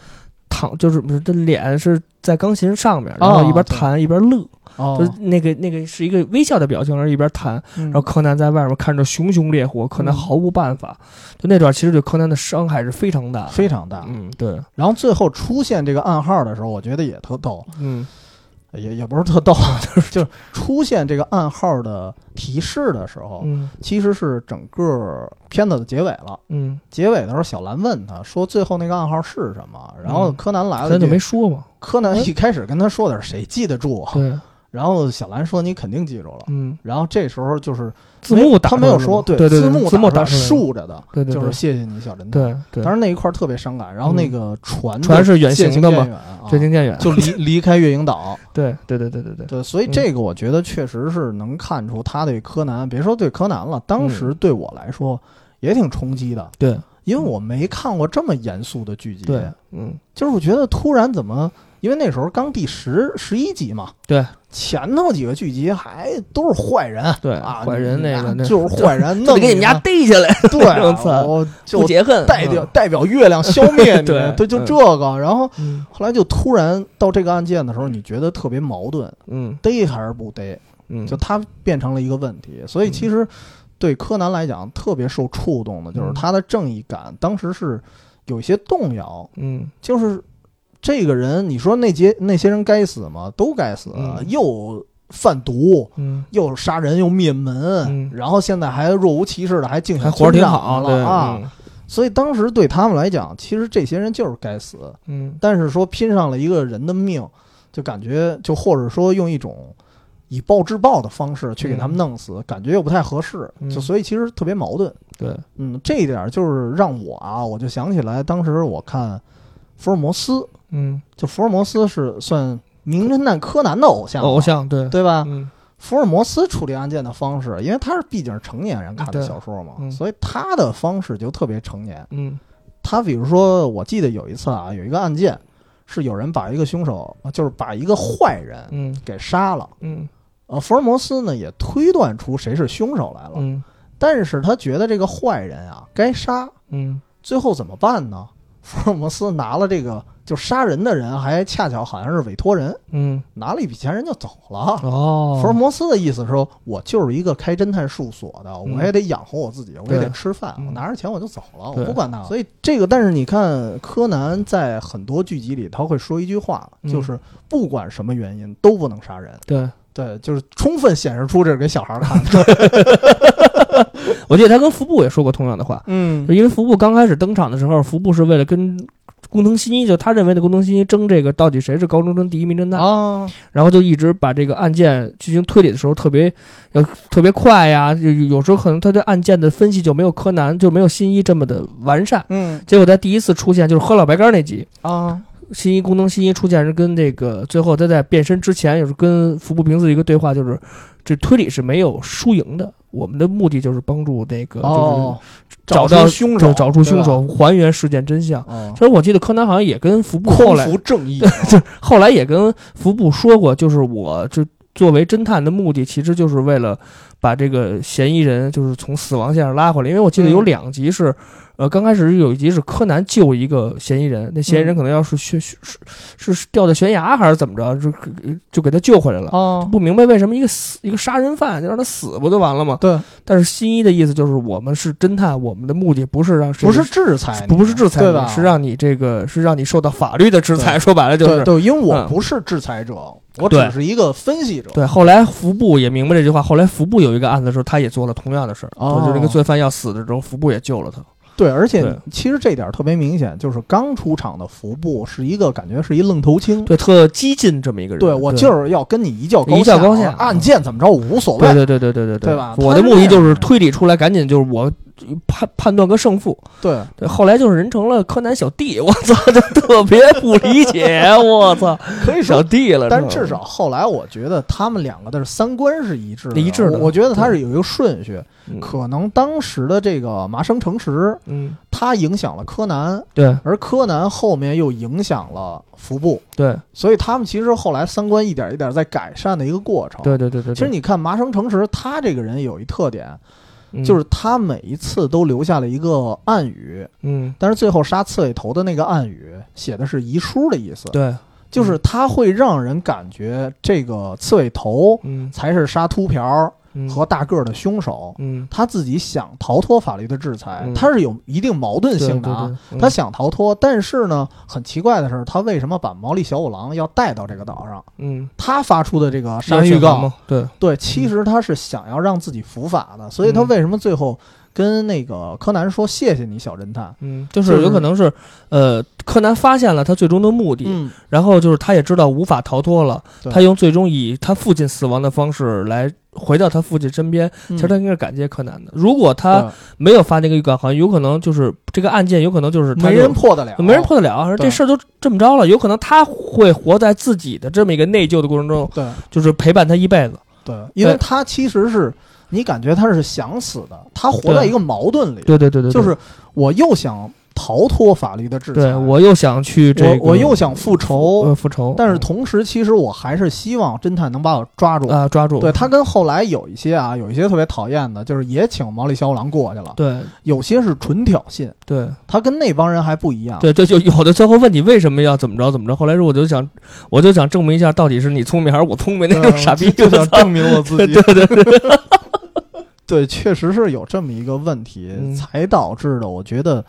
Speaker 1: 躺就是不是他脸是在钢琴上面，然后一边
Speaker 2: 对
Speaker 1: 弹一边乐，
Speaker 2: 哦
Speaker 1: 就是那个那个是一个微笑的表情，然后一边弹，
Speaker 2: 然
Speaker 1: 然后柯南在外面看着熊熊烈火，柯南
Speaker 2: 嗯
Speaker 1: 毫无办法。就那段其实对柯南的伤害是非常大的。
Speaker 2: 非常大。
Speaker 1: 嗯，对，
Speaker 2: 然后最后出现这个暗号的时候，我觉得也特逗，
Speaker 1: 嗯
Speaker 2: 也也不是特逗， 就是就是出现这个暗号的提示的时候，
Speaker 1: 嗯
Speaker 2: 其实是整个片子的结尾了。
Speaker 1: 嗯，
Speaker 2: 结尾的时候，小兰问他说：“最后那个暗号是什么？”然后
Speaker 1: 嗯
Speaker 2: 柯南来
Speaker 1: 柯
Speaker 2: 了一
Speaker 1: 南
Speaker 2: 句，
Speaker 1: 就没说嘛。
Speaker 2: 柯南一开始跟他说的是谁记得住啊？
Speaker 1: 对，
Speaker 2: 然后小兰说：“你肯定记住了。”
Speaker 1: 嗯，
Speaker 2: 然后这时候就是
Speaker 1: 字幕打
Speaker 2: 他
Speaker 1: 出
Speaker 2: 没
Speaker 1: 来了
Speaker 2: 有
Speaker 1: 嘛
Speaker 2: 说
Speaker 1: 对对，
Speaker 2: 字幕
Speaker 1: 字幕
Speaker 2: 打
Speaker 1: 打
Speaker 2: 出
Speaker 1: 出来了，
Speaker 2: 来竖着的，
Speaker 1: 对对
Speaker 2: 就是
Speaker 1: 对
Speaker 2: 谢谢你小侦探。
Speaker 1: 对对，嗯
Speaker 2: 当时那一块儿特别伤感，然后那个船
Speaker 1: 船是远
Speaker 2: 渐
Speaker 1: 行的嘛
Speaker 2: 行渐远啊
Speaker 1: 对经渐远，
Speaker 2: 就 离离开月影岛。
Speaker 1: 对对对对对对，
Speaker 2: 对，所以这个我觉得确实是能看出他对柯南，别说对柯南了，
Speaker 1: 嗯
Speaker 2: 当时对我来说也挺冲击的，
Speaker 1: 对
Speaker 2: 因为我没看过这么严肃的剧集。
Speaker 1: 对，，嗯
Speaker 2: 就是我觉得突然怎么，因为那时候刚第十十一集嘛，
Speaker 1: 对，
Speaker 2: 前头几个剧集还都是坏人。
Speaker 1: 对
Speaker 2: 啊，
Speaker 1: 坏人那个那
Speaker 2: 就是 坏人，
Speaker 1: 就
Speaker 2: 弄
Speaker 1: 得
Speaker 2: 啊
Speaker 1: 给你们啊家逮起来，
Speaker 2: 对，啊
Speaker 1: 我操
Speaker 2: 我
Speaker 1: 不
Speaker 2: 就
Speaker 1: 解恨，
Speaker 2: 代表代表月亮消灭 你，
Speaker 1: 对
Speaker 2: 对，就
Speaker 1: 嗯
Speaker 2: 这个。然后
Speaker 1: 嗯
Speaker 2: 后来就突然到这个案件的时候，你觉得特别矛盾，
Speaker 1: 嗯
Speaker 2: 逮还是不逮？
Speaker 1: 嗯，
Speaker 2: 就它变成了一个问题。所以其实对柯南来讲，特别受触动的就是
Speaker 1: 嗯
Speaker 2: 他的正义感，当时是有一些动摇，
Speaker 1: 嗯
Speaker 2: 就是这个人，你说那些那些人该死吗？都该死，啊
Speaker 1: 嗯
Speaker 2: 又贩毒。
Speaker 1: 嗯
Speaker 2: 又杀人又灭门，
Speaker 1: 嗯
Speaker 2: 然后现在还若无其事的还竞选
Speaker 1: 还活着挺
Speaker 2: 村
Speaker 1: 好
Speaker 2: 长
Speaker 1: 对嗯
Speaker 2: 了啊！，所以当时对他们来讲，其实这些人就是该死，
Speaker 1: 嗯
Speaker 2: 但是说拼上了一个人的命，就感觉就或者说用一种以暴制暴的方式去给他们弄死，感觉又不太合适，
Speaker 1: 嗯
Speaker 2: 就所以其实特别矛盾。
Speaker 1: 对，
Speaker 2: 嗯，这一点就是让我啊，我就想起来当时我看福尔摩斯，
Speaker 1: 嗯
Speaker 2: 就福尔摩斯是算名侦探柯南的偶像，
Speaker 1: 偶，像对
Speaker 2: 对吧？
Speaker 1: 嗯
Speaker 2: 福尔摩斯处理案件的方式，因为他是毕竟是成年人看的
Speaker 1: 对
Speaker 2: 小说嘛，
Speaker 1: 嗯
Speaker 2: 所以他的方式就特别成年。
Speaker 1: 嗯
Speaker 2: 他比如说，我记得有一次啊，有一个案件是有人把一个凶手，呃就是把一个坏人
Speaker 1: 嗯
Speaker 2: 给杀了。
Speaker 1: 嗯
Speaker 2: 呃，福尔摩斯呢也推断出谁是凶手来了，
Speaker 1: 嗯
Speaker 2: 但是他觉得这个坏人啊该杀，
Speaker 1: 嗯
Speaker 2: 最后怎么办呢？福尔摩斯拿了这个就杀人的人，还恰巧好像是委托人，
Speaker 1: 嗯
Speaker 2: 拿了一笔钱人就走了。
Speaker 1: 哦，
Speaker 2: 福尔摩斯的意思是说，我就是一个开侦探事务所的，
Speaker 1: 嗯
Speaker 2: 我也得养活我自己，我也得
Speaker 1: 对
Speaker 2: 吃饭，
Speaker 1: 嗯
Speaker 2: 我拿着钱我就走了，我
Speaker 1: 对
Speaker 2: 不管那个。所以这个，但是你看，柯南在很多剧集里他会说一句话，
Speaker 1: 嗯
Speaker 2: 就是不管什么原因都不能杀人。
Speaker 1: 对，
Speaker 2: 对，就是充分显示出这是给小孩看的。
Speaker 1: 我记得他跟服部也说过同样的话，
Speaker 2: 嗯
Speaker 1: 因为服部刚开始登场的时候，服部是为了跟工藤新一，就他认为的工藤新一争这个到底谁是高中生第一名侦探，
Speaker 2: 啊，
Speaker 1: 然后就一直把这个案件进行推理的时候特别要特别快呀，有有时候可能他对案件的分析就没有柯南就没有新一这么的完善。
Speaker 2: 嗯
Speaker 1: 结果在第一次出现就是喝老白干那集，
Speaker 2: 啊，
Speaker 1: 新一工藤新一出现是跟这个最后他在变身之前，也是跟服部平次的一个对话，就是这推理是没有输赢的，我们的目的就是帮助那个
Speaker 2: 哦，
Speaker 1: 就是
Speaker 2: 出
Speaker 1: 到
Speaker 2: 凶
Speaker 1: 就
Speaker 2: 手，
Speaker 1: 是找出凶手，还原事件真相。
Speaker 2: 对吧。哦
Speaker 1: 其，实我记得柯南好像也跟服部后
Speaker 2: 匡
Speaker 1: 来
Speaker 2: 扶正义，
Speaker 1: 后来也跟服部说过，就是我这作为侦探的目的，其实就是为了把这个嫌疑人就是从死亡线上拉回来。因为我记得有
Speaker 2: 嗯
Speaker 1: 两集是，呃，刚开始有一集是柯南救一个嫌疑人，那嫌疑人
Speaker 2: 嗯
Speaker 1: 可能要是悬是是是掉在悬崖还是怎么着，就就给他救回来了。
Speaker 2: 啊，
Speaker 1: 不明白为什么一个死一个杀人犯就让他死不就完了吗？
Speaker 2: 对，
Speaker 1: 但是新一的意思就是我们是侦探，我们的目的不是让谁
Speaker 2: 不是制裁你，
Speaker 1: 不是制裁
Speaker 2: 对
Speaker 1: 你，
Speaker 2: 吧？
Speaker 1: 是让你这个是让你受到法律的制裁。
Speaker 2: 对
Speaker 1: 说白了就
Speaker 2: 对
Speaker 1: 是
Speaker 2: 对，因为我
Speaker 1: 嗯
Speaker 2: 不是制裁者，我
Speaker 1: 对
Speaker 2: 只是一个分析者。
Speaker 1: 对。后来服部也明白这句话，后来服部有一个案子的时候，他也做了同样的事儿，
Speaker 2: 哦
Speaker 1: 就是这个罪犯要死的时候，服部也救了他。
Speaker 2: 对，而且
Speaker 1: 对
Speaker 2: 其实这点儿特别明显，就是刚出场的服部是一个感觉是一愣头青。
Speaker 1: 对，特激进这么一个人。
Speaker 2: 对我就是要跟你一较高
Speaker 1: 一较高下
Speaker 2: 下，案件怎么着我无所
Speaker 1: 对
Speaker 2: 谓。
Speaker 1: 对对对对对
Speaker 2: 对吧
Speaker 1: 我的
Speaker 2: 他是
Speaker 1: 目的就是
Speaker 2: 这样的
Speaker 1: 推理出来，赶紧就是我判判断个胜负。
Speaker 2: 对，
Speaker 1: 对，后来就是人成了柯南小弟， 我操，就特别不理 解，我操，
Speaker 2: 可以
Speaker 1: 小
Speaker 2: 说。
Speaker 1: 弟了。
Speaker 2: 但
Speaker 1: 是
Speaker 2: 是
Speaker 1: 吧
Speaker 2: 至少后来，我觉得他们两个的三观是一致的，
Speaker 1: 一致的
Speaker 2: 我我觉得他是有一个顺序，
Speaker 1: 嗯
Speaker 2: 可能当时的这个麻生诚实，
Speaker 1: 嗯，
Speaker 2: 他影响了柯南，
Speaker 1: 对
Speaker 2: 而柯南后面又影响了服部，
Speaker 1: 对
Speaker 2: 所以他们其实后来三观一点一点在改善的一个过程。
Speaker 1: 对对对对。
Speaker 2: 其实你看麻生诚实，他这个人有一特点，
Speaker 1: 你
Speaker 2: 就是他每一次都留下了一个暗语，
Speaker 1: 嗯，
Speaker 2: 但是最后杀刺猬头的那个暗语写的是遗书的意思，
Speaker 1: 对，
Speaker 2: 就是他会让人感觉这个刺猬头
Speaker 1: 嗯
Speaker 2: 才是杀秃瓢
Speaker 1: 嗯
Speaker 2: 和大个儿的凶手。
Speaker 1: 嗯
Speaker 2: 他自己想逃脱法律的制裁，
Speaker 1: 嗯
Speaker 2: 他是有一定矛盾
Speaker 1: 对
Speaker 2: 性的
Speaker 1: 对
Speaker 2: 啊。
Speaker 1: 对
Speaker 2: 他
Speaker 1: 嗯
Speaker 2: 想逃脱，但是呢，很奇怪的是，他为什么把毛利小五郎要带到这个岛上？
Speaker 1: 嗯
Speaker 2: 他发出的这个杀
Speaker 1: 要
Speaker 2: 人
Speaker 1: 选
Speaker 2: 预告
Speaker 1: 择，吗？对，
Speaker 2: 对，其实他是想要让自己伏法的，所以他
Speaker 1: 嗯
Speaker 2: 为什么最后跟那个柯南说谢谢你，小侦探？
Speaker 1: 嗯，就
Speaker 2: 就是是
Speaker 1: 有可能是呃，柯南发现了他最终的目的，
Speaker 2: 嗯，
Speaker 1: 然后就是他也知道无法逃脱了，
Speaker 2: 对
Speaker 1: 他用最终以他父亲死亡的方式来回到他父亲身边。
Speaker 2: 其
Speaker 1: 其实他应该是感谢柯南的。如果他没有发那个预告，好像有可能就是这个案件有可能就是他
Speaker 2: 没
Speaker 1: 就
Speaker 2: 人破得了，
Speaker 1: 没人破得了，啊而
Speaker 2: 对
Speaker 1: 这事儿就这么着了。有可能他会活在自己的这么一个内疚的过程中，
Speaker 2: 对
Speaker 1: 就是陪伴他一辈子。
Speaker 2: 对，因为
Speaker 1: 对
Speaker 2: 他其实是你感觉他是想死的，他活在
Speaker 1: 对
Speaker 2: 一个矛盾里，
Speaker 1: 对对对对，
Speaker 2: 就是我又想逃脱法律的制裁，
Speaker 1: 对我又想去这个，
Speaker 2: 我我又想复仇，
Speaker 1: 呃复仇，
Speaker 2: 但是同时，其实我还是希望侦探能把我抓住。
Speaker 1: 啊抓住
Speaker 2: 对他跟后来有一些啊，有一些特别讨厌的，就是也请毛利小五郎过去了，
Speaker 1: 对
Speaker 2: 有些是纯挑衅，
Speaker 1: 对
Speaker 2: 他跟那帮人还不一样。
Speaker 1: 对，这就有的最后问你为什么要怎么着怎么着，后来是我就想我就想证明一下到底是你聪明还是我聪明那种傻逼，
Speaker 2: 呃就
Speaker 1: 我
Speaker 2: 想
Speaker 1: 操
Speaker 2: 证明我自己。
Speaker 1: 对对对，
Speaker 2: 对，确实是有这么一个问题，
Speaker 1: 嗯
Speaker 2: 才导致的。我觉得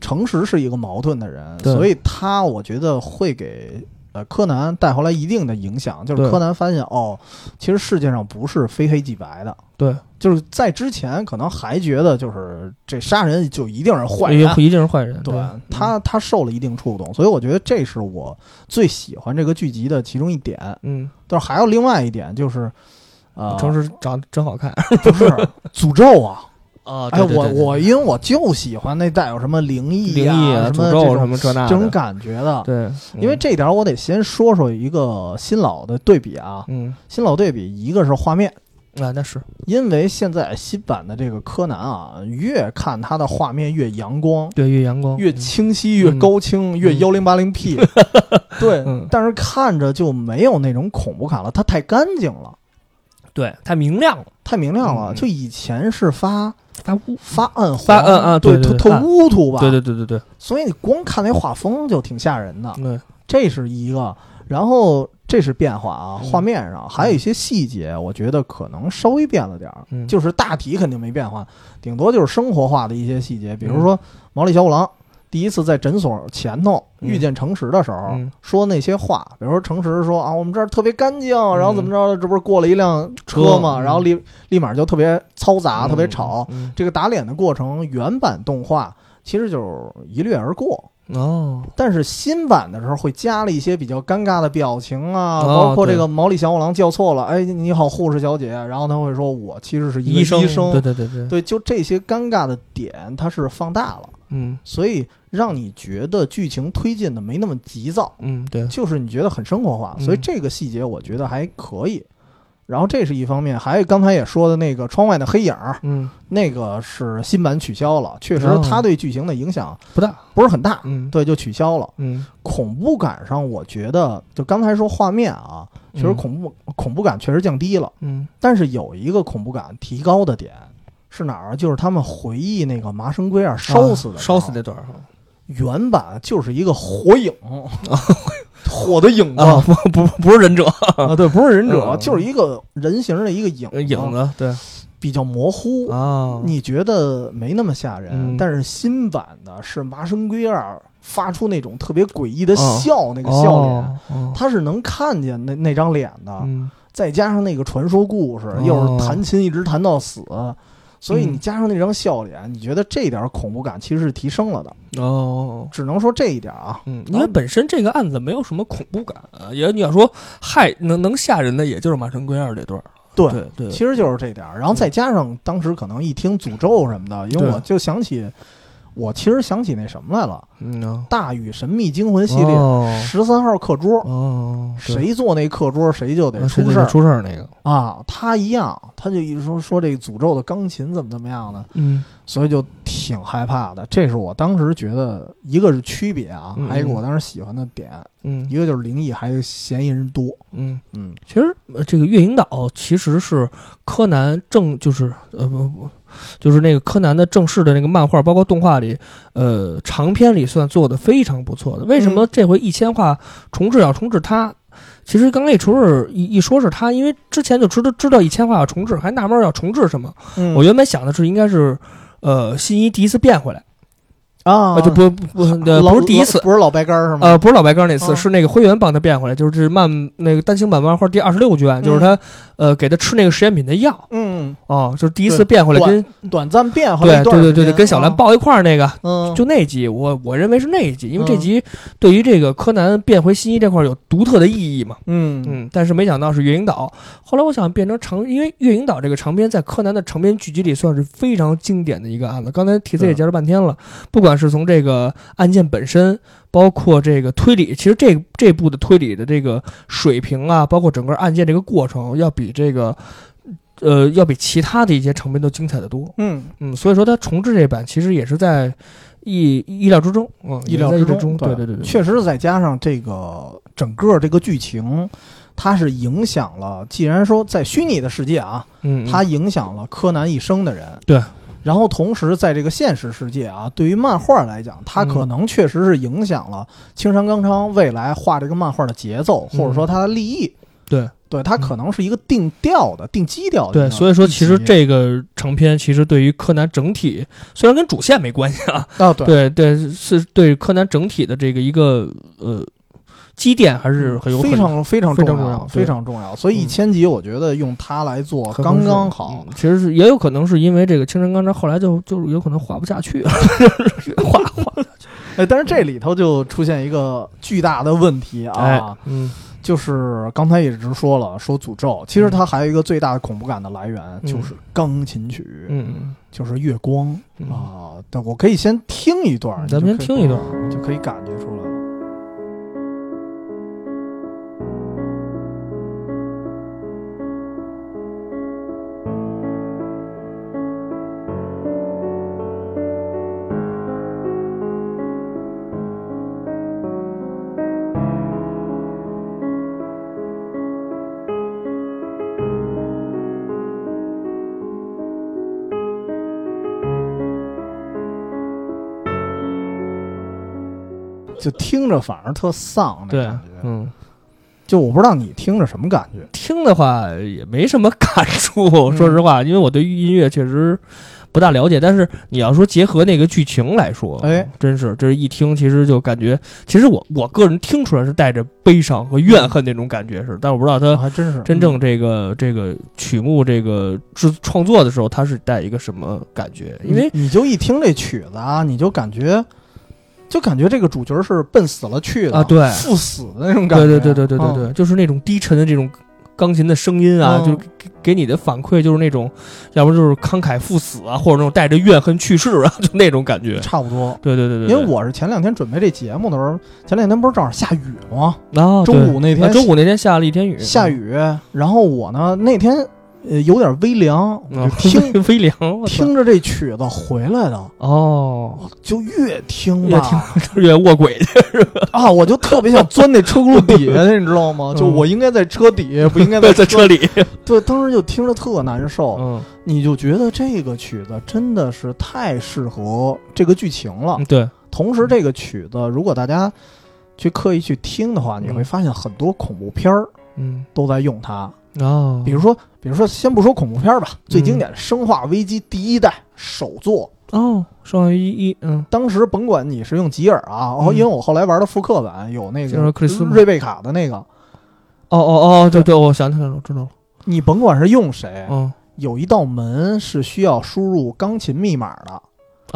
Speaker 2: 诚实是一个矛盾的人，
Speaker 1: 对
Speaker 2: 所以他我觉得会给。呃，柯南带回来一定的影响，就是
Speaker 1: 对
Speaker 2: 柯南发现哦，其实世界上不是非黑即白的，
Speaker 1: 对，
Speaker 2: 就是在之前可能还觉得就是这杀人就一定是坏
Speaker 1: 一
Speaker 2: 人，
Speaker 1: 定一定是坏人，
Speaker 2: 对
Speaker 1: 嗯
Speaker 2: 他他受了一定触动，所以我觉得这是我最喜欢这个剧集的其中一点。
Speaker 1: 嗯，
Speaker 2: 但是还有另外一点就是，呃，
Speaker 1: 诚实长得真好看
Speaker 2: 不是诅咒啊！
Speaker 1: 啊
Speaker 2: 哎，我我因为我就喜欢那带有什么灵异
Speaker 1: 灵异
Speaker 2: 啊、什
Speaker 1: 诅
Speaker 2: 么
Speaker 1: 咒
Speaker 2: 这
Speaker 1: 什
Speaker 2: 种
Speaker 1: 么这那
Speaker 2: 这
Speaker 1: 的
Speaker 2: 种感觉的。
Speaker 1: 对，
Speaker 2: 因为
Speaker 1: 嗯
Speaker 2: 这点儿我得先说说一个新老的对比啊，
Speaker 1: 嗯
Speaker 2: 新老对比一个是画面，
Speaker 1: 啊那是
Speaker 2: 因为现在新版的这个柯南啊，越看它的画面越阳光，
Speaker 1: 对越阳光
Speaker 2: 越
Speaker 1: 嗯
Speaker 2: 清晰、越高清、越幺零八 零 P，对，
Speaker 1: 嗯
Speaker 2: 但是看着就没有那种恐怖感了，它太干净了，
Speaker 1: 对太明亮了，
Speaker 2: 太明亮
Speaker 1: 嗯
Speaker 2: 了。就以前是发
Speaker 1: 发乌，
Speaker 2: 发暗黄，
Speaker 1: 发暗啊
Speaker 2: 对，
Speaker 1: 对对
Speaker 2: 特
Speaker 1: 暗
Speaker 2: 特乌涂吧，
Speaker 1: 对嗯对对对对
Speaker 2: 所以你光看那画风就挺吓人的，
Speaker 1: 对，
Speaker 2: 这是一个。然后这是变化啊，
Speaker 1: 嗯
Speaker 2: 画面上还有一些细节，我觉得可能稍微变了点儿，
Speaker 1: 嗯
Speaker 2: 就是大体肯定没变化，顶多就是生活化的一些细节，比如说毛利小五郎第一次在诊所前头
Speaker 1: 嗯
Speaker 2: 遇见诚实的时候，
Speaker 1: 嗯
Speaker 2: 说那些话，比如说诚实说啊，我们这儿特别干净，然后怎么着，这不是过了一辆车
Speaker 1: 嗯
Speaker 2: 嘛，
Speaker 1: 车嗯
Speaker 2: 然后立立马就特别嘈杂，特别吵。
Speaker 1: 嗯
Speaker 2: 这个打脸的过程，原版动画其实就是一掠而过。
Speaker 1: 嗯哦
Speaker 2: 但是新版的时候会加了一些比较尴尬的表情啊，
Speaker 1: 哦
Speaker 2: 包括
Speaker 1: 对
Speaker 2: 这个毛利小五郎叫错了，哎，你好，护士小姐，然后他会说，我其实是一个
Speaker 1: 生
Speaker 2: 医
Speaker 1: 对对对对，
Speaker 2: 对，就这些尴尬的点，它是放大了，
Speaker 1: 嗯
Speaker 2: 所以让你觉得剧情推进的没那么急躁。
Speaker 1: 嗯对，
Speaker 2: 就是你觉得很生活化，
Speaker 1: 嗯
Speaker 2: 所以这个细节我觉得还可以。然后这是一方面，还有刚才也说的那个窗外的黑影儿，
Speaker 1: 嗯，
Speaker 2: 那个是新版取消了，确实
Speaker 1: 哦
Speaker 2: 它对剧情的影响
Speaker 1: 不大，
Speaker 2: 不是很大，
Speaker 1: 嗯
Speaker 2: 对，就取消了。
Speaker 1: 嗯，
Speaker 2: 恐怖感上，我觉得就刚才说画面啊，其实恐怖、恐怖感确实降低了，
Speaker 1: 嗯，
Speaker 2: 但是有一个恐怖感提高的点是哪儿啊？就是他们回忆那个麻生圭二烧死的、
Speaker 1: 啊烧死那段儿
Speaker 2: 原版就是一个火影， 火的影子
Speaker 1: 啊，不不不是忍者
Speaker 2: 啊，对，不是忍者，
Speaker 1: 嗯呃
Speaker 2: 就是一个人形的一个影
Speaker 1: 影子，对
Speaker 2: 比较模糊。
Speaker 1: 啊，
Speaker 2: 你觉得没那么吓人，
Speaker 1: 嗯
Speaker 2: 但是新版的是麻生圭二发出那种特别诡异的笑，那
Speaker 1: 那
Speaker 2: 个笑脸，
Speaker 1: 啊哦，
Speaker 2: 他是能看见那那张脸的，
Speaker 1: 嗯
Speaker 2: 再加上那个传说故事
Speaker 1: 哦，
Speaker 2: 又是弹琴一直弹到死，所以
Speaker 1: 嗯
Speaker 2: 你加上那张笑脸，你觉得这点恐怖感其实是提升了的，
Speaker 1: 哦。
Speaker 2: 只能说这一点啊。
Speaker 1: 嗯，因为本身这个案子没有什么恐怖感啊，也你要说害能能吓人的，也就是马神龟二这段儿。
Speaker 2: 对
Speaker 1: 对对，嗯
Speaker 2: 其实就是这点儿，然后再加上当时可能一听诅咒什么的，因为
Speaker 1: 对
Speaker 2: 我就想起，我其实想起那什么来了，
Speaker 1: 嗯啊
Speaker 2: 《大禹神秘惊魂》系列
Speaker 1: 哦
Speaker 2: 十三号课桌，
Speaker 1: 哦，对
Speaker 2: 谁坐那课桌谁就得
Speaker 1: 啊谁
Speaker 2: 出
Speaker 1: 得
Speaker 2: 事儿
Speaker 1: 出事儿那个，
Speaker 2: 啊。他一样，他就一直说说这个诅咒的钢琴怎么怎么样的，
Speaker 1: 嗯
Speaker 2: 所以就挺害怕的。这是我当时觉得一个是区别啊
Speaker 1: 嗯，
Speaker 2: 还有一个我当时喜欢的点，
Speaker 1: 嗯
Speaker 2: 一个就是灵异，还有嫌疑人多。
Speaker 1: 嗯，
Speaker 2: 嗯，
Speaker 1: 其实呃这个月影岛其实是柯南正就是呃不不，就是那个柯南的正式的那个漫画，包括动画里，呃长篇里算做的非常不错的。为什么这回一千话重置要重置它？其实刚那重置一一说是它，因为之前就知道知道一千话要重置，还纳闷儿要重置什么。
Speaker 2: 嗯
Speaker 1: 我原本想的是应该是。呃，新一第一次变回来，
Speaker 2: 啊
Speaker 1: 呃就不不呃
Speaker 2: 老
Speaker 1: 不是第一次，
Speaker 2: 不是老白干儿是吗？
Speaker 1: 呃，不是老白干那次，
Speaker 2: 啊
Speaker 1: 是那个灰原帮他变回来，就是漫那个单行版漫画第二十六卷，就是他呃给他吃那个实验品的药
Speaker 2: 嗯，
Speaker 1: 哦，就是第一次
Speaker 2: 对
Speaker 1: 变回来跟
Speaker 2: 短暂变回
Speaker 1: 对
Speaker 2: 来
Speaker 1: 对
Speaker 2: 一段
Speaker 1: 对
Speaker 2: 时
Speaker 1: 对对
Speaker 2: 间
Speaker 1: 跟小兰，抱一块儿那个，
Speaker 2: 啊嗯，
Speaker 1: 就那集，我我认为是那一集，因为这
Speaker 2: 嗯
Speaker 1: 集对于这个柯南变回新一这块儿有独特的意义嘛，
Speaker 2: 嗯
Speaker 1: 嗯，但是没想到是月影岛，后来我想变成长，因为月影岛这个长篇在柯南的长篇剧集里算是非常经典的一个案子。刚才提子也
Speaker 2: 对
Speaker 1: 介绍半天了，不管是从这个案件本身，包括这个推理，其实这这部的推理的这个水平啊，包括整个案件这个过程，要比这个。呃，要比其他的一些长篇都精彩的多，
Speaker 2: 嗯，
Speaker 1: 嗯，所以说它重置这版其实也是在意意料之中，嗯，
Speaker 2: 意料
Speaker 1: 也
Speaker 2: 之
Speaker 1: 是在
Speaker 2: 中，
Speaker 1: 对嗯对对对，
Speaker 2: 确实再加上这个整个这个剧情，它是影响了，既然说在虚拟的世界啊，
Speaker 1: 嗯，嗯
Speaker 2: 它影响了柯南一生的人。
Speaker 1: 对。
Speaker 2: 然后同时，在这个现实世界啊，对于漫画来讲，
Speaker 1: 嗯
Speaker 2: 它可能确实是影响了青山刚昌未来画这个漫画的节奏，
Speaker 1: 嗯
Speaker 2: 或者说他的立意。
Speaker 1: 对，嗯
Speaker 2: 对，它可能是一个定调的、定基调的
Speaker 1: 对，
Speaker 2: 一个一集。啊
Speaker 1: 所以说其实这个长篇其实对于柯南整体，虽然跟主线没关系啊，
Speaker 2: 啊，对，
Speaker 1: 对对，是对柯南整体的这个一个呃积淀还是很有
Speaker 2: 嗯非
Speaker 1: 很
Speaker 2: 常非
Speaker 1: 非常
Speaker 2: 常重
Speaker 1: 重
Speaker 2: 要，
Speaker 1: 要嗯
Speaker 2: 非常重要。所以一千集，我觉得用它来做
Speaker 1: 很
Speaker 2: 刚
Speaker 1: 合适
Speaker 2: 刚好
Speaker 1: 嗯。其实是也有可能是因为这个青山刚昌后来就就是有可能画不下去了， 画画
Speaker 2: 哎，但是这里头就出现一个巨大的问题
Speaker 1: 哎
Speaker 2: 啊，
Speaker 1: 嗯
Speaker 2: 就是刚才一直说了，说诅咒，其实它还有一个最大的恐怖感的来源就是钢琴曲，
Speaker 1: 嗯
Speaker 2: 就是月光
Speaker 1: 嗯
Speaker 2: 啊。但我可以先听一段儿，
Speaker 1: 咱们先听一段儿，
Speaker 2: 就可以感觉出来了。就听着反而特丧那
Speaker 1: 对
Speaker 2: 感觉，
Speaker 1: 嗯，
Speaker 2: 就我不知道你听着什么感觉。
Speaker 1: 听的话也没什么感触，说
Speaker 2: 嗯
Speaker 1: 实话，因为我对音乐确实不大了解，但是你要说结合那个剧情来说，
Speaker 2: 哎，
Speaker 1: 真是，这一听其实就感觉，其实我我个人听出来是带着悲伤和
Speaker 2: 嗯
Speaker 1: 怨恨那种感觉是，但我不知道他
Speaker 2: 哎还真是
Speaker 1: 真正这个这个曲目这个制创作的时候，他是带一个什么感觉？因为
Speaker 2: 你你就一听这曲子啊，你就感觉，就感觉这个主角是奔死了去的
Speaker 1: 啊对
Speaker 2: 赴死的那种感
Speaker 1: 对
Speaker 2: 觉，
Speaker 1: 对对对对对
Speaker 2: 嗯
Speaker 1: 对，就是那种低沉的这种钢琴的声音啊，
Speaker 2: 嗯
Speaker 1: 就是给给你的反馈就是那种，要不就是慷慨赴死啊，或者那种带着怨恨去世啊， 就那种感觉。
Speaker 2: 差不多。
Speaker 1: 对对对对，
Speaker 2: 因为我是前两天准备这节目的时候，前两天不是正好下雨吗？
Speaker 1: 啊，
Speaker 2: 周
Speaker 1: 对
Speaker 2: 五那
Speaker 1: 啊
Speaker 2: 天
Speaker 1: 周五那天下了一天雨，嗯
Speaker 2: 下雨，然后我呢那天呃有点微凉，我
Speaker 1: 嗯，
Speaker 2: 就听、
Speaker 1: 微凉，我操
Speaker 2: 听着这曲子回来的，
Speaker 1: 哦，
Speaker 2: 就越听
Speaker 1: 越
Speaker 2: 吧
Speaker 1: 听越卧轨去，
Speaker 2: 啊，我就特别想钻那车轱辘底 下去，你知道吗？就我应该在哦车底下，不应该
Speaker 1: 嗯在
Speaker 2: 车
Speaker 1: 车里，
Speaker 2: 对，当时就听着特难受，
Speaker 1: 嗯，
Speaker 2: 你就觉得这个曲子真的是太适合这个剧情了。
Speaker 1: 对，
Speaker 2: 同时，这个曲子如果大家去刻意去听的话，你会发现很多恐怖片儿
Speaker 1: 嗯，
Speaker 2: 都在用它。
Speaker 1: 哦，
Speaker 2: 比如说，比如说，先不说恐怖片儿吧，最
Speaker 1: 嗯
Speaker 2: 经典的《生化危机》第一代首作，
Speaker 1: 哦，双鱼一一，嗯，
Speaker 2: 当时甭管你是用吉尔啊，哦，
Speaker 1: 嗯
Speaker 2: 因为我后来玩的复刻版有那
Speaker 1: 就是
Speaker 2: 个
Speaker 1: 克里斯吗
Speaker 2: 瑞贝卡的那个，
Speaker 1: 哦哦哦，对对，我想起来了，我知道了，
Speaker 2: 你甭管是用谁，
Speaker 1: 嗯，
Speaker 2: 有一道门是需要输入钢琴密码的，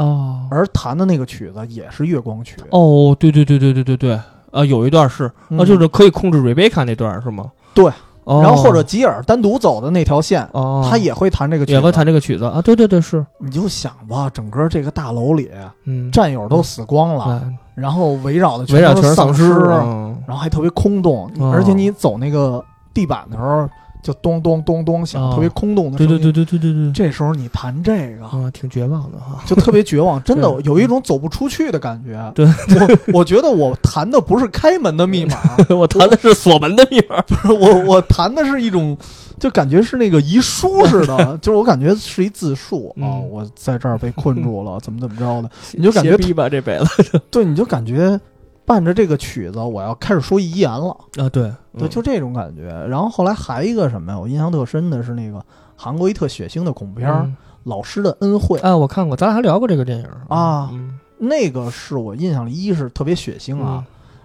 Speaker 1: 哦，
Speaker 2: 而弹的那个曲子也是月光曲。
Speaker 1: 哦，对对对对对对对，啊，有一段是，
Speaker 2: 嗯
Speaker 1: 啊，就是可以控制瑞贝卡那段是吗？
Speaker 2: 对
Speaker 1: 哦，
Speaker 2: 然后或者吉尔单独走的那条线，
Speaker 1: 哦，
Speaker 2: 他也会弹这个曲
Speaker 1: 也会
Speaker 2: 子。
Speaker 1: 弹这个曲子啊，对对对，是，
Speaker 2: 你就想吧，整个这个大楼里
Speaker 1: 嗯，
Speaker 2: 战友都死光了，
Speaker 1: 哎
Speaker 2: 然后围绕的
Speaker 1: 围绕全
Speaker 2: 是
Speaker 1: 是丧
Speaker 2: 尸，啊
Speaker 1: 嗯
Speaker 2: 然后还特别空洞，
Speaker 1: 哦
Speaker 2: 而且你走那个地板的时候，就咚咚咚咚响，
Speaker 1: 哦
Speaker 2: 特别空洞的
Speaker 1: 对
Speaker 2: 声音。
Speaker 1: 对对对对对对，
Speaker 2: 这时候你弹这个，
Speaker 1: 啊，挺绝望的哈。
Speaker 2: 就特别绝望，真的
Speaker 1: 对
Speaker 2: 有一种走不出去的感觉。
Speaker 1: 对
Speaker 2: 我我觉得我弹的不是开门的密 码，
Speaker 1: 我弹的是锁门的密码，
Speaker 2: 我我弹的是一种，就感觉是那个遗书似的， 就是我感觉是一自述啊、
Speaker 1: 嗯
Speaker 2: 我在这儿被困住了，怎么怎么着的，你就感觉
Speaker 1: 邪逼吧这辈子
Speaker 2: 对，你就感觉伴着这个曲子，我要开始说遗言了，
Speaker 1: 啊，对
Speaker 2: 对，就这种感觉。然后后来还一个什么呀，我印象特深的是那个韩国一特血腥的恐怖片儿《
Speaker 1: 嗯
Speaker 2: 老师的恩 惠》，
Speaker 1: 啊，我看过，咱俩还聊过这个电影
Speaker 2: 啊
Speaker 1: 嗯
Speaker 2: 那个是我印象里一是特别血腥啊。
Speaker 1: 嗯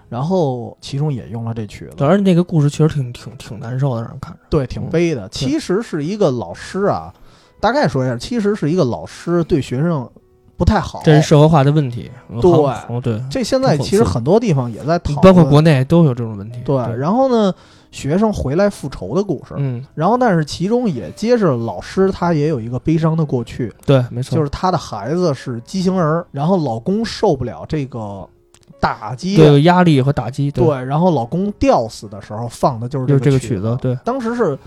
Speaker 2: 然后其中也用了这曲
Speaker 1: 主
Speaker 2: 子，
Speaker 1: 要是那个故事确实挺挺挺难受的，让人看着。
Speaker 2: 对，挺悲的。其实是一个老师啊，大概说一下，其实是一个老师对学生不太好。
Speaker 1: 这是社会化的问题，嗯
Speaker 2: 对
Speaker 1: 好哦对，
Speaker 2: 这现在其实很多地方也在讨论，
Speaker 1: 包括国内都有这种问题。
Speaker 2: 对。然后呢，学生回来复仇的故事，
Speaker 1: 嗯，
Speaker 2: 然后但是其中也揭示了老师他也有一个悲伤的过去，
Speaker 1: 对，没错，
Speaker 2: 就是他的孩子是畸形儿，然后老公受不了这个打击，
Speaker 1: 对压力和打击，对，
Speaker 2: 对，然后老公吊死的时候放的就是
Speaker 1: 就是这
Speaker 2: 个
Speaker 1: 个曲子，对，
Speaker 2: 当时是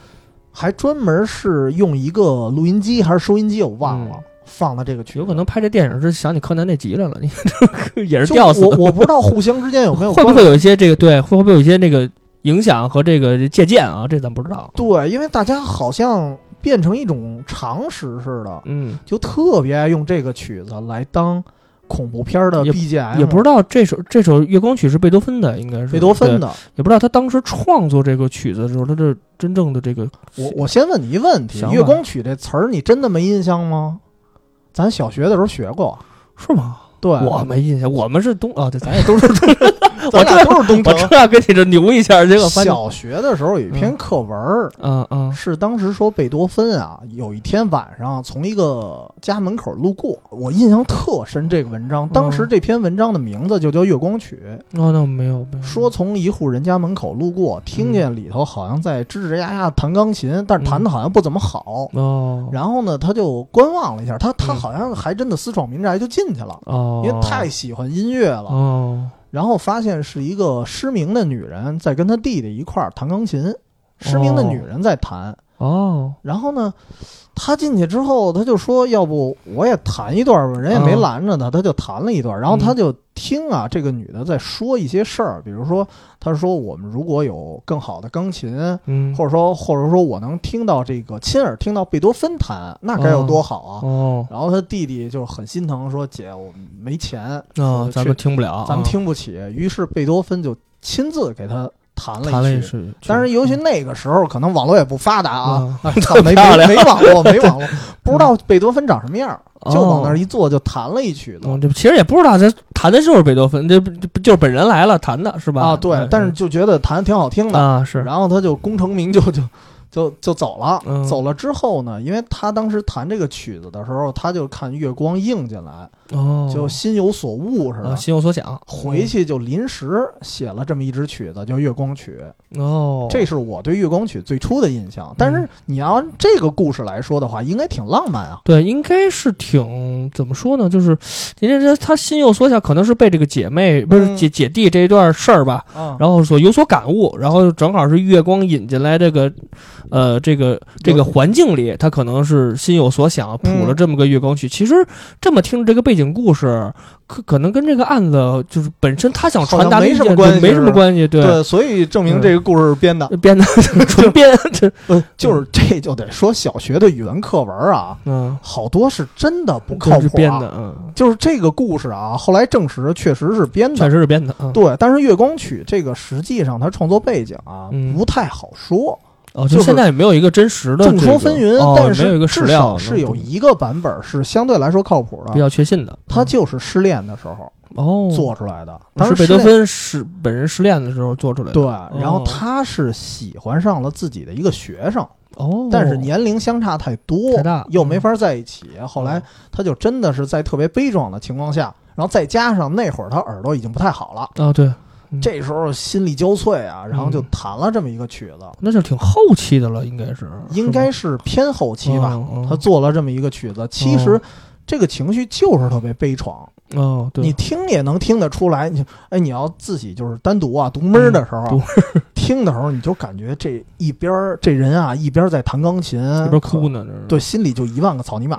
Speaker 2: 还专门是用一个录音机还是收音机，我忘了、
Speaker 1: 嗯
Speaker 2: 放的这个曲子。
Speaker 1: 有可能拍这电影是想起柯南那集来了，你 这也是
Speaker 2: 就
Speaker 1: 吊死的
Speaker 2: 我我不知道互相之间有没 有
Speaker 1: 会不
Speaker 2: 关
Speaker 1: 会
Speaker 2: 系。
Speaker 1: 有一些这个对，会不会有一些那个影响和这个借鉴啊？这咱不知道。
Speaker 2: 对，因为大家好像变成一种常识似的，
Speaker 1: 嗯，
Speaker 2: 就特别爱用这个曲子来当恐怖片的
Speaker 1: 也
Speaker 2: BGM，
Speaker 1: 也不知道这首这首《月光曲》是贝多芬的，应该是
Speaker 2: 贝多芬
Speaker 1: 的，
Speaker 2: 的。
Speaker 1: 也不知道他当时创作这个曲子的时候，他的真正的这个
Speaker 2: 我我先问你一问题，
Speaker 1: 想
Speaker 2: 《
Speaker 1: 法
Speaker 2: 月光曲》这词儿你真的没印象吗？咱小学的时候学过，
Speaker 1: 是吗？
Speaker 2: 对，
Speaker 1: 我没印象，我们是东啊，对，咱也都 是
Speaker 2: 咱俩
Speaker 1: 我这
Speaker 2: 都是东
Speaker 1: 我
Speaker 2: 城。
Speaker 1: 这要跟你这牛一下，结果发现，
Speaker 2: 小学的时候有一篇课文儿，
Speaker 1: 嗯嗯
Speaker 2: 是当时说贝多芬啊，有一天晚上从一个家门口路过，我印象特深。这个文章，当
Speaker 1: 嗯
Speaker 2: 时这篇文章的名字就叫《月光曲
Speaker 1: 哦，那我没有没有》，
Speaker 2: 说从一户人家门口路过，
Speaker 1: 嗯
Speaker 2: 听见里头好像在吱吱呀呀弹钢琴，但是弹的好像不怎么好。
Speaker 1: 哦
Speaker 2: 然后呢，他就观望了一下，他他
Speaker 1: 嗯
Speaker 2: 好像还真的私闯民宅就进去了，
Speaker 1: 哦，
Speaker 2: 因为太喜欢音乐了。
Speaker 1: 哦
Speaker 2: 然后发现是一个失明的女人在跟她弟弟一块儿弹钢琴，失明的女人在弹。
Speaker 1: 哦
Speaker 2: 然后呢，他进去之后，他就说：“要不我也弹一段吧。”人也没
Speaker 1: 嗯
Speaker 2: 拦着他，他就弹了一段。然后他就听啊，这个女的在说一些事儿，比如说，她说：“我们如果有更好的钢琴，
Speaker 1: 嗯
Speaker 2: 或者说，或者说我能听到这个亲耳听到贝多芬弹，那该有多好啊！”
Speaker 1: 哦
Speaker 2: 然后他弟弟就很心疼，说：“姐，我没钱，
Speaker 1: 啊，咱们听不了，
Speaker 2: 呃咱们
Speaker 1: 啊
Speaker 2: 听不起。”于是贝多芬就亲自给他弹
Speaker 1: 弹
Speaker 2: 了
Speaker 1: 了
Speaker 2: 一
Speaker 1: 一
Speaker 2: 曲。
Speaker 1: 曲，
Speaker 2: 但是，尤其那个时候，可能网络也不发达 啊，啊操没
Speaker 1: 嗯漂
Speaker 2: 没
Speaker 1: 亮
Speaker 2: 没网络，没 网络，不知道贝多芬长什么样，就往那儿一坐，就弹了一曲子
Speaker 1: 嗯，哦这其实也不知道，这弹的就是贝多芬，这不这不就是本人来了弹的是吧？
Speaker 2: 啊啊。对，但是就觉得弹的挺好听
Speaker 1: 嗯
Speaker 2: 的，
Speaker 1: 啊是，
Speaker 2: 然后他就功成名就，就就就走了
Speaker 1: 嗯。
Speaker 2: 走了之后呢，因为他当时弹这个曲子的时候，他就看月光映进来，
Speaker 1: 哦，
Speaker 2: 就心有所悟似
Speaker 1: 啊，
Speaker 2: 的。
Speaker 1: 心嗯有所想，
Speaker 2: 回去就临时写了这么一支曲子，叫《月光曲》，
Speaker 1: 哦，嗯
Speaker 2: 这是我对月光曲最初的印象。但是你要按这个故事来说的话，应该挺浪漫啊。
Speaker 1: 对，应该是挺怎么说呢？就是，人家这他心有所想，可能是被这个姐妹不是
Speaker 2: 嗯
Speaker 1: 姐姐弟这一段事儿吧，
Speaker 2: 然
Speaker 1: 嗯然后所有所感悟，然后正好是月光引进来这个，呃，这个这个环境里，他可能是心有所想，谱
Speaker 2: 嗯
Speaker 1: 了这么个月光曲。其实这么听着这个背景故事，可可能跟这个案子就是本身他想传达的
Speaker 2: 好像
Speaker 1: 意见
Speaker 2: 没什么关系
Speaker 1: 就没什
Speaker 2: 是
Speaker 1: 么
Speaker 2: 吧
Speaker 1: 关系，对，
Speaker 2: 对，所以证明这个故事是编的，
Speaker 1: 编的 纯编，这
Speaker 2: 呃就是这就得说小学的语文课文啊，
Speaker 1: 嗯，
Speaker 2: 好多是真的不靠
Speaker 1: 真
Speaker 2: 谱
Speaker 1: 是
Speaker 2: 啊、
Speaker 1: 编的，嗯，
Speaker 2: 就是这个故事啊，后来证实确实是编
Speaker 1: 确
Speaker 2: 的。
Speaker 1: 实是编的，嗯，
Speaker 2: 对，但是《月光曲》这个实际上它创作背景啊、
Speaker 1: 嗯
Speaker 2: 不太好说，
Speaker 1: 哦，
Speaker 2: 就是
Speaker 1: 现在也没有一个真实的
Speaker 2: 众
Speaker 1: 这
Speaker 2: 说
Speaker 1: 个
Speaker 2: 纷纭。
Speaker 1: 哦
Speaker 2: 但
Speaker 1: 没有一
Speaker 2: 是
Speaker 1: 个史
Speaker 2: 至
Speaker 1: 料
Speaker 2: 少
Speaker 1: 能
Speaker 2: 是有
Speaker 1: 比
Speaker 2: 一个版本是相对来说靠谱
Speaker 1: 比
Speaker 2: 的，
Speaker 1: 较确信的，
Speaker 2: 它
Speaker 1: 嗯
Speaker 2: 就是失恋的时候
Speaker 1: 哦
Speaker 2: 做出来的。当
Speaker 1: 是
Speaker 2: 时
Speaker 1: 贝多
Speaker 2: 失恋
Speaker 1: 芬失本人失恋的时候做出来的，
Speaker 2: 对，然后他是喜欢上了自己的一个学生，
Speaker 1: 哦，
Speaker 2: 但是年龄相差太多，
Speaker 1: 太大嗯
Speaker 2: 又没法在一起。后来他就真的是在特别悲壮的情况下，然后再加上那会儿他耳朵已经不太好了，
Speaker 1: 啊，对，嗯
Speaker 2: 这时候心力交瘁啊，然后就
Speaker 1: 嗯
Speaker 2: 弹了这么一个曲子，
Speaker 1: 那就挺后期的了，应该是，哦
Speaker 2: 应该是偏后期
Speaker 1: 嗯是吧
Speaker 2: 吧，
Speaker 1: 嗯哦嗯
Speaker 2: 他做了这么一个曲子。其实这个情绪就是特别悲怆，
Speaker 1: 哦，对，
Speaker 2: 你听也能听得出来。你哎，你要自己就是单独啊，独闷儿的时候啊
Speaker 1: 嗯独，
Speaker 2: 听的时候你就感觉这一边儿这人啊，一边儿在弹钢琴，
Speaker 1: 这边哭呢，这是，
Speaker 2: 对，心里就一万个草泥马，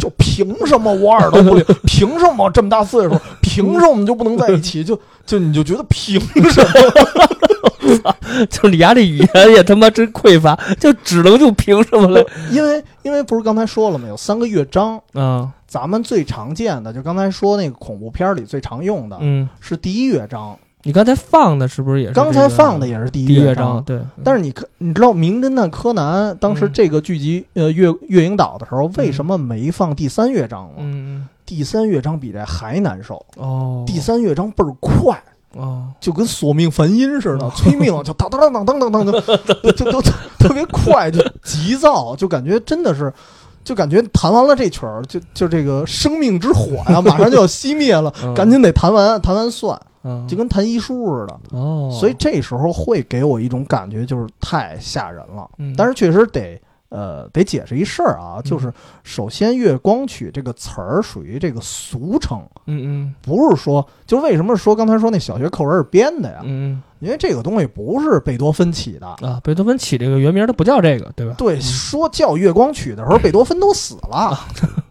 Speaker 2: 就凭什么我耳朵不灵？凭什么这么大岁数？凭什么我们就不能在一起？就就你就觉得凭 什么？
Speaker 1: 就是你家这语言也他妈真匮乏，就只能就凭什 么来？
Speaker 2: 因为因为不是刚才说了吗？有三个乐章，
Speaker 1: 啊，
Speaker 2: 咱们最常见的就刚才说那个恐怖片里最常用的
Speaker 1: 嗯，
Speaker 2: 是第一乐章，
Speaker 1: 你刚才放的是不是也是这
Speaker 2: 刚
Speaker 1: 个？
Speaker 2: 才放的也是第
Speaker 1: 第
Speaker 2: 一
Speaker 1: 一
Speaker 2: 乐
Speaker 1: 乐章，。对，
Speaker 2: 但是你可你知道《名侦探柯南》当时
Speaker 1: 嗯
Speaker 2: 这个剧集呃月月影岛的时候，为什么没放第三乐章吗？
Speaker 1: 嗯，嗯
Speaker 2: 第三乐章比这还难受，
Speaker 1: 嗯哦，
Speaker 2: 第三乐章倍儿快。
Speaker 1: 哦，
Speaker 2: 就跟索命梵音似的
Speaker 1: 哦，
Speaker 2: 催命就当当当当当当当，就就都特别快，就急躁，就感觉真的是，就感觉弹完了这曲儿，就就这个生命之火呀，马上就要熄灭了，
Speaker 1: 嗯
Speaker 2: 赶紧得弹完，弹完算，
Speaker 1: 嗯，
Speaker 2: 就跟弹医书似的。
Speaker 1: 哦，
Speaker 2: 所以这时候会给我一种感觉，就是太吓人了。
Speaker 1: 嗯，
Speaker 2: 但是确实得。呃，得解释一事儿啊，
Speaker 1: 嗯
Speaker 2: 就是首先“月光曲”这个词儿属于这个俗称，
Speaker 1: 嗯，
Speaker 2: 不是说就为什么说刚才说那小学课文是编的呀
Speaker 1: 嗯？嗯
Speaker 2: 因为这个东西不是贝多芬起的。
Speaker 1: 嗯啊，贝多芬起这个原名，他不叫这个，对吧？
Speaker 2: 对，说叫《月光曲》的时候，贝多芬都死 了。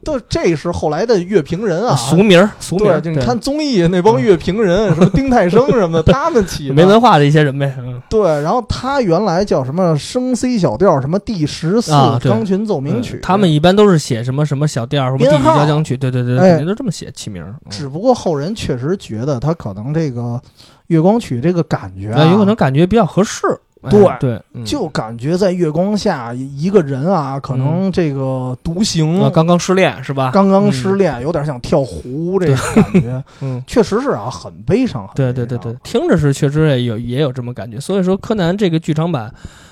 Speaker 2: 对，这是后来的乐评人啊。
Speaker 1: 俗名儿，俗名儿，
Speaker 2: 对，就你看综艺那帮乐评人，什么丁太升什 么的，他们起的。
Speaker 1: 没文化的一些人呗，嗯
Speaker 2: 对，然后他原来叫什么升 C 小调，什么第十四
Speaker 1: 啊对
Speaker 2: 钢琴奏鸣曲。
Speaker 1: 嗯他们一般都是写什么什么小调儿，什么
Speaker 2: 编
Speaker 1: 第一
Speaker 2: 号
Speaker 1: 交响曲，对对对，
Speaker 2: 哎
Speaker 1: 肯定都这么写起名儿，嗯
Speaker 2: 只不过后人确实觉得他可能这个《月光曲》这个感觉啊
Speaker 1: 那，有可能感觉比较合适。哎
Speaker 2: 对
Speaker 1: 对，嗯
Speaker 2: 就感觉在月光下，一个人啊，可能这个独行
Speaker 1: 嗯啊，刚嗯刚失恋是吧？
Speaker 2: 嗯刚刚失恋，有点想跳湖这个感觉，
Speaker 1: 嗯，
Speaker 2: 确实是啊，很悲伤。很
Speaker 1: 对对
Speaker 2: 悲
Speaker 1: 对
Speaker 2: 伤
Speaker 1: 对，，听
Speaker 2: 啊
Speaker 1: 着是确实也有也有这么感觉。所以说，柯南这个剧场版，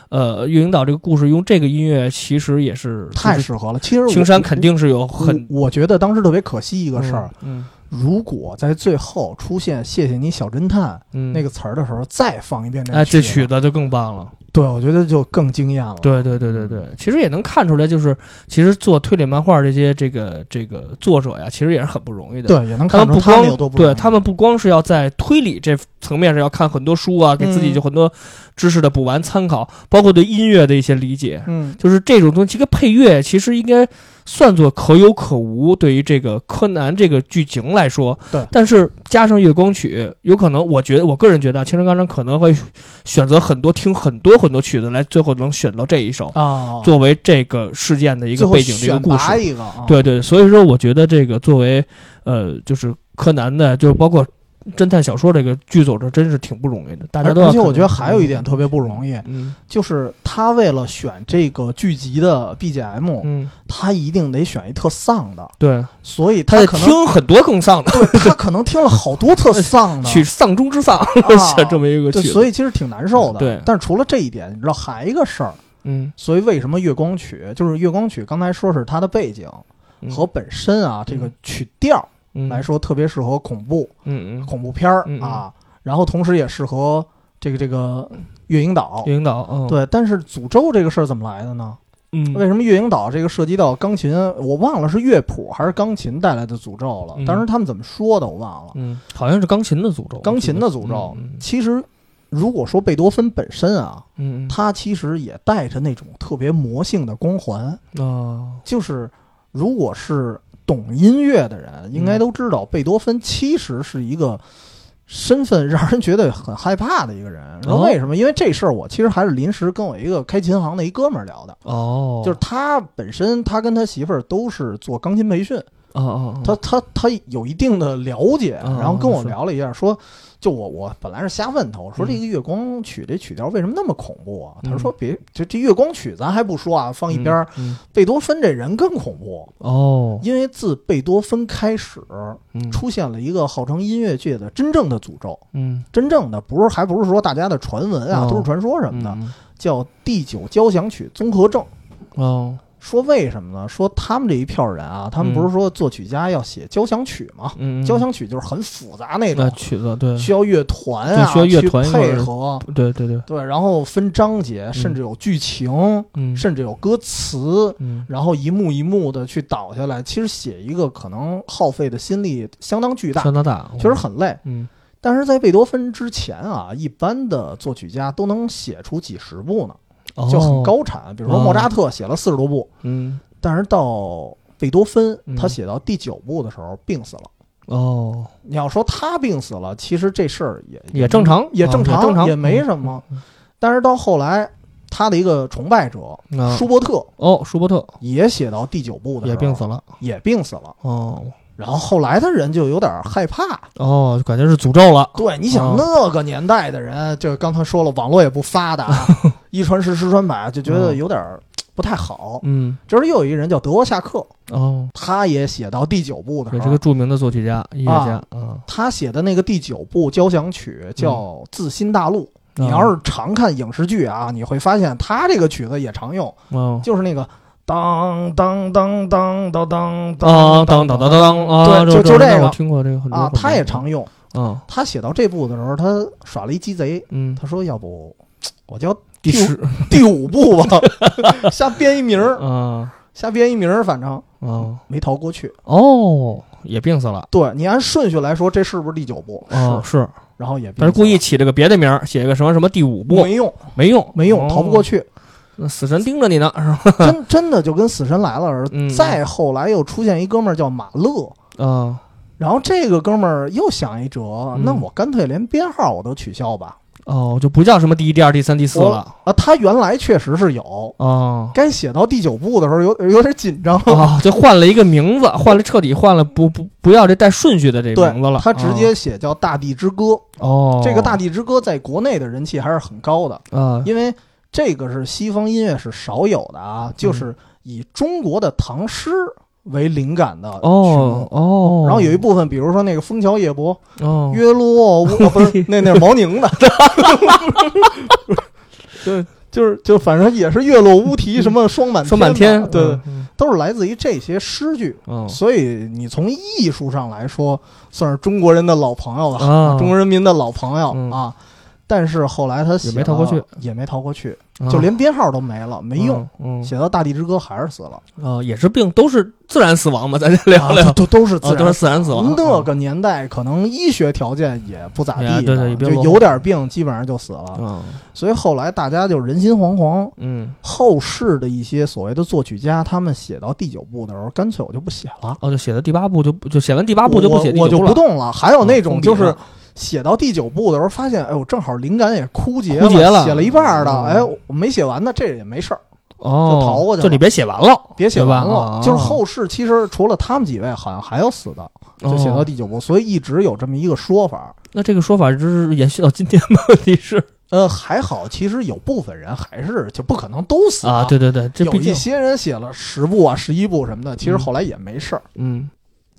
Speaker 1: 呃，运营岛这个故事用这个音乐其实也是
Speaker 2: 太
Speaker 1: 就是
Speaker 2: 适合了。其实我
Speaker 1: 青山肯定是有很
Speaker 2: 我，我觉得当时特别可惜一个事儿，，
Speaker 1: 嗯
Speaker 2: 如果在最后出现“谢谢你小侦探”
Speaker 1: 嗯，
Speaker 2: 那个词儿的时候，再放一遍
Speaker 1: 哎，这
Speaker 2: 曲
Speaker 1: 曲
Speaker 2: 子，
Speaker 1: 子就更棒了。
Speaker 2: 对我觉得就更惊艳了。
Speaker 1: 对对对对对，其实也能看出来，就是其实做推理漫画这些这个这个作者呀，其实也是很不容易的。
Speaker 2: 对，也能
Speaker 1: 他
Speaker 2: 看
Speaker 1: 们
Speaker 2: 出
Speaker 1: 不
Speaker 2: 他
Speaker 1: 光
Speaker 2: 们有多不容
Speaker 1: 对
Speaker 2: 易
Speaker 1: 他们不光是要在推理这层面上要看很多书啊，给自己
Speaker 2: 嗯
Speaker 1: 就很多知识的补完参考，包括对音乐的一些理解，
Speaker 2: 嗯，
Speaker 1: 就是这种东西。这个配乐其实应该算作可有可无，对于这个柯南这个剧情来说，
Speaker 2: 对
Speaker 1: 但是加上月光曲，有可能我觉得我个人觉得啊，青山刚昌可能会选择很多听很多很多曲子来，最后能选到这一首
Speaker 2: 啊，
Speaker 1: 作为这个事件的一
Speaker 2: 最
Speaker 1: 个
Speaker 2: 后
Speaker 1: 背景的一个
Speaker 2: 选
Speaker 1: 故事
Speaker 2: 拔。一个啊，
Speaker 1: 对对，所以说我觉得这个作为呃，就是柯南的，就是包括侦探小说这个剧组，这真是挺不容易的。大
Speaker 2: 而，
Speaker 1: 家都要
Speaker 2: 而且我
Speaker 1: 看
Speaker 2: 觉得还有一点特别不容易，
Speaker 1: 嗯
Speaker 2: 就是他为了选这个剧集的 BGM，
Speaker 1: 嗯，
Speaker 2: 他一定得选一特丧的，
Speaker 1: 对，
Speaker 2: 所以
Speaker 1: 他得
Speaker 2: 他可能
Speaker 1: 听很多更丧的
Speaker 2: 对他可能听了好多特 丧的
Speaker 1: 曲，丧中之丧，
Speaker 2: 啊
Speaker 1: 是这么一个
Speaker 2: 对，
Speaker 1: 曲子。嗯
Speaker 2: 所以其实挺难受的。
Speaker 1: 对
Speaker 2: 但是除了这一点，你知道还一个事儿，
Speaker 1: 嗯，
Speaker 2: 所以为什么月光曲就是月光曲？刚才说是它的背景
Speaker 1: 嗯
Speaker 2: 和本身啊，这个曲调
Speaker 1: 嗯
Speaker 2: 来说特别适合恐怖
Speaker 1: 嗯嗯，
Speaker 2: 恐怖片儿
Speaker 1: 嗯嗯
Speaker 2: 啊，然后同时也适合这个这个月影岛。
Speaker 1: 月影岛，嗯，，
Speaker 2: 对，但是诅咒这个事儿怎么来的呢？
Speaker 1: 嗯，
Speaker 2: 为什么月影岛这个涉及到钢琴，我忘了是乐谱还是钢琴带来的诅咒了
Speaker 1: 嗯。
Speaker 2: 当时他们怎么说的我忘了。
Speaker 1: 嗯，好像是钢琴的诅咒，
Speaker 2: 钢琴的诅咒
Speaker 1: 嗯
Speaker 2: 其实，如果说贝多芬本身啊，
Speaker 1: 嗯，
Speaker 2: 他其实也带着那种特别魔性的光环。
Speaker 1: 嗯哦，
Speaker 2: 就是如果是懂音乐的人，应该都知道贝多芬其实是一个身份让人觉得很害怕的一个人。
Speaker 1: 哦
Speaker 2: 然后为什么？因为这事儿我其实还是临时跟我一个开琴行的一哥们儿聊的，
Speaker 1: 哦，
Speaker 2: 就是他本身他跟他媳妇儿都是做钢琴培训，
Speaker 1: 哦哦，
Speaker 2: 他他他有一定的了解，
Speaker 1: 嗯
Speaker 2: 然后跟我
Speaker 1: 是
Speaker 2: 聊了一下，说就我我本来是瞎问他，我说
Speaker 1: 嗯
Speaker 2: 这个月光曲这曲调为什么那么恐怖啊？他
Speaker 1: 嗯
Speaker 2: 说别这这月光曲咱还不说啊，放一边儿，
Speaker 1: 嗯，嗯
Speaker 2: 贝多芬这人更恐怖，
Speaker 1: 哦，
Speaker 2: 因为自贝多芬开始，
Speaker 1: 嗯
Speaker 2: 出现了一个号称音乐界的真正的诅咒，
Speaker 1: 嗯
Speaker 2: 真正的不是还不是说大家的传闻啊、
Speaker 1: 哦
Speaker 2: 都市传说什么的，
Speaker 1: 嗯
Speaker 2: 叫第九交响曲综合症。
Speaker 1: 哦，
Speaker 2: 说为什么呢？说他们这一票人啊，他们
Speaker 1: 嗯
Speaker 2: 不是说作曲家要写交响曲吗？
Speaker 1: 嗯，嗯
Speaker 2: 交响曲就是很复杂那种
Speaker 1: 那，曲子，对，
Speaker 2: 需要乐团
Speaker 1: 对
Speaker 2: 啊，
Speaker 1: 需要乐团
Speaker 2: 去配合，
Speaker 1: 对对对，
Speaker 2: 对，然后分章节，甚至有剧情，
Speaker 1: 嗯，
Speaker 2: 甚至有歌词，
Speaker 1: 嗯
Speaker 2: 然后一幕一幕的去倒下来。其实写一个可能耗费的心力相当巨大，
Speaker 1: 相当大，
Speaker 2: 确实很累。
Speaker 1: 嗯，
Speaker 2: 但是在贝多芬之前啊，一般的作曲家都能写出几十部呢，
Speaker 1: 哦
Speaker 2: 就很，高产。比如说莫扎特写了四十多部，
Speaker 1: 嗯，
Speaker 2: 但是到贝多芬
Speaker 1: 嗯，
Speaker 2: 他写到第九部的时候病死了。
Speaker 1: 哦，
Speaker 2: 你要说他病死了，其实这事儿也
Speaker 1: 也正常
Speaker 2: 也
Speaker 1: 啊
Speaker 2: 正常，
Speaker 1: 也正常嗯
Speaker 2: 也没什么。但是到后来，他的一个崇拜者
Speaker 1: 啊
Speaker 2: 舒伯特
Speaker 1: 哦，舒伯特
Speaker 2: 也写到第九部的时
Speaker 1: 也
Speaker 2: 候
Speaker 1: 病死，了，
Speaker 2: 也病死了。
Speaker 1: 哦
Speaker 2: 然后后来他人就有点害怕，
Speaker 1: 哦，感觉是诅咒了，
Speaker 2: 对，你想
Speaker 1: 哦
Speaker 2: 那个年代的人，就刚才说了，网络也不 发达，一传十，十传百，就觉得有点儿不太好。
Speaker 1: 嗯，
Speaker 2: 这时候又有一个人叫德沃夏克，
Speaker 1: 哦，
Speaker 2: 他也写到第九部的
Speaker 1: 也
Speaker 2: 时
Speaker 1: 是
Speaker 2: 候
Speaker 1: 个，著名的作曲家、音乐家啊。
Speaker 2: 他写的那个第九部交响曲叫
Speaker 1: 嗯
Speaker 2: 《自新大陆》。你要是常看影视剧啊，你会发现他这个曲子也常用，
Speaker 1: 哦
Speaker 2: 就是那个当当当当当当
Speaker 1: 啊，当当当当啊，
Speaker 2: 对就就这
Speaker 1: 我
Speaker 2: 个
Speaker 1: 听过这个很多
Speaker 2: 啊，他也常用。
Speaker 1: 啊，
Speaker 2: 他写到这部的时候，他耍了一鸡贼，
Speaker 1: 嗯，
Speaker 2: 他说：“要不我叫
Speaker 1: 第十
Speaker 2: 第五部吧， 瞎编一名儿，
Speaker 1: 啊
Speaker 2: 瞎编一名儿，反正
Speaker 1: 啊
Speaker 2: 没逃过去。
Speaker 1: 哦，也病死了
Speaker 2: 对你按顺序来说，这是不是第九部？
Speaker 1: 哦，
Speaker 2: 是，
Speaker 1: 是，
Speaker 2: 然后也
Speaker 1: 但是故意起
Speaker 2: 起
Speaker 1: 了个别的名儿，写个什么什么第五部
Speaker 2: 没用，
Speaker 1: 没用哦
Speaker 2: 没用，逃不 过，去。
Speaker 1: 那死神盯着你呢是 吧？
Speaker 2: 真真的就跟死神来了似
Speaker 1: 嗯
Speaker 2: 的。再后来又出现一哥们儿叫马勒，
Speaker 1: 啊
Speaker 2: 然后这个哥们儿又想一辙
Speaker 1: 嗯，
Speaker 2: 那我干脆连编号我都取消吧。
Speaker 1: 哦，就不叫什么第一、第二、第三、第四了
Speaker 2: 啊，他原来确实是有。”
Speaker 1: 啊。
Speaker 2: 该写到第九部的时候，有有点紧张，
Speaker 1: 哦，就换了一个名字，换了彻底换了不不不要这带顺序的这个
Speaker 2: 对
Speaker 1: 名字了。
Speaker 2: 他直接写叫《大地之歌》。
Speaker 1: 哦，
Speaker 2: 这个《大地之歌》在国内的人气还是很高的，
Speaker 1: 啊
Speaker 2: 因为这个是西方音乐是少有的
Speaker 1: 嗯
Speaker 2: 啊，就是以中国的唐诗为灵感的曲
Speaker 1: 哦哦，
Speaker 2: 目。呃然后有一部分，比如说那个《枫桥夜泊》
Speaker 1: 哦
Speaker 2: 约 洛乌，哦不是那那是毛宁的，就就是就反正也是月落乌啼什么霜满
Speaker 1: 说嗯满
Speaker 2: 天
Speaker 1: 天
Speaker 2: 嘛，对，，
Speaker 1: 嗯
Speaker 2: 都是来自于这些诗句。
Speaker 1: 嗯
Speaker 2: 所以你从艺术上来说，算是中国人的老朋友了。
Speaker 1: 啊，
Speaker 2: 中国人民的老朋友
Speaker 1: 嗯
Speaker 2: 啊。但是后来他写
Speaker 1: 也没逃过去
Speaker 2: 了，也没逃过去，
Speaker 1: 啊
Speaker 2: 就连编号都没了，没用。，
Speaker 1: 嗯
Speaker 2: 写到《大地之歌》还是死了，
Speaker 1: 嗯啊，也是病，都是自然死亡嘛，咱这聊聊
Speaker 2: 啊，都都是
Speaker 1: 啊，
Speaker 2: 自
Speaker 1: 都是
Speaker 2: 然。
Speaker 1: 自然死亡，嗯
Speaker 2: 那个年代可能医学条件也不咋
Speaker 1: 哎
Speaker 2: 地
Speaker 1: 对对也
Speaker 2: 的，
Speaker 1: 别
Speaker 2: 就
Speaker 1: 落后
Speaker 2: 有点病，基本上就死了。
Speaker 1: 啊，
Speaker 2: 所以后来大家就人心惶惶。
Speaker 1: 嗯，
Speaker 2: 后世的一些所谓的作曲家，他们写到第九部的时候，干脆我就不写了，
Speaker 1: 哦，就写的第八部就不就写完第八部就不写第
Speaker 2: 我我就
Speaker 1: 九部
Speaker 2: 不
Speaker 1: 了，
Speaker 2: 动了。还有那种就
Speaker 1: 嗯封
Speaker 2: 是
Speaker 1: 笔
Speaker 2: 写到第九部的时候，发现哎呦，正好灵感也枯竭
Speaker 1: 枯竭了
Speaker 2: 写了一半儿的，
Speaker 1: 嗯
Speaker 2: 哎，我没写完呢，这也没事儿，
Speaker 1: 哦，
Speaker 2: 就逃过去了
Speaker 1: 就你别写完了，
Speaker 2: 别写完
Speaker 1: 对吧啊
Speaker 2: 了。就是后世其实除了他们几位，好像还有死的，就写到
Speaker 1: 哦
Speaker 2: 第九部，所以一直有这么一个说法。
Speaker 1: 那这个说法就是延续到今天吗？ 你是
Speaker 2: 呃，还好，其实有部分人还是就不可能都死
Speaker 1: 啊，对对对，这
Speaker 2: 有
Speaker 1: 毕
Speaker 2: 一
Speaker 1: 竟
Speaker 2: 些人写了十部啊、十一部什么的，其实
Speaker 1: 嗯
Speaker 2: 后来也没事儿。
Speaker 1: 嗯，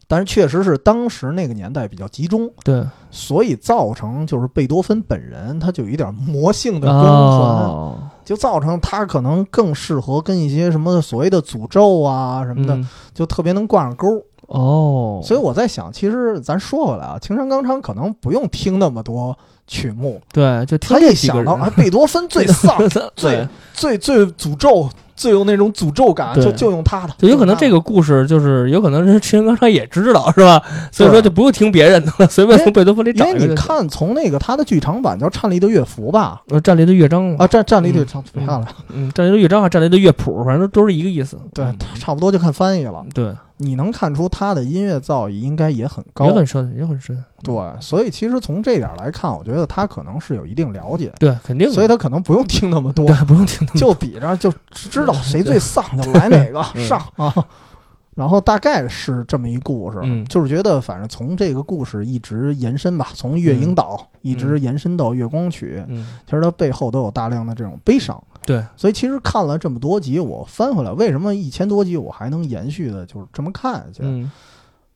Speaker 2: 但是确实是当时那个年代比较集中，
Speaker 1: 对，
Speaker 2: 所以造成就是贝多芬本人他就有一点魔性的光环，
Speaker 1: 哦，
Speaker 2: 就造成他可能更适合跟一些什么所谓的诅咒啊什么的，
Speaker 1: 嗯
Speaker 2: 就特别能挂上钩。
Speaker 1: 哦，
Speaker 2: 所以我在想，其实咱说回来啊，青山刚昌可能不用听那么多曲目，
Speaker 1: 对，就听
Speaker 2: 他一
Speaker 1: 这几个
Speaker 2: 想
Speaker 1: 人
Speaker 2: 到啊，贝多芬 最丧、
Speaker 1: 对
Speaker 2: 最，最最诅咒、最有那种诅咒感，
Speaker 1: 对
Speaker 2: 就就用他的。嗯
Speaker 1: 就有可能这
Speaker 2: 个
Speaker 1: 个故事就是有可能是陈刚昌也知道是吧？所以说就不用听别人的 了，随便从贝多芬里
Speaker 2: 因
Speaker 1: 找
Speaker 2: 为
Speaker 1: 一个就行。
Speaker 2: 你看，从那个他的剧场版叫《颤栗的乐符》吧，
Speaker 1: 呃，战雷的乐章嘛
Speaker 2: 啊，，《战战栗的唱》别看了，
Speaker 1: 嗯，战雷的乐章还是战雷的乐谱，反正都是一个意思。
Speaker 2: 对
Speaker 1: 嗯，
Speaker 2: 差不多就看翻译了。
Speaker 1: 对，
Speaker 2: 你能看出他的音乐造诣应该也很高
Speaker 1: 也，很深，也很深。
Speaker 2: 对，所以其实从这点来看，我觉得他可能是有一定了解，
Speaker 1: 对，肯定的。
Speaker 2: 所以他可能不用听那么多，
Speaker 1: 对，不用听那么多。
Speaker 2: 就比着就知道谁最丧就来哪个
Speaker 1: 嗯
Speaker 2: 上啊。然后大概是这么一故事，
Speaker 1: 嗯
Speaker 2: 就是觉得反正从这个故事一直延伸吧，从月影岛一直延伸到月光曲，
Speaker 1: 嗯，
Speaker 2: 其实它背后都有大量的这种悲伤。
Speaker 1: 对，
Speaker 2: 所以其实看了这么多集，我翻回来，为什么一千多集我还能延续的，就是这么看下去？
Speaker 1: 嗯，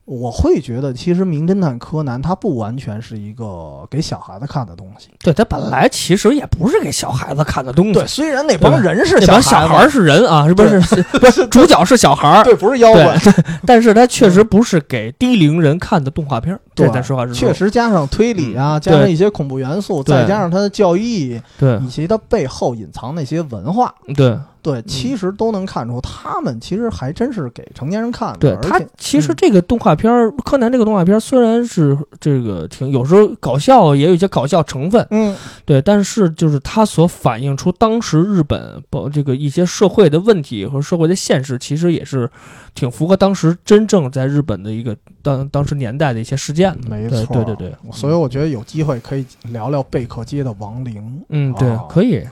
Speaker 2: 我会觉得，其实《名侦探柯南》它不完全是一个 给小孩子看的东西。
Speaker 1: 对，它本来其实也不是给小孩子看的东西。
Speaker 2: 对，虽然那帮人是
Speaker 1: 那帮小
Speaker 2: 孩
Speaker 1: 孩
Speaker 2: 儿，
Speaker 1: 儿是人啊， 是不是？是不是主角是小孩儿，
Speaker 2: 对，不是妖怪。
Speaker 1: 但是它确实不是给低龄人看的动画片儿。
Speaker 2: 对
Speaker 1: 这咱实话实说，
Speaker 2: 确实加上推理啊，
Speaker 1: 嗯
Speaker 2: 加上一些恐怖元素，
Speaker 1: 对
Speaker 2: 再加上它的教育意义，以
Speaker 1: 对
Speaker 2: 及它背后隐藏那些文化，
Speaker 1: 对
Speaker 2: 对，其实都能看出他们其实还真是给成年人看的。
Speaker 1: 对，
Speaker 2: 而
Speaker 1: 它
Speaker 2: 且嗯
Speaker 1: 其实这个动画片儿，柯南这个动画片儿虽然是这个挺有时候搞笑，也有一些搞笑成分，
Speaker 2: 嗯，
Speaker 1: 对，但是就是它所反映出当时日本包这个一些社会的问题和社会的现实，其实也是挺符合当时真正在日本的一个当当时年代的一些事件的。
Speaker 2: 没
Speaker 1: 对
Speaker 2: 错，
Speaker 1: 对对对，
Speaker 2: 所以我觉得有机会可以聊聊贝克街的亡灵。
Speaker 1: 嗯，对
Speaker 2: 哦，
Speaker 1: 可以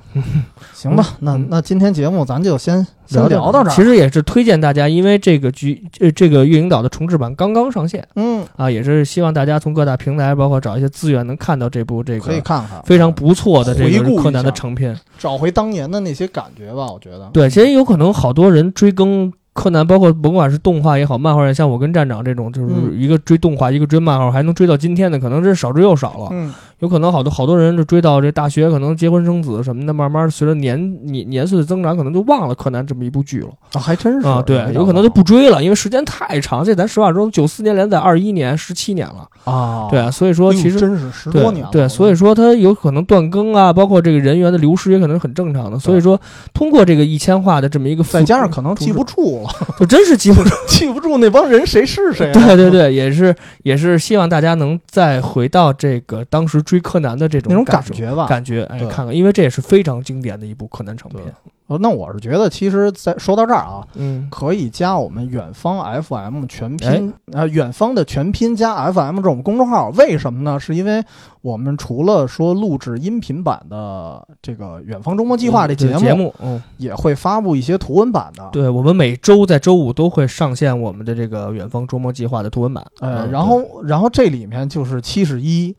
Speaker 2: 行吧，那
Speaker 1: 嗯
Speaker 2: 那今天节目咱就先先聊到这儿。
Speaker 1: 其实也是推荐大家，因为这个剧这这个月影岛的重置版刚刚上线
Speaker 2: 嗯，
Speaker 1: 啊，也是希望大家从各大平台，包括找一些资源，能看到这部这
Speaker 2: 可以
Speaker 1: 个
Speaker 2: 看看，
Speaker 1: 非常不错的这
Speaker 2: 回顾一
Speaker 1: 个
Speaker 2: 下
Speaker 1: 柯南的成片。
Speaker 2: 找回当年的那些感觉吧。我觉得，
Speaker 1: 对，其实有可能好多人追更柯南，包括甭管是动画也好，漫画也好像我跟站长这种，就是
Speaker 2: 嗯
Speaker 1: 一个追动画，一个追漫画，还能追到今天的，可能真是少之又少了。
Speaker 2: 嗯，
Speaker 1: 有可能好多好多人就追到这大学，可能结婚生子什么的，慢慢随着年年年岁的增长，可能就忘了柯南这么一部剧了。
Speaker 2: 啊还真是
Speaker 1: 啊，对，有可能就不追了，因为时间太长。这咱实话说，九四年连载二一年，十七年了，
Speaker 2: 啊，
Speaker 1: 对，所以说
Speaker 2: 哎呦
Speaker 1: 其实。
Speaker 2: 真是十
Speaker 1: 对
Speaker 2: 多年了，嗯
Speaker 1: 对，所以说它有可能断更啊，包括这个人员的流失也可能是很正常的。所以说，通过这个一千话的这么一个复，
Speaker 2: 再加上可能记不住了，
Speaker 1: 就真是记不住。
Speaker 2: 记不住那帮人谁是谁啊了。
Speaker 1: 对对对，也是也是希望大家能再回到这个当时追柯南的这种
Speaker 2: 那种
Speaker 1: 感
Speaker 2: 感
Speaker 1: 受
Speaker 2: 觉吧，
Speaker 1: 感觉，哎，
Speaker 2: 对
Speaker 1: 看看，因为这也是非常经典的一部柯南长篇
Speaker 2: 对。呃那我是觉得，其实，在说到这儿啊，
Speaker 1: 嗯，
Speaker 2: 可以加我们远方 FM 全拼
Speaker 1: 哎
Speaker 2: 啊、呃远方的全拼加 FM 这种公众号。为什么呢？是因为我们除了说录制音频版的这个《远方周末计划》这节
Speaker 1: 节
Speaker 2: 目，
Speaker 1: 目，
Speaker 2: 啊
Speaker 1: 嗯，
Speaker 2: 也会发布一些图文版的。
Speaker 1: 对，我们每周在周五都会上线我们的这个远方周末计划的图文版。
Speaker 2: 呃，
Speaker 1: 嗯
Speaker 2: 然后然后这里面就是七十一，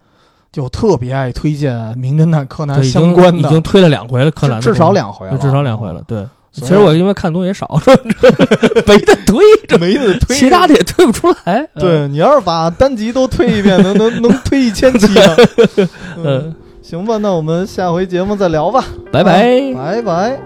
Speaker 2: 就特别爱推荐《名侦探柯
Speaker 1: 对
Speaker 2: 南
Speaker 1: 对》已经
Speaker 2: 相关
Speaker 1: 已
Speaker 2: 的，
Speaker 1: 经推了两回了，柯南的
Speaker 2: 至
Speaker 1: 东
Speaker 2: 至少
Speaker 1: 西
Speaker 2: 两回了，
Speaker 1: 对至少两回了。。对，其
Speaker 2: 所以
Speaker 1: 实我因为看东西也少， 没得推，
Speaker 2: 这没得推，
Speaker 1: 其他的也推不出来。嗯，
Speaker 2: 对你要是把单集都推一遍，能能能推一千集呢。
Speaker 1: 嗯，
Speaker 2: 行吧，那我们下回节目再聊吧，
Speaker 1: 拜拜。
Speaker 2: 拜拜。